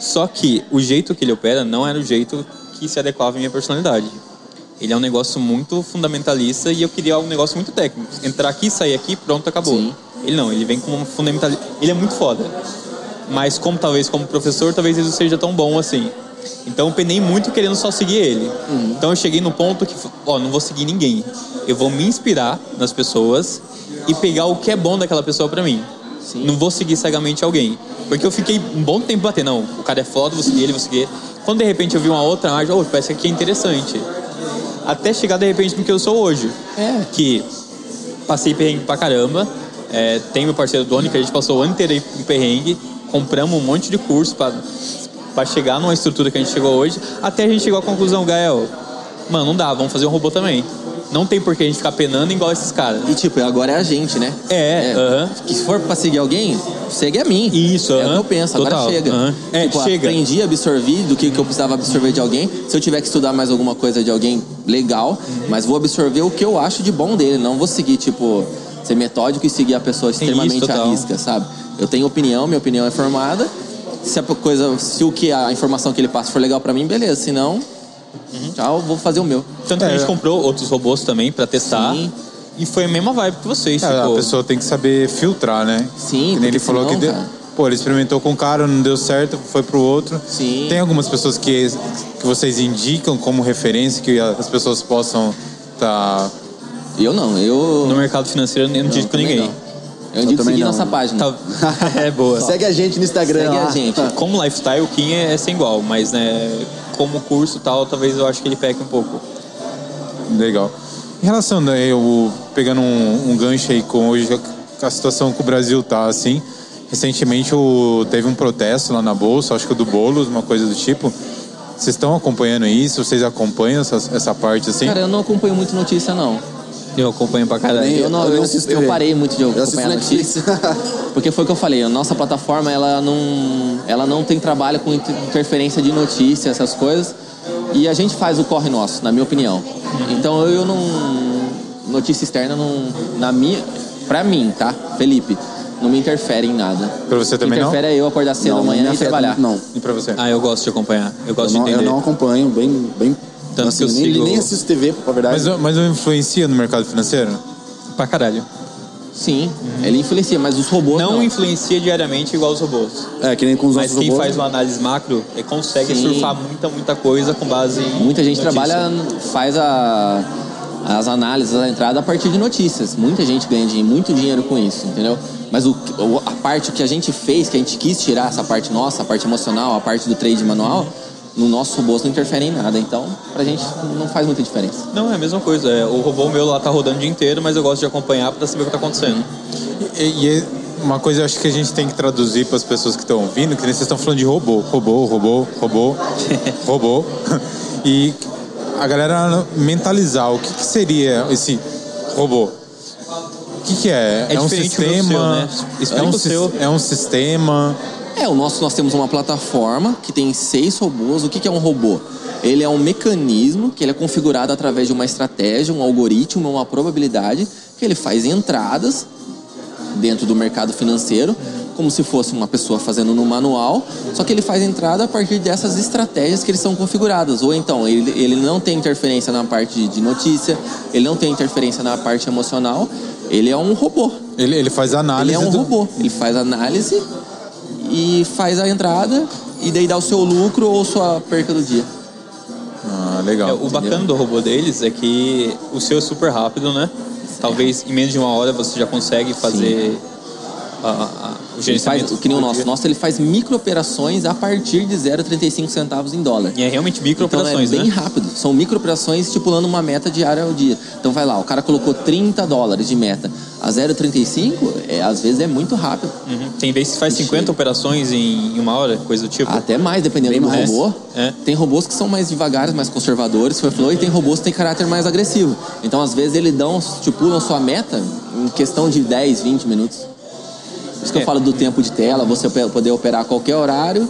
[SPEAKER 4] Só que o jeito que ele opera não era o jeito que se adequava à minha personalidade. Ele é um negócio muito fundamentalista e eu queria um negócio muito técnico. Entrar aqui, sair aqui, pronto, acabou.
[SPEAKER 2] Sim.
[SPEAKER 4] Ele não, ele vem com um fundamentalista. Ele é muito foda mas como talvez como professor, talvez ele não seja tão bom assim. Então eu penei muito querendo só seguir ele. Então eu cheguei no ponto que, ó, não vou seguir ninguém. Eu vou me inspirar nas pessoas e pegar o que é bom daquela pessoa pra mim.
[SPEAKER 2] Sim.
[SPEAKER 4] Não vou seguir cegamente alguém. Porque eu fiquei um bom tempo batendo, não, o cara é foda, vou seguir ele, vou seguir ele. Quando de repente eu vi uma outra imagem, oh, parece que aqui é interessante. Até chegar de repente no que eu sou hoje.
[SPEAKER 2] É.
[SPEAKER 4] Que passei perrengue pra caramba. É, tem meu parceiro Doni, que a gente passou o ano inteiro em perrengue. Compramos um monte de curso pra, pra chegar numa estrutura que a gente chegou hoje. Até a gente chegou à conclusão, Gael, mano, não dá, vamos fazer um robô também. Não tem por que a gente ficar penando igual esses caras.
[SPEAKER 2] E tipo, agora é a gente, né?
[SPEAKER 4] É, aham.
[SPEAKER 2] Que se for pra seguir alguém, segue a mim.
[SPEAKER 4] Isso,
[SPEAKER 2] É o
[SPEAKER 4] aham.
[SPEAKER 2] que eu penso,
[SPEAKER 4] Total,
[SPEAKER 2] agora chega.
[SPEAKER 4] aham. É,
[SPEAKER 2] tipo,
[SPEAKER 4] chega.
[SPEAKER 2] aprendi a absorver do que, que eu precisava absorver de alguém. Se eu tiver que estudar mais alguma coisa de alguém, legal.
[SPEAKER 4] Uhum.
[SPEAKER 2] Mas vou absorver o que eu acho de bom dele. Não vou seguir, tipo, ser metódico e seguir a pessoa extremamente à
[SPEAKER 4] total.
[SPEAKER 2] risca, sabe? Eu tenho opinião, minha opinião é formada. Se a coisa, se o que a informação que ele passa for legal pra mim, beleza. Se não,
[SPEAKER 4] Uhum.
[SPEAKER 2] tchau, vou fazer o meu.
[SPEAKER 4] Tanto que a
[SPEAKER 1] É.
[SPEAKER 4] gente comprou outros robôs também pra testar.
[SPEAKER 2] Sim.
[SPEAKER 4] E foi a mesma vibe que vocês,
[SPEAKER 1] É, a
[SPEAKER 4] tipo,
[SPEAKER 1] pessoa tem que saber filtrar, né?
[SPEAKER 2] Sim,
[SPEAKER 1] Que nem
[SPEAKER 2] porque
[SPEAKER 1] ele falou
[SPEAKER 2] senão,
[SPEAKER 1] que de-
[SPEAKER 2] cara.
[SPEAKER 1] pô, ele experimentou com um cara, não deu certo, foi pro outro.
[SPEAKER 2] Sim.
[SPEAKER 1] Tem algumas pessoas que, que vocês indicam como referência que as pessoas possam tá
[SPEAKER 2] Eu não, eu.
[SPEAKER 4] No mercado financeiro eu não,
[SPEAKER 2] não,
[SPEAKER 4] digo com
[SPEAKER 2] também
[SPEAKER 4] ninguém.
[SPEAKER 2] não. Eu indico
[SPEAKER 3] também
[SPEAKER 2] seguir
[SPEAKER 3] não.
[SPEAKER 2] nossa página.
[SPEAKER 4] Tá- é boa.
[SPEAKER 3] Segue a gente no Instagram.
[SPEAKER 2] Segue a
[SPEAKER 3] lá.
[SPEAKER 2] gente.
[SPEAKER 4] Ah, Como lifestyle, o Kim é, é sem igual, mas né, como curso e tal, talvez eu acho que ele peque um pouco.
[SPEAKER 1] Legal. Em relação, né, eu pegando um, um gancho aí com hoje, a situação que o Brasil tá assim. Recentemente o, teve um protesto lá na Bolsa, acho que o do Boulos, uma coisa do tipo. Vocês estão acompanhando isso? Vocês acompanham essa, essa parte assim?
[SPEAKER 2] Cara, eu não acompanho muito notícia, não.
[SPEAKER 4] Eu acompanho pra caralho.
[SPEAKER 3] Nem
[SPEAKER 2] Eu, não,
[SPEAKER 3] eu
[SPEAKER 2] eu,
[SPEAKER 3] não assisto
[SPEAKER 2] eu
[SPEAKER 3] TV.
[SPEAKER 2] parei muito de
[SPEAKER 3] Eu assisto
[SPEAKER 2] acompanhar
[SPEAKER 3] Netflix.
[SPEAKER 2] notícia. Porque foi o que eu falei, a nossa plataforma ela não, ela não tem trabalho com inter- interferência de notícia, essas coisas. E a gente faz o corre nosso, na minha opinião.
[SPEAKER 3] Uhum.
[SPEAKER 2] Então eu não. Notícia externa não. Na minha. Pra mim, tá? Felipe, não me interfere em nada.
[SPEAKER 1] Pra você também não?
[SPEAKER 2] interfere é eu acordar cedo
[SPEAKER 3] não,
[SPEAKER 2] amanhã
[SPEAKER 3] me
[SPEAKER 2] e
[SPEAKER 3] afeta
[SPEAKER 2] trabalhar.
[SPEAKER 3] muito, Não.
[SPEAKER 1] E pra você?
[SPEAKER 4] Ah, eu gosto de acompanhar. Eu
[SPEAKER 3] Eu
[SPEAKER 4] gosto
[SPEAKER 3] não,
[SPEAKER 4] de
[SPEAKER 3] eu
[SPEAKER 4] entender.
[SPEAKER 3] não acompanho bem. bem assim,
[SPEAKER 4] Tanto que eu
[SPEAKER 3] nem,
[SPEAKER 4] sigo-
[SPEAKER 3] nem assisto TV, pra verdade.
[SPEAKER 1] Mas, mas não influencia no mercado financeiro?
[SPEAKER 4] Pra caralho.
[SPEAKER 2] Sim, ele influencia, mas os robôs.
[SPEAKER 4] Não,
[SPEAKER 2] Não,
[SPEAKER 4] influencia diariamente igual os robôs.
[SPEAKER 3] é, que nem com os
[SPEAKER 4] Mas
[SPEAKER 3] nossos
[SPEAKER 4] quem
[SPEAKER 3] robôs.
[SPEAKER 4] faz uma análise macro é, consegue
[SPEAKER 2] Sim.
[SPEAKER 4] surfar muita, muita coisa com base em.
[SPEAKER 2] Muita gente
[SPEAKER 4] notícia.
[SPEAKER 2] trabalha, faz a- as análises, a entrada a partir de notícias. Muita gente ganha dinhe- muito dinheiro com isso, entendeu? Mas o, o- a parte que a gente fez, que a gente quis tirar, essa parte nossa, a parte emocional, a parte do trade manual, no nosso bolso não interfere em nada. Então, pra gente não faz muita diferença.
[SPEAKER 4] Não, é a mesma coisa. é, o robô meu lá tá rodando o dia inteiro, mas eu gosto de acompanhar pra saber o que tá acontecendo.
[SPEAKER 1] E, e uma coisa eu acho que a gente tem que traduzir para as pessoas que estão ouvindo, que nem vocês estão falando de robô, robô, robô, robô, robô. E a galera mentalizar o que, que seria esse robô. O que, que é?
[SPEAKER 4] É
[SPEAKER 1] um
[SPEAKER 4] diferente do seu,
[SPEAKER 1] sistema.
[SPEAKER 4] né? Explica
[SPEAKER 1] é, um
[SPEAKER 4] o
[SPEAKER 1] sis-
[SPEAKER 4] seu.
[SPEAKER 1] é um sistema.
[SPEAKER 2] É, o nosso nós temos uma plataforma que tem seis robôs. O que, que é um robô? Ele é um mecanismo que ele é configurado através de uma estratégia, um algoritmo, uma probabilidade, que ele faz entradas dentro do mercado financeiro, como se fosse uma pessoa fazendo no manual, só que ele faz entrada a partir dessas estratégias que eles são configuradas. Ou então, ele, ele não tem interferência na parte de- de notícia, ele não tem interferência na parte emocional, ele é um robô.
[SPEAKER 1] Ele, ele faz
[SPEAKER 2] Ele
[SPEAKER 1] análise.
[SPEAKER 2] é um
[SPEAKER 1] do-
[SPEAKER 2] robô. Ele faz análise e faz a entrada e daí dá o seu lucro ou sua perca do dia.
[SPEAKER 1] Ah,
[SPEAKER 4] É,
[SPEAKER 1] legal.
[SPEAKER 4] o bacana do robô deles é que o seu é super rápido, né? Talvez em menos de uma hora você já consegue fazer a- a- a- o
[SPEAKER 2] Ele faz,
[SPEAKER 4] gerenciamento.
[SPEAKER 2] que nem o
[SPEAKER 4] do
[SPEAKER 2] nosso.
[SPEAKER 4] dia.
[SPEAKER 2] Nosso ele faz micro operações a partir de 0,35 centavos em dólar.
[SPEAKER 4] E é realmente micro
[SPEAKER 2] Então é
[SPEAKER 4] operações,
[SPEAKER 2] bem
[SPEAKER 4] né?
[SPEAKER 2] rápido. São micro operações estipulando uma meta diária ao dia. Então vai lá, o cara colocou 30 dólares de meta a 0,35, é, às vezes é muito rápido.
[SPEAKER 4] Uhum. Tem vezes que faz
[SPEAKER 2] Ixi. Ah,
[SPEAKER 4] 50 operações em em uma hora, coisa do tipo.
[SPEAKER 2] Até mais, dependendo do
[SPEAKER 4] mais.
[SPEAKER 2] robô.
[SPEAKER 4] É.
[SPEAKER 2] Tem robôs que são mais devagares, mais conservadores, foi falou, e tem robôs que têm caráter mais agressivo. Então, às vezes, eles dão, estipulam sua meta em questão de 10, 20 minutos. Por isso que
[SPEAKER 4] É.
[SPEAKER 2] eu falo do tempo de tela, você pe- poder operar a qualquer horário,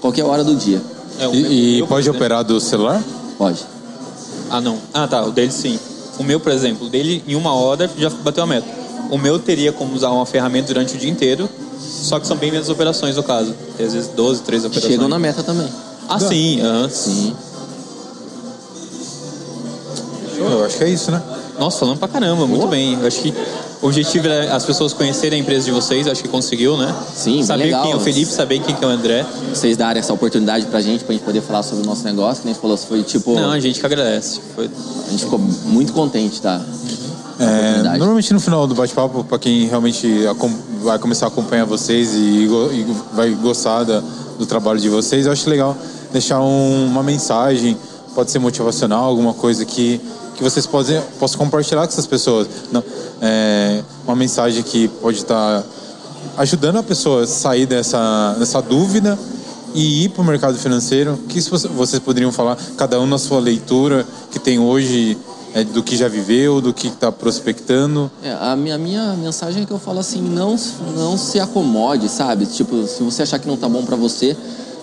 [SPEAKER 2] qualquer hora do dia.
[SPEAKER 4] É, o meu-
[SPEAKER 1] E, e
[SPEAKER 4] meu,
[SPEAKER 1] pode
[SPEAKER 4] por exemplo-
[SPEAKER 1] operar do celular?
[SPEAKER 2] Pode.
[SPEAKER 4] Ah, não. Ah, tá. O dele sim. O meu, por exemplo, o dele em uma hora já bateu a meta. O meu teria como usar uma ferramenta durante o dia inteiro, só que são bem menos operações no caso. Tem às vezes 12, 13 operações.
[SPEAKER 2] Chegam na meta também.
[SPEAKER 4] Ah, sim. aham.
[SPEAKER 2] Sim.
[SPEAKER 1] Eu acho que é isso, né?
[SPEAKER 4] Nossa, falando pra caramba, muito bem. Eu acho que o objetivo é as pessoas conhecerem a empresa de vocês, acho que conseguiu, né?
[SPEAKER 2] Sim, bem
[SPEAKER 4] Saber
[SPEAKER 2] legal.
[SPEAKER 4] quem é o Felipe, saber quem que é o André.
[SPEAKER 2] Vocês darem essa oportunidade pra gente, pra gente poder falar sobre o nosso negócio, que nem você falou, foi tipo.
[SPEAKER 4] Não, a gente que agradece. Foi...
[SPEAKER 2] A gente ficou muito contente, tá?
[SPEAKER 1] É,
[SPEAKER 2] oportunidade.
[SPEAKER 1] normalmente no final do bate-papo, para quem realmente acom- vai começar a acompanhar vocês e, go- e vai gostar da- do trabalho de vocês, eu acho legal deixar um- uma mensagem, pode ser motivacional, alguma coisa que, que vocês podem, possam compartilhar com essas pessoas. Não, é, uma mensagem que pode estar ajudando a pessoa a sair dessa, dessa dúvida e ir para o mercado financeiro. O que isso você- vocês poderiam falar, cada um na sua leitura que tem hoje, é, do que já viveu, do que está prospectando?
[SPEAKER 2] É, a minha, a minha mensagem é que eu falo assim, não, não se acomode, sabe? Tipo, se você achar que não tá bom pra você,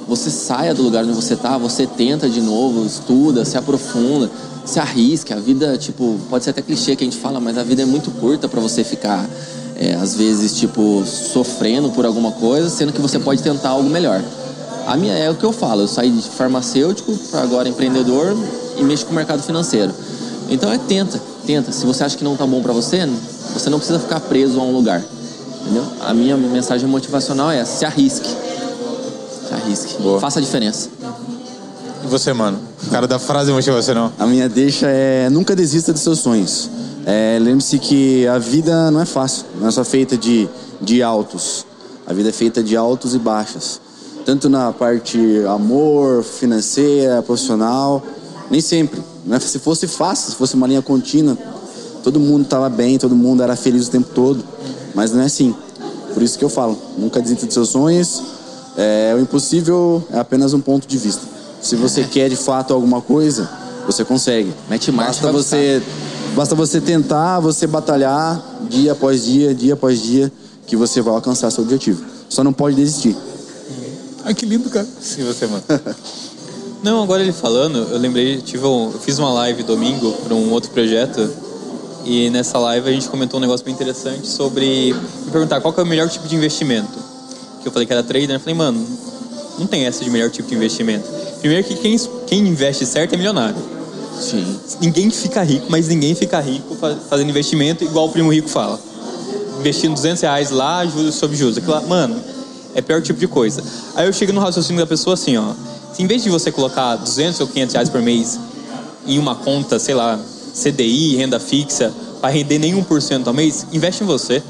[SPEAKER 2] você saia do lugar onde você tá, você tenta de novo, estuda, se aprofunda, se arrisca. A vida, tipo, pode ser até clichê que a gente fala, mas a vida é muito curta pra você ficar, é, às vezes, tipo, sofrendo por alguma coisa, sendo que você pode tentar algo melhor. A minha é o que eu falo, eu saí de farmacêutico pra agora empreendedor e mexo com o mercado financeiro. Então é tenta, tenta. Se você acha que não tá bom pra você, você não precisa ficar preso a um lugar. Entendeu? A minha mensagem motivacional é essa, se arrisque. Se arrisque.
[SPEAKER 1] Boa.
[SPEAKER 2] Faça a diferença.
[SPEAKER 1] E você, mano? O cara da frase motivacional.
[SPEAKER 3] A minha deixa é nunca desista dos seus sonhos. É, Lembre-se que a vida não é fácil, não é só feita de, de altos. A vida é feita de altos e baixas. Tanto na parte amor, financeira, profissional, nem sempre. né? Se fosse fácil, se fosse uma linha contínua, todo mundo estava bem, todo mundo era feliz o tempo todo. Mas não é assim. Por isso que eu falo, nunca desista dos seus sonhos. É, o impossível é apenas um ponto de vista. Se você quer de fato alguma coisa, você consegue.
[SPEAKER 2] Mete marcha
[SPEAKER 3] basta
[SPEAKER 2] pra
[SPEAKER 3] você, basta você tentar, você batalhar dia após dia, dia após dia, que você vai alcançar seu objetivo. Só não pode desistir.
[SPEAKER 1] Ai, Ah, que lindo, cara. E você, mano?
[SPEAKER 4] Não, agora ele falando, eu lembrei, tive um- eu fiz uma live domingo para um outro projeto e nessa live a gente comentou um negócio bem interessante sobre me perguntar qual que é o melhor tipo de investimento. Que eu falei que era trader, né? eu falei, mano, não tem essa de melhor tipo de investimento. Primeiro que quem, quem investe certo é milionário.
[SPEAKER 2] Sim.
[SPEAKER 4] Ninguém fica rico, mas ninguém fica rico fa- fazendo investimento igual o primo rico fala. Investindo 200 reais lá, juros sobre juros. Aquilo lá, mano, é pior tipo de coisa. Aí eu chego no raciocínio da pessoa assim, ó. Se em vez de você colocar 200 ou 500 reais por mês em uma conta, sei lá, CDI, renda fixa, pra render nem 1% ao mês, investe em você.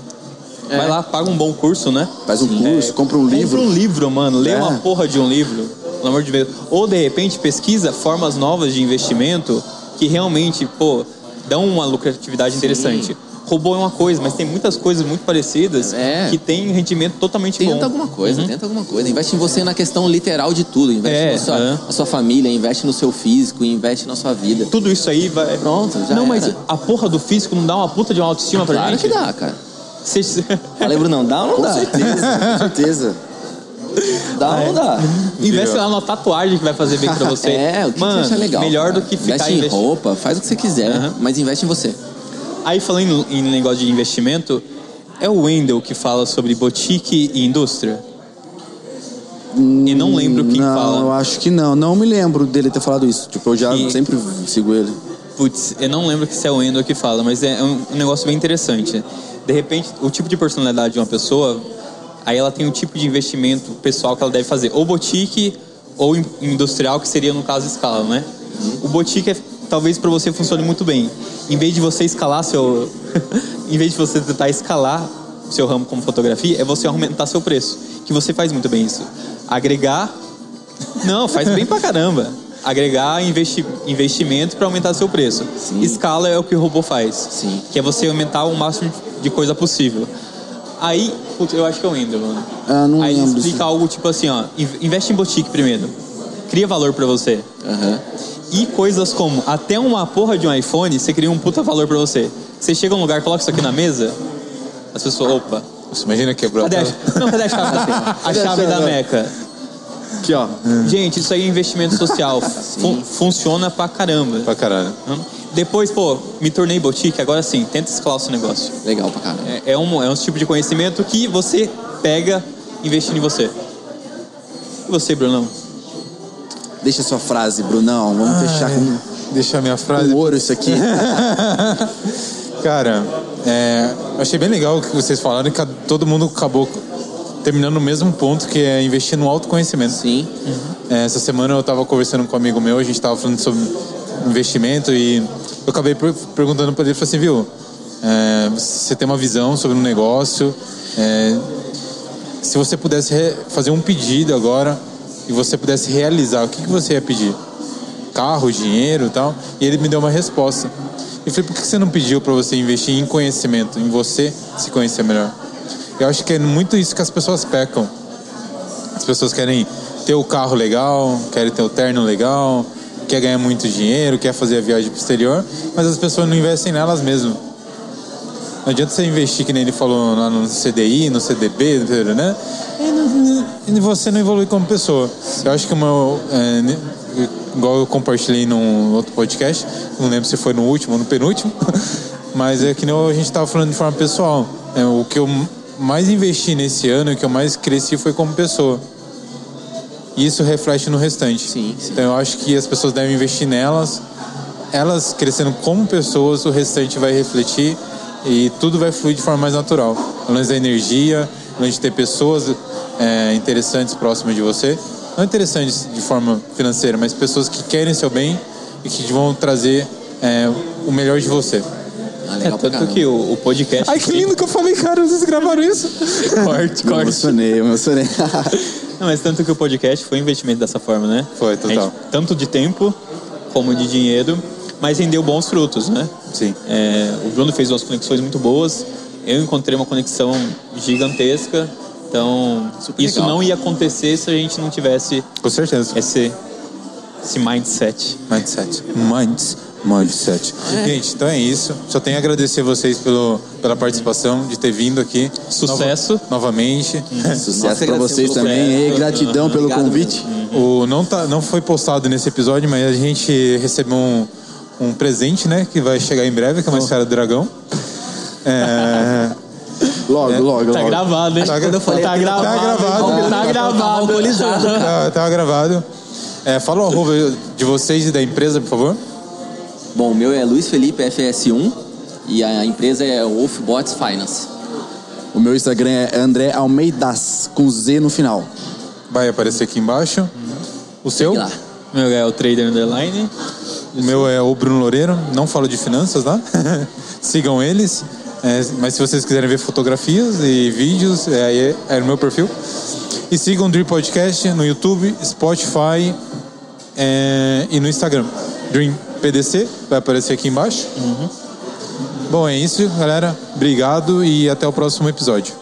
[SPEAKER 2] É.
[SPEAKER 4] Vai lá, paga um bom curso, né?
[SPEAKER 3] Faz um curso, compra um livro.
[SPEAKER 4] Compra um livro, mano. Lê
[SPEAKER 3] É.
[SPEAKER 4] uma porra de um livro. Pelo amor de Deus. Ou, de repente, pesquisa formas novas de investimento que realmente, pô, dão uma lucratividade interessante. Robô é uma coisa, mas tem muitas coisas muito parecidas
[SPEAKER 2] É.
[SPEAKER 4] que tem rendimento totalmente
[SPEAKER 2] Tenta
[SPEAKER 4] bom.
[SPEAKER 2] alguma coisa, tenta alguma coisa. Investe em você na questão literal de tudo. Investe
[SPEAKER 4] É,
[SPEAKER 2] na, sua,
[SPEAKER 4] aham.
[SPEAKER 2] na sua família, investe no seu físico, investe na sua vida.
[SPEAKER 4] Tudo isso aí vai...
[SPEAKER 2] Pronto, já
[SPEAKER 4] Não, mas
[SPEAKER 2] era.
[SPEAKER 4] a porra do físico não dá uma puta de uma autoestima pra
[SPEAKER 2] Claro
[SPEAKER 4] gente?
[SPEAKER 2] que dá, cara.
[SPEAKER 4] Cês-
[SPEAKER 2] Falei, Brunão, dá ou não
[SPEAKER 3] Com
[SPEAKER 2] dá?
[SPEAKER 3] certeza, com certeza.
[SPEAKER 2] Dá ou não dá?
[SPEAKER 4] Investe lá numa tatuagem que vai fazer bem pra você.
[SPEAKER 2] É, o que
[SPEAKER 4] Mano,
[SPEAKER 2] você acha legal.
[SPEAKER 4] melhor do
[SPEAKER 2] cara.
[SPEAKER 4] que ficar
[SPEAKER 2] Investe em
[SPEAKER 4] investindo.
[SPEAKER 2] roupa, faz o que você quiser,
[SPEAKER 4] Aham.
[SPEAKER 2] mas investe em você.
[SPEAKER 4] Aí falando em negócio de investimento, é o Wendel que fala sobre boutique e indústria? e não lembro quem
[SPEAKER 3] não, eu
[SPEAKER 4] fala.
[SPEAKER 3] acho que não. Não me lembro dele ter falado isso. Tipo, eu já
[SPEAKER 4] E-
[SPEAKER 3] sempre sigo ele.
[SPEAKER 4] Putz, eu não lembro que se é o Wendel que fala, mas é um, um negócio bem interessante. De repente, o tipo de personalidade de uma pessoa, aí ela tem o tipo de investimento pessoal que ela deve fazer. Ou boutique, ou in- industrial, que seria no caso escala, né? O boutique é, talvez para você funcione muito bem. Em vez de você escalar seu... em vez de você tentar escalar seu ramo como fotografia é você aumentar seu preço, que você faz muito bem isso. Agregar. Não, faz bem pra caramba. Agregar investi... investimento para aumentar seu preço. Escala é o que o robô faz.
[SPEAKER 2] Sim.
[SPEAKER 4] Que é você aumentar o máximo de coisa possível. Aí, putz, eu acho que eu ainda, mano.
[SPEAKER 3] Ah, não
[SPEAKER 4] Aí ele
[SPEAKER 3] lembro.
[SPEAKER 4] explica algo tipo assim, ó, in- investe em boutique primeiro. Cria valor pra você.
[SPEAKER 2] Aham.
[SPEAKER 4] E coisas como até uma porra de um iPhone, você cria um puta valor pra você. Você chega num lugar, coloca isso aqui na mesa, as pessoas, opa,
[SPEAKER 1] Nossa, imagina quebrar.
[SPEAKER 4] Cadê a, não, cadê a chave da A chave da Meca.
[SPEAKER 3] Aqui, ó.
[SPEAKER 4] Gente, isso aí é investimento social. Fun- funciona pra caramba.
[SPEAKER 1] Pra caralho.
[SPEAKER 4] Depois, pô, me tornei boutique, agora sim, tenta escalar o seu negócio.
[SPEAKER 2] Legal pra caramba.
[SPEAKER 4] É, é um, é um tipo de conhecimento que você pega investindo em você. E você, Brunão?
[SPEAKER 3] Deixa sua frase, Brunão. Vamos
[SPEAKER 4] Ah,
[SPEAKER 3] fechar
[SPEAKER 4] é.
[SPEAKER 3] com,
[SPEAKER 1] Deixar minha frase.
[SPEAKER 3] com É um ouro isso aqui.
[SPEAKER 1] Cara, é, eu achei bem legal o que vocês falaram que todo mundo acabou terminando no mesmo ponto que é investir no autoconhecimento.
[SPEAKER 2] Sim.
[SPEAKER 1] É, essa semana eu estava conversando com um amigo meu, a gente estava falando sobre investimento e eu acabei per- perguntando para ele, eu falei assim, viu, é, você tem uma visão sobre um negócio, é, se você pudesse re- fazer um pedido agora e você pudesse realizar, o que, que você ia pedir? Carro, dinheiro e tal? E ele me deu uma resposta. Eu falei, por que você não pediu para você investir em conhecimento, em você se conhecer melhor? Eu acho que é muito isso que as pessoas pecam. As pessoas querem ter o carro legal, querem ter o terno legal, quer ganhar muito dinheiro, quer fazer a viagem pro exterior, mas as pessoas não investem nelas mesmo. Não adianta você investir, que nem ele falou lá no CDI, no CDB, né? E não- E você não evolui como pessoa. Eu acho que o meu. é, ne- igual eu compartilhei num outro podcast, não lembro se foi no último ou no penúltimo, mas é que nem a gente estava falando de forma pessoal. É, o que eu mais investi nesse ano, o que eu mais cresci foi como pessoa. E isso reflete no restante.
[SPEAKER 2] Sim, sim.
[SPEAKER 1] Então eu acho que as pessoas devem investir nelas. Elas crescendo como pessoas, o restante vai refletir e tudo vai fluir de forma mais natural. o lance da energia, o lance de ter pessoas é, interessantes próximas de você. Não interessantes de forma financeira, mas pessoas que querem seu bem e que vão trazer é, o melhor de você.
[SPEAKER 2] Ah,
[SPEAKER 4] É,
[SPEAKER 2] legal pra
[SPEAKER 4] tanto
[SPEAKER 2] caramba.
[SPEAKER 4] que o, o podcast.
[SPEAKER 1] Ai, que lindo que eu falei, cara, vocês gravaram isso?
[SPEAKER 4] Corte,
[SPEAKER 3] Eu
[SPEAKER 4] corte.
[SPEAKER 3] emocionei, eu emocionei.
[SPEAKER 4] Não, mas tanto que o podcast foi um investimento dessa forma, né?
[SPEAKER 1] Foi, total.
[SPEAKER 4] A gente- tanto de tempo como de dinheiro, mas rendeu bons frutos, né?
[SPEAKER 1] Sim.
[SPEAKER 4] É, o Bruno fez umas conexões muito boas, eu encontrei uma conexão gigantesca, então
[SPEAKER 2] Super
[SPEAKER 4] isso
[SPEAKER 2] legal.
[SPEAKER 4] não ia acontecer se a gente não tivesse
[SPEAKER 1] Com certeza.
[SPEAKER 4] esse, esse mindset.
[SPEAKER 1] Mindset. Minds. Mindset.
[SPEAKER 2] É.
[SPEAKER 1] Gente, então é isso. Só tenho a agradecer vocês pelo, pela participação, de ter vindo aqui.
[SPEAKER 4] Sucesso.
[SPEAKER 1] Nova- novamente.
[SPEAKER 3] Sucesso pra
[SPEAKER 2] agradecemos
[SPEAKER 3] vocês
[SPEAKER 2] o
[SPEAKER 3] também.
[SPEAKER 4] sucesso.
[SPEAKER 3] E gratidão pelo
[SPEAKER 2] Obrigado
[SPEAKER 1] né?
[SPEAKER 3] convite.
[SPEAKER 1] O, não, tá, não foi postado nesse episódio, mas a gente recebeu um, um presente, né? Que vai chegar em breve, que é uma esfera do dragão. É,
[SPEAKER 3] Logo, logo,
[SPEAKER 4] Tá
[SPEAKER 3] logo.
[SPEAKER 4] gravado, hein?
[SPEAKER 1] Tá gra-
[SPEAKER 4] Tá
[SPEAKER 1] tá
[SPEAKER 4] gravado.
[SPEAKER 1] gravado.
[SPEAKER 4] Tá gravado.
[SPEAKER 2] Alcoolizado, cara.
[SPEAKER 1] tá, tá gravado. É, fala o arroba de vocês e da empresa, por favor.
[SPEAKER 2] Bom, o meu é Luiz Felipe FS1 e a empresa é Wolfbots Finance.
[SPEAKER 3] O meu Instagram é André Almeidas, com Z no final.
[SPEAKER 1] Vai aparecer aqui embaixo. O seu?
[SPEAKER 2] E lá.
[SPEAKER 4] Meu é o Trader Underline.
[SPEAKER 1] O meu é o Bruno Loureiro, não falo de finanças, tá? Sigam eles. É, mas se vocês quiserem ver fotografias e vídeos, é, aí é, é no meu perfil. E sigam o Dream Podcast no YouTube, Spotify é, e no Instagram. Dream PDC vai aparecer aqui embaixo. Bom, é isso, galera. Obrigado e até o próximo episódio.